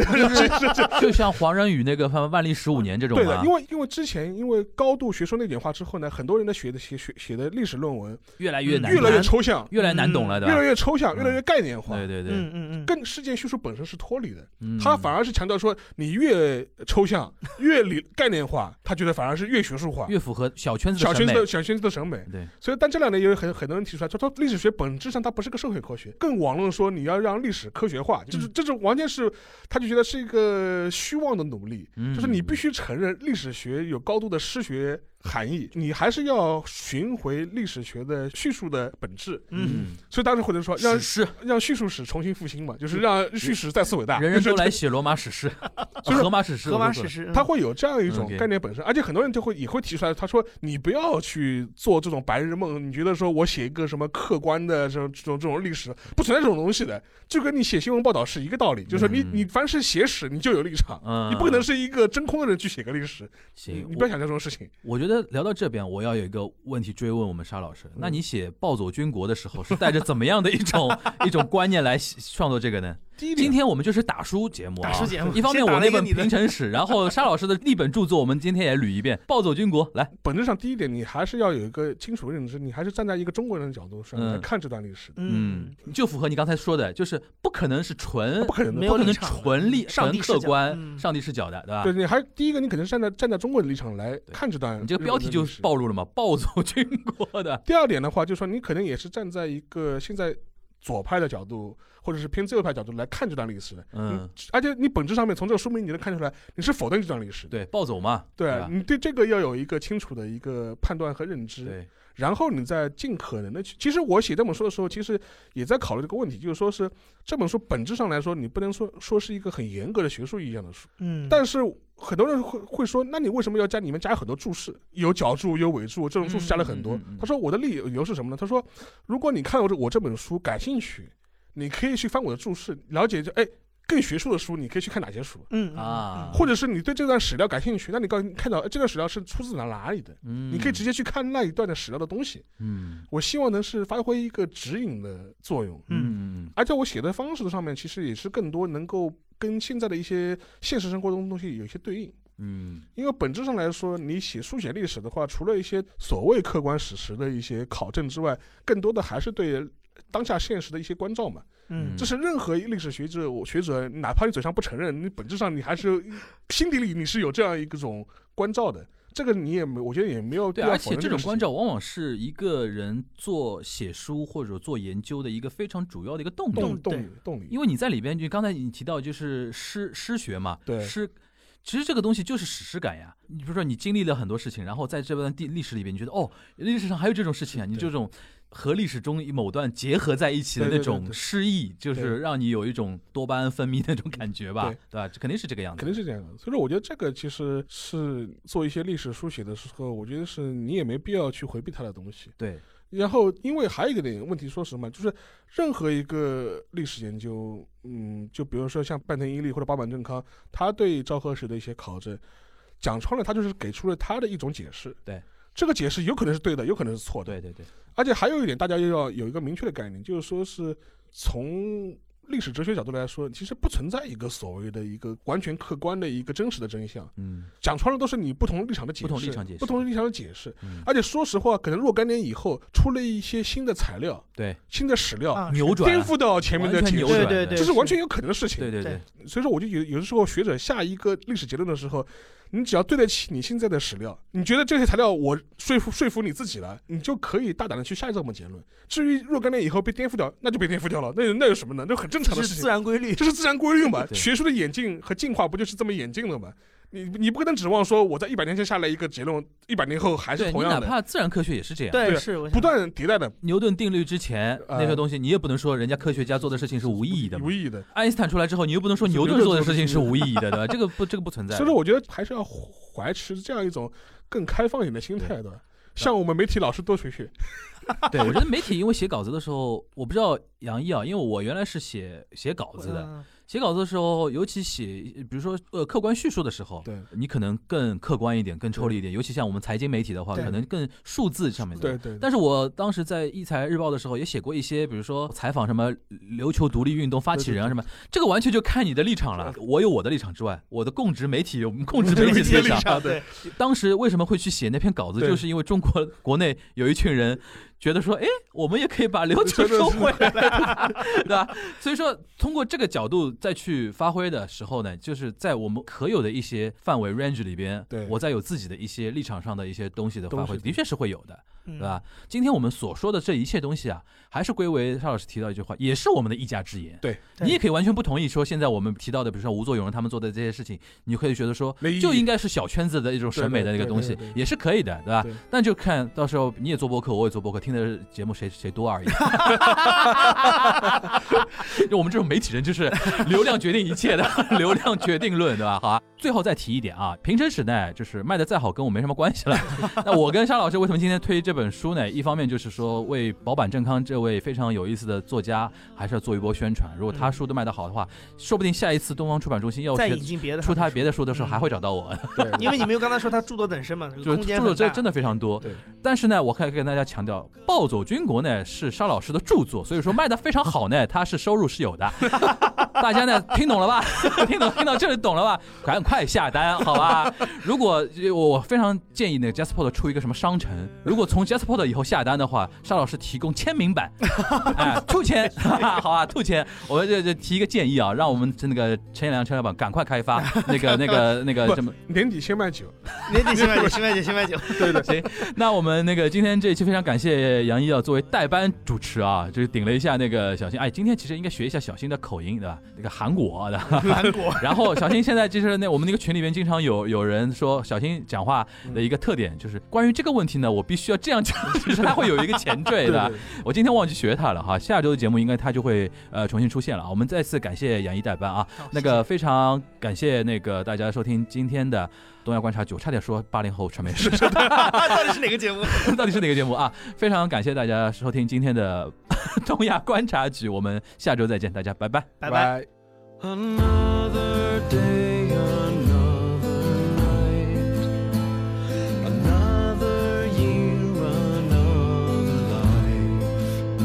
[SPEAKER 2] 就像黄仁宇那个《万历十五年》这种
[SPEAKER 3] 对
[SPEAKER 2] 嘛
[SPEAKER 3] 的，因，为因为之前因为高度学术内卷化之后呢，很多人的写的写写写的历史论文
[SPEAKER 2] 越来越难，
[SPEAKER 3] 嗯越来越抽象，
[SPEAKER 2] 越来越难懂了的
[SPEAKER 3] 越。来越抽象，
[SPEAKER 2] 嗯
[SPEAKER 3] 越来越概念化。
[SPEAKER 2] 对对对，
[SPEAKER 4] 嗯嗯嗯，
[SPEAKER 3] 跟事件叙述本身是脱离的，
[SPEAKER 2] 嗯
[SPEAKER 3] 他反而是强调说， 你越抽象、越理概念化，他觉得反而是越学术化。
[SPEAKER 2] 越符合小圈子的
[SPEAKER 3] 小宣
[SPEAKER 2] 美
[SPEAKER 3] 泄的想宣泄的审美。
[SPEAKER 2] 对，
[SPEAKER 3] 所以，但这两年也有很很多人提出来，他说历史学本质上它不是个社会科学，更网论说你要让历史科学化，就是
[SPEAKER 2] 嗯
[SPEAKER 3] 这种完全是他就觉得是一个虚妄的努力，
[SPEAKER 2] 嗯
[SPEAKER 3] 就是你必须承认历史学有高度的诗学含义，你还是要寻回历史学的叙述的本质。
[SPEAKER 4] 嗯，
[SPEAKER 3] 所以当时或者说让
[SPEAKER 2] 史诗，
[SPEAKER 3] 让叙述史重新复兴嘛，就是让叙事再次伟大，
[SPEAKER 2] 人人
[SPEAKER 3] 啊就
[SPEAKER 2] 都
[SPEAKER 3] 是
[SPEAKER 2] 来写罗马史诗， 哦
[SPEAKER 3] 就是
[SPEAKER 2] 荷马史诗，
[SPEAKER 4] 荷
[SPEAKER 2] 我
[SPEAKER 4] 马
[SPEAKER 2] 都
[SPEAKER 4] 史
[SPEAKER 2] 说
[SPEAKER 4] 诗，嗯
[SPEAKER 3] 他会有这样一种
[SPEAKER 2] OK
[SPEAKER 3] 概念本身，而且很多人就会也会提出来，他说你不要去做这种白日梦，你觉得说我写一个什么客观的这种这种这种历史不存在这种东西的，就跟你写新闻报道是一个道理，就是说你
[SPEAKER 2] 嗯
[SPEAKER 3] 你凡是写史，你就有立场，
[SPEAKER 2] 嗯，
[SPEAKER 3] 你不可能是一个真空的人去写个历史，你
[SPEAKER 2] 行，
[SPEAKER 3] 你
[SPEAKER 2] 我
[SPEAKER 3] 不要想这种事情。
[SPEAKER 2] 我觉得聊到这边，我要有一个问题追问我们沙老师：那
[SPEAKER 3] 嗯
[SPEAKER 2] 你写《暴走军国》的时候，是带着怎么样的一种 一种观念来写创作这个呢？
[SPEAKER 3] 第一
[SPEAKER 2] 今
[SPEAKER 3] 点，
[SPEAKER 2] 天我们就是打书节目啊，
[SPEAKER 4] 打书节目
[SPEAKER 2] 一方面
[SPEAKER 4] 先打
[SPEAKER 2] 我
[SPEAKER 4] 了
[SPEAKER 2] 那
[SPEAKER 4] 一个
[SPEAKER 2] 本
[SPEAKER 4] 你的
[SPEAKER 2] 平城史，然后沙老师的那本著作，我们今天也捋一遍《暴走军国》。来，
[SPEAKER 3] 本质上第一点，你还是要有一个清楚的认知，你还是站在一个中国人的角度上
[SPEAKER 2] 嗯
[SPEAKER 3] 来看这段历史的，
[SPEAKER 4] 嗯，，
[SPEAKER 2] 就符合你刚才说的，就是不可能是纯
[SPEAKER 3] 不可能的
[SPEAKER 4] 没
[SPEAKER 2] 不
[SPEAKER 4] 有
[SPEAKER 2] 可能
[SPEAKER 4] 立场的
[SPEAKER 2] 纯立
[SPEAKER 4] 上
[SPEAKER 2] 纯
[SPEAKER 4] 帝视
[SPEAKER 2] 客
[SPEAKER 4] 角
[SPEAKER 2] 观
[SPEAKER 4] 嗯
[SPEAKER 2] 上帝视角的，对吧
[SPEAKER 3] 对，？你还第一个，你肯定是站在站在中国的立场来看这段。
[SPEAKER 2] 你这个标题就暴露了嘛，《暴走军国》的，
[SPEAKER 3] 第二点的话，就是说你可能也是站在一个现在左派的角度，或者是偏自由派角度来看这段历史的。
[SPEAKER 2] 嗯，
[SPEAKER 3] 而且你本质上面从这个书名你能看出来，你是否定这段历史的。
[SPEAKER 2] 对，暴走嘛，
[SPEAKER 3] 对啊
[SPEAKER 2] 吧
[SPEAKER 3] 你对这个要有一个清楚的一个判断和认知，
[SPEAKER 2] 对，
[SPEAKER 3] 然后你再尽可能的去。其实我写这本书的时候，其实也在考虑这个问题，就是说是这本书本质上来说，你不能说说是一个很严格的学术意义上的书，
[SPEAKER 4] 嗯，
[SPEAKER 3] 但是很多人会会说，那你为什么要加里面加很多注释？有脚注，有尾注，这种注释加了很多。
[SPEAKER 2] 嗯嗯嗯嗯
[SPEAKER 3] 他说我的理由是什么呢？他说，如果你看我这我这本书感兴趣，你可以去翻我的注释，了解就哎更学术的书，你可以去看哪些书。
[SPEAKER 4] 嗯
[SPEAKER 2] 啊，
[SPEAKER 3] 或者是你对这段史料感兴趣，那你刚看到哎这段史料是出自哪哪里的，
[SPEAKER 2] 嗯
[SPEAKER 3] 你可以直接去看那一段的史料的东西。
[SPEAKER 2] 嗯
[SPEAKER 3] 我希望能是发挥一个指引的作用，
[SPEAKER 2] 嗯嗯
[SPEAKER 3] 而且我写的方式上面其实也是更多能够跟现在的一些现实生活中的东西有一些对应。
[SPEAKER 2] 嗯
[SPEAKER 3] 因为本质上来说，你写书写历史的话，除了一些所谓客观史实的一些考证之外，更多的还是对当下现实的一些关照嘛。
[SPEAKER 4] 嗯
[SPEAKER 2] 嗯
[SPEAKER 3] 这是任何历史学者，我学者，哪怕你嘴上不承认，你本质上你还是心底里你是有这样一个种关照的。这个你也没，我觉得也没有必
[SPEAKER 2] 对，
[SPEAKER 3] 要
[SPEAKER 2] 而
[SPEAKER 3] 否
[SPEAKER 2] 且
[SPEAKER 3] 认
[SPEAKER 2] 这
[SPEAKER 3] 个
[SPEAKER 2] 种
[SPEAKER 3] 事情
[SPEAKER 2] 关照往往是一个人做写书或者做研究的一个非常主要的一个动力，
[SPEAKER 3] 动
[SPEAKER 4] 对
[SPEAKER 3] 动动力
[SPEAKER 2] 因，为你在里边，就刚才你提到就是诗诗学嘛，
[SPEAKER 3] 对
[SPEAKER 2] 诗。其实这个东西就是史诗感呀，你比如说你经历了很多事情，然后在这段地历史里边，你觉得哦，历史上还有这种事情啊，你
[SPEAKER 3] 对
[SPEAKER 2] 这种和历史中某段结合在一起的
[SPEAKER 3] 对对
[SPEAKER 2] 那
[SPEAKER 3] 对
[SPEAKER 2] 种
[SPEAKER 3] 对
[SPEAKER 2] 诗意，就是
[SPEAKER 3] 对
[SPEAKER 2] 让你有一种多巴胺分泌那种感觉吧，
[SPEAKER 3] 对
[SPEAKER 2] 对吧？这肯定是这个样子，
[SPEAKER 3] 肯定是这样的。所以说，我觉得这个其实是做一些历史书写的时候，我觉得是你也没必要去回避它的东西。
[SPEAKER 2] 对，
[SPEAKER 3] 然后，因为还有一个点问题，说实话，就是任何一个历史研究，嗯，就比如说像半藤英利或者八坂正康，他对昭和史的一些考证，讲穿了，他就是给出了他的一种解释。
[SPEAKER 2] 对，
[SPEAKER 3] 这个解释有可能是对的，有可能是错的。
[SPEAKER 2] 对对对，
[SPEAKER 3] 而且还有一点，大家又要有一个明确的概念，就是说是从历史哲学角度来说，其实不存在一个所谓的一个完全客观的一个真实的真相。
[SPEAKER 2] 嗯
[SPEAKER 3] 讲穿了都是你不同立场的解释，
[SPEAKER 2] 不同立场解释
[SPEAKER 3] 不同立场的解释。
[SPEAKER 2] 嗯，
[SPEAKER 3] 而且说实话，可能若干年以后出了一些新的材料、
[SPEAKER 2] 对，
[SPEAKER 3] 新的史料，
[SPEAKER 4] 啊，
[SPEAKER 2] 扭转
[SPEAKER 3] 颠
[SPEAKER 2] 了
[SPEAKER 3] 覆到前面的
[SPEAKER 2] 完全
[SPEAKER 3] 解
[SPEAKER 2] 扭
[SPEAKER 3] 释，
[SPEAKER 2] 转
[SPEAKER 4] 对
[SPEAKER 2] 了，
[SPEAKER 4] 对对
[SPEAKER 3] 这是完全有可能的事情。
[SPEAKER 2] 对对对
[SPEAKER 4] 对，
[SPEAKER 3] 所以说，我就有有的时候学者下一个历史结论的时候，你只要对得起你现在的史料，你觉得这些材料我说服说服你自己了，你就可以大胆的去下这么结论。至于若干年以后被颠覆掉，那就被颠覆掉了，那有那有什么呢？那很正常
[SPEAKER 4] 这
[SPEAKER 3] 的事
[SPEAKER 4] 是自
[SPEAKER 3] 情，
[SPEAKER 4] 然规律，
[SPEAKER 3] 这是自然规律嘛。
[SPEAKER 2] 对
[SPEAKER 3] 学术的演进和进化不就是这么演进的吗？你你不可能指望说我在一百年前下来一个结论，一百年后还是
[SPEAKER 2] 对你
[SPEAKER 3] 同
[SPEAKER 2] 哪
[SPEAKER 3] 样的，
[SPEAKER 2] 怕自然科学也是这样，
[SPEAKER 4] 对，
[SPEAKER 3] 对
[SPEAKER 4] 是我想
[SPEAKER 3] 不断迭代的，
[SPEAKER 2] 牛顿定律之前那些东西，你也不能说人家科学家做的事情是无意义的嘛
[SPEAKER 3] 无。意义的。
[SPEAKER 2] 爱因斯坦出来之后，你又不能说牛顿做的事情是无意义的，对吧？这个不，这个不存在。
[SPEAKER 3] 所以说，我觉得还是要怀持这样一种更开放一点的心态的，向我们媒体老师多学学。
[SPEAKER 2] 对我觉得媒体因为写稿子的时候，我不知道杨毅啊，因为我原来是写写稿子的，
[SPEAKER 4] 嗯
[SPEAKER 2] 写稿子的时候，尤其写比如说呃客观叙述的时候，
[SPEAKER 3] 对
[SPEAKER 2] 你可能更客观一点，更抽离一点。尤其像我们财经媒体的话，
[SPEAKER 4] 对
[SPEAKER 2] 可能更数字上面的。
[SPEAKER 3] 对对，
[SPEAKER 2] 但是我当时在《一财日报》的时候也写过一些，比如说采访什么琉球独立运动发起人啊什么，这个完全就看你的立场了。我有我的立场之外，我的供职媒体有供职媒
[SPEAKER 4] 理
[SPEAKER 2] 体
[SPEAKER 4] 解
[SPEAKER 2] 的
[SPEAKER 4] 立
[SPEAKER 2] 立场。
[SPEAKER 4] 场，对，
[SPEAKER 2] 当时为什么会去写那篇稿子，
[SPEAKER 3] 对
[SPEAKER 2] 就是因为中国国内有一群人觉得说，哎，我们也可以把琉球收回来，对吧？所以说，通过这个角度再去发挥的时候呢，就是在我们可有的一些范围 range 里边，
[SPEAKER 3] 对
[SPEAKER 2] 我再有自己的一些立场上的一些东西的发
[SPEAKER 3] 东
[SPEAKER 2] 挥，
[SPEAKER 3] 西嗯
[SPEAKER 2] 的确是会有的，
[SPEAKER 4] 对
[SPEAKER 2] 对吧？？今天我们所说的这一切东西啊，还是归为邵老师提到一句话，也是我们的一家之言。
[SPEAKER 3] 对
[SPEAKER 4] 对
[SPEAKER 2] 你也可以完全不同意说现在我们提到的，比如说吴作勇他们做的这些事情，你可以觉得说
[SPEAKER 3] 没意义
[SPEAKER 2] 就应该是小圈子的一种审美的那个东
[SPEAKER 3] 对
[SPEAKER 2] 西
[SPEAKER 3] 对对对，对
[SPEAKER 2] 也是可以的，对吧
[SPEAKER 3] 对？
[SPEAKER 2] 但就看到时候你也做播客，我也做播客，听的节目谁谁多 而已。就我们这种媒体人，就是流量决定一切的， 流量决定论，对吧？好啊，最后再提一点啊，平成时代就是卖的再好，跟我没什么关系了。 那我跟沙老师为什么今天推这本书呢？一方面就是说为保坂正康这位非常有意思的作家，还是要做一波宣传。如果
[SPEAKER 3] 嗯
[SPEAKER 2] 他书都卖得好的话，说不定下一次东方出版中心要
[SPEAKER 4] 再
[SPEAKER 2] 是
[SPEAKER 4] 引进别的，
[SPEAKER 2] 出他别的书的时候，
[SPEAKER 4] 嗯
[SPEAKER 2] 还会找到我。
[SPEAKER 3] 对
[SPEAKER 4] 因为你们又刚才说他诸多等身嘛，这
[SPEAKER 2] 就
[SPEAKER 4] 个
[SPEAKER 2] 是
[SPEAKER 4] 空间
[SPEAKER 2] 著作真真
[SPEAKER 4] 的
[SPEAKER 2] 的非常多
[SPEAKER 3] 对。
[SPEAKER 2] 但是呢，我可以跟大家强调，《暴走军国呢》是沙老师的著作，所以说卖的非常好呢，它是收入是有的。 大家呢听懂了吧？ 听懂听到这里懂了吧？赶快下单，好吧？如果我我非常建议那个 Jasper 出一个什么商城，如果从 Jasper 以后下单的话，沙老师提供签名版，哎，兔签， 好啊，兔签。我这这提一个建议啊，让我们那个陈彦良陈老板赶快开发那个那个那个
[SPEAKER 3] 不
[SPEAKER 2] 什么。
[SPEAKER 3] 年底先卖酒，
[SPEAKER 4] 年底新卖酒，新卖酒，新卖酒，
[SPEAKER 3] 对的，
[SPEAKER 2] 那我们那个今天这一期非常感谢杨毅啊，作为代班主持啊，就是顶了一下那个小新。哎，今天其实应该学一下小新的口音，对吧？那个韩国的。
[SPEAKER 4] 韩国
[SPEAKER 2] 然后小新现在就是那我们那个群里面经常有有人说小新讲话的一个特点就是关于这个问题呢，我必须要这样讲，就是他会有一个前缀
[SPEAKER 3] 对
[SPEAKER 2] 的。
[SPEAKER 3] 的，
[SPEAKER 2] 我今天忘记学他了哈，下周的节目应该他就会呃重新出现了啊。我们再次感谢杨毅代班啊，那个非常感谢那个大家收听今天的东亚观察局，我差点说八零后传媒史。
[SPEAKER 4] 到底是哪个节目？
[SPEAKER 2] 到底是哪个节目啊？非常感谢大家收听今天的 东亚观察局，我们下周再见，大家拜拜。
[SPEAKER 4] 拜拜。。
[SPEAKER 5] Another day, another night, another year, another life,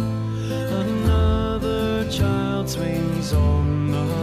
[SPEAKER 5] another child swings on the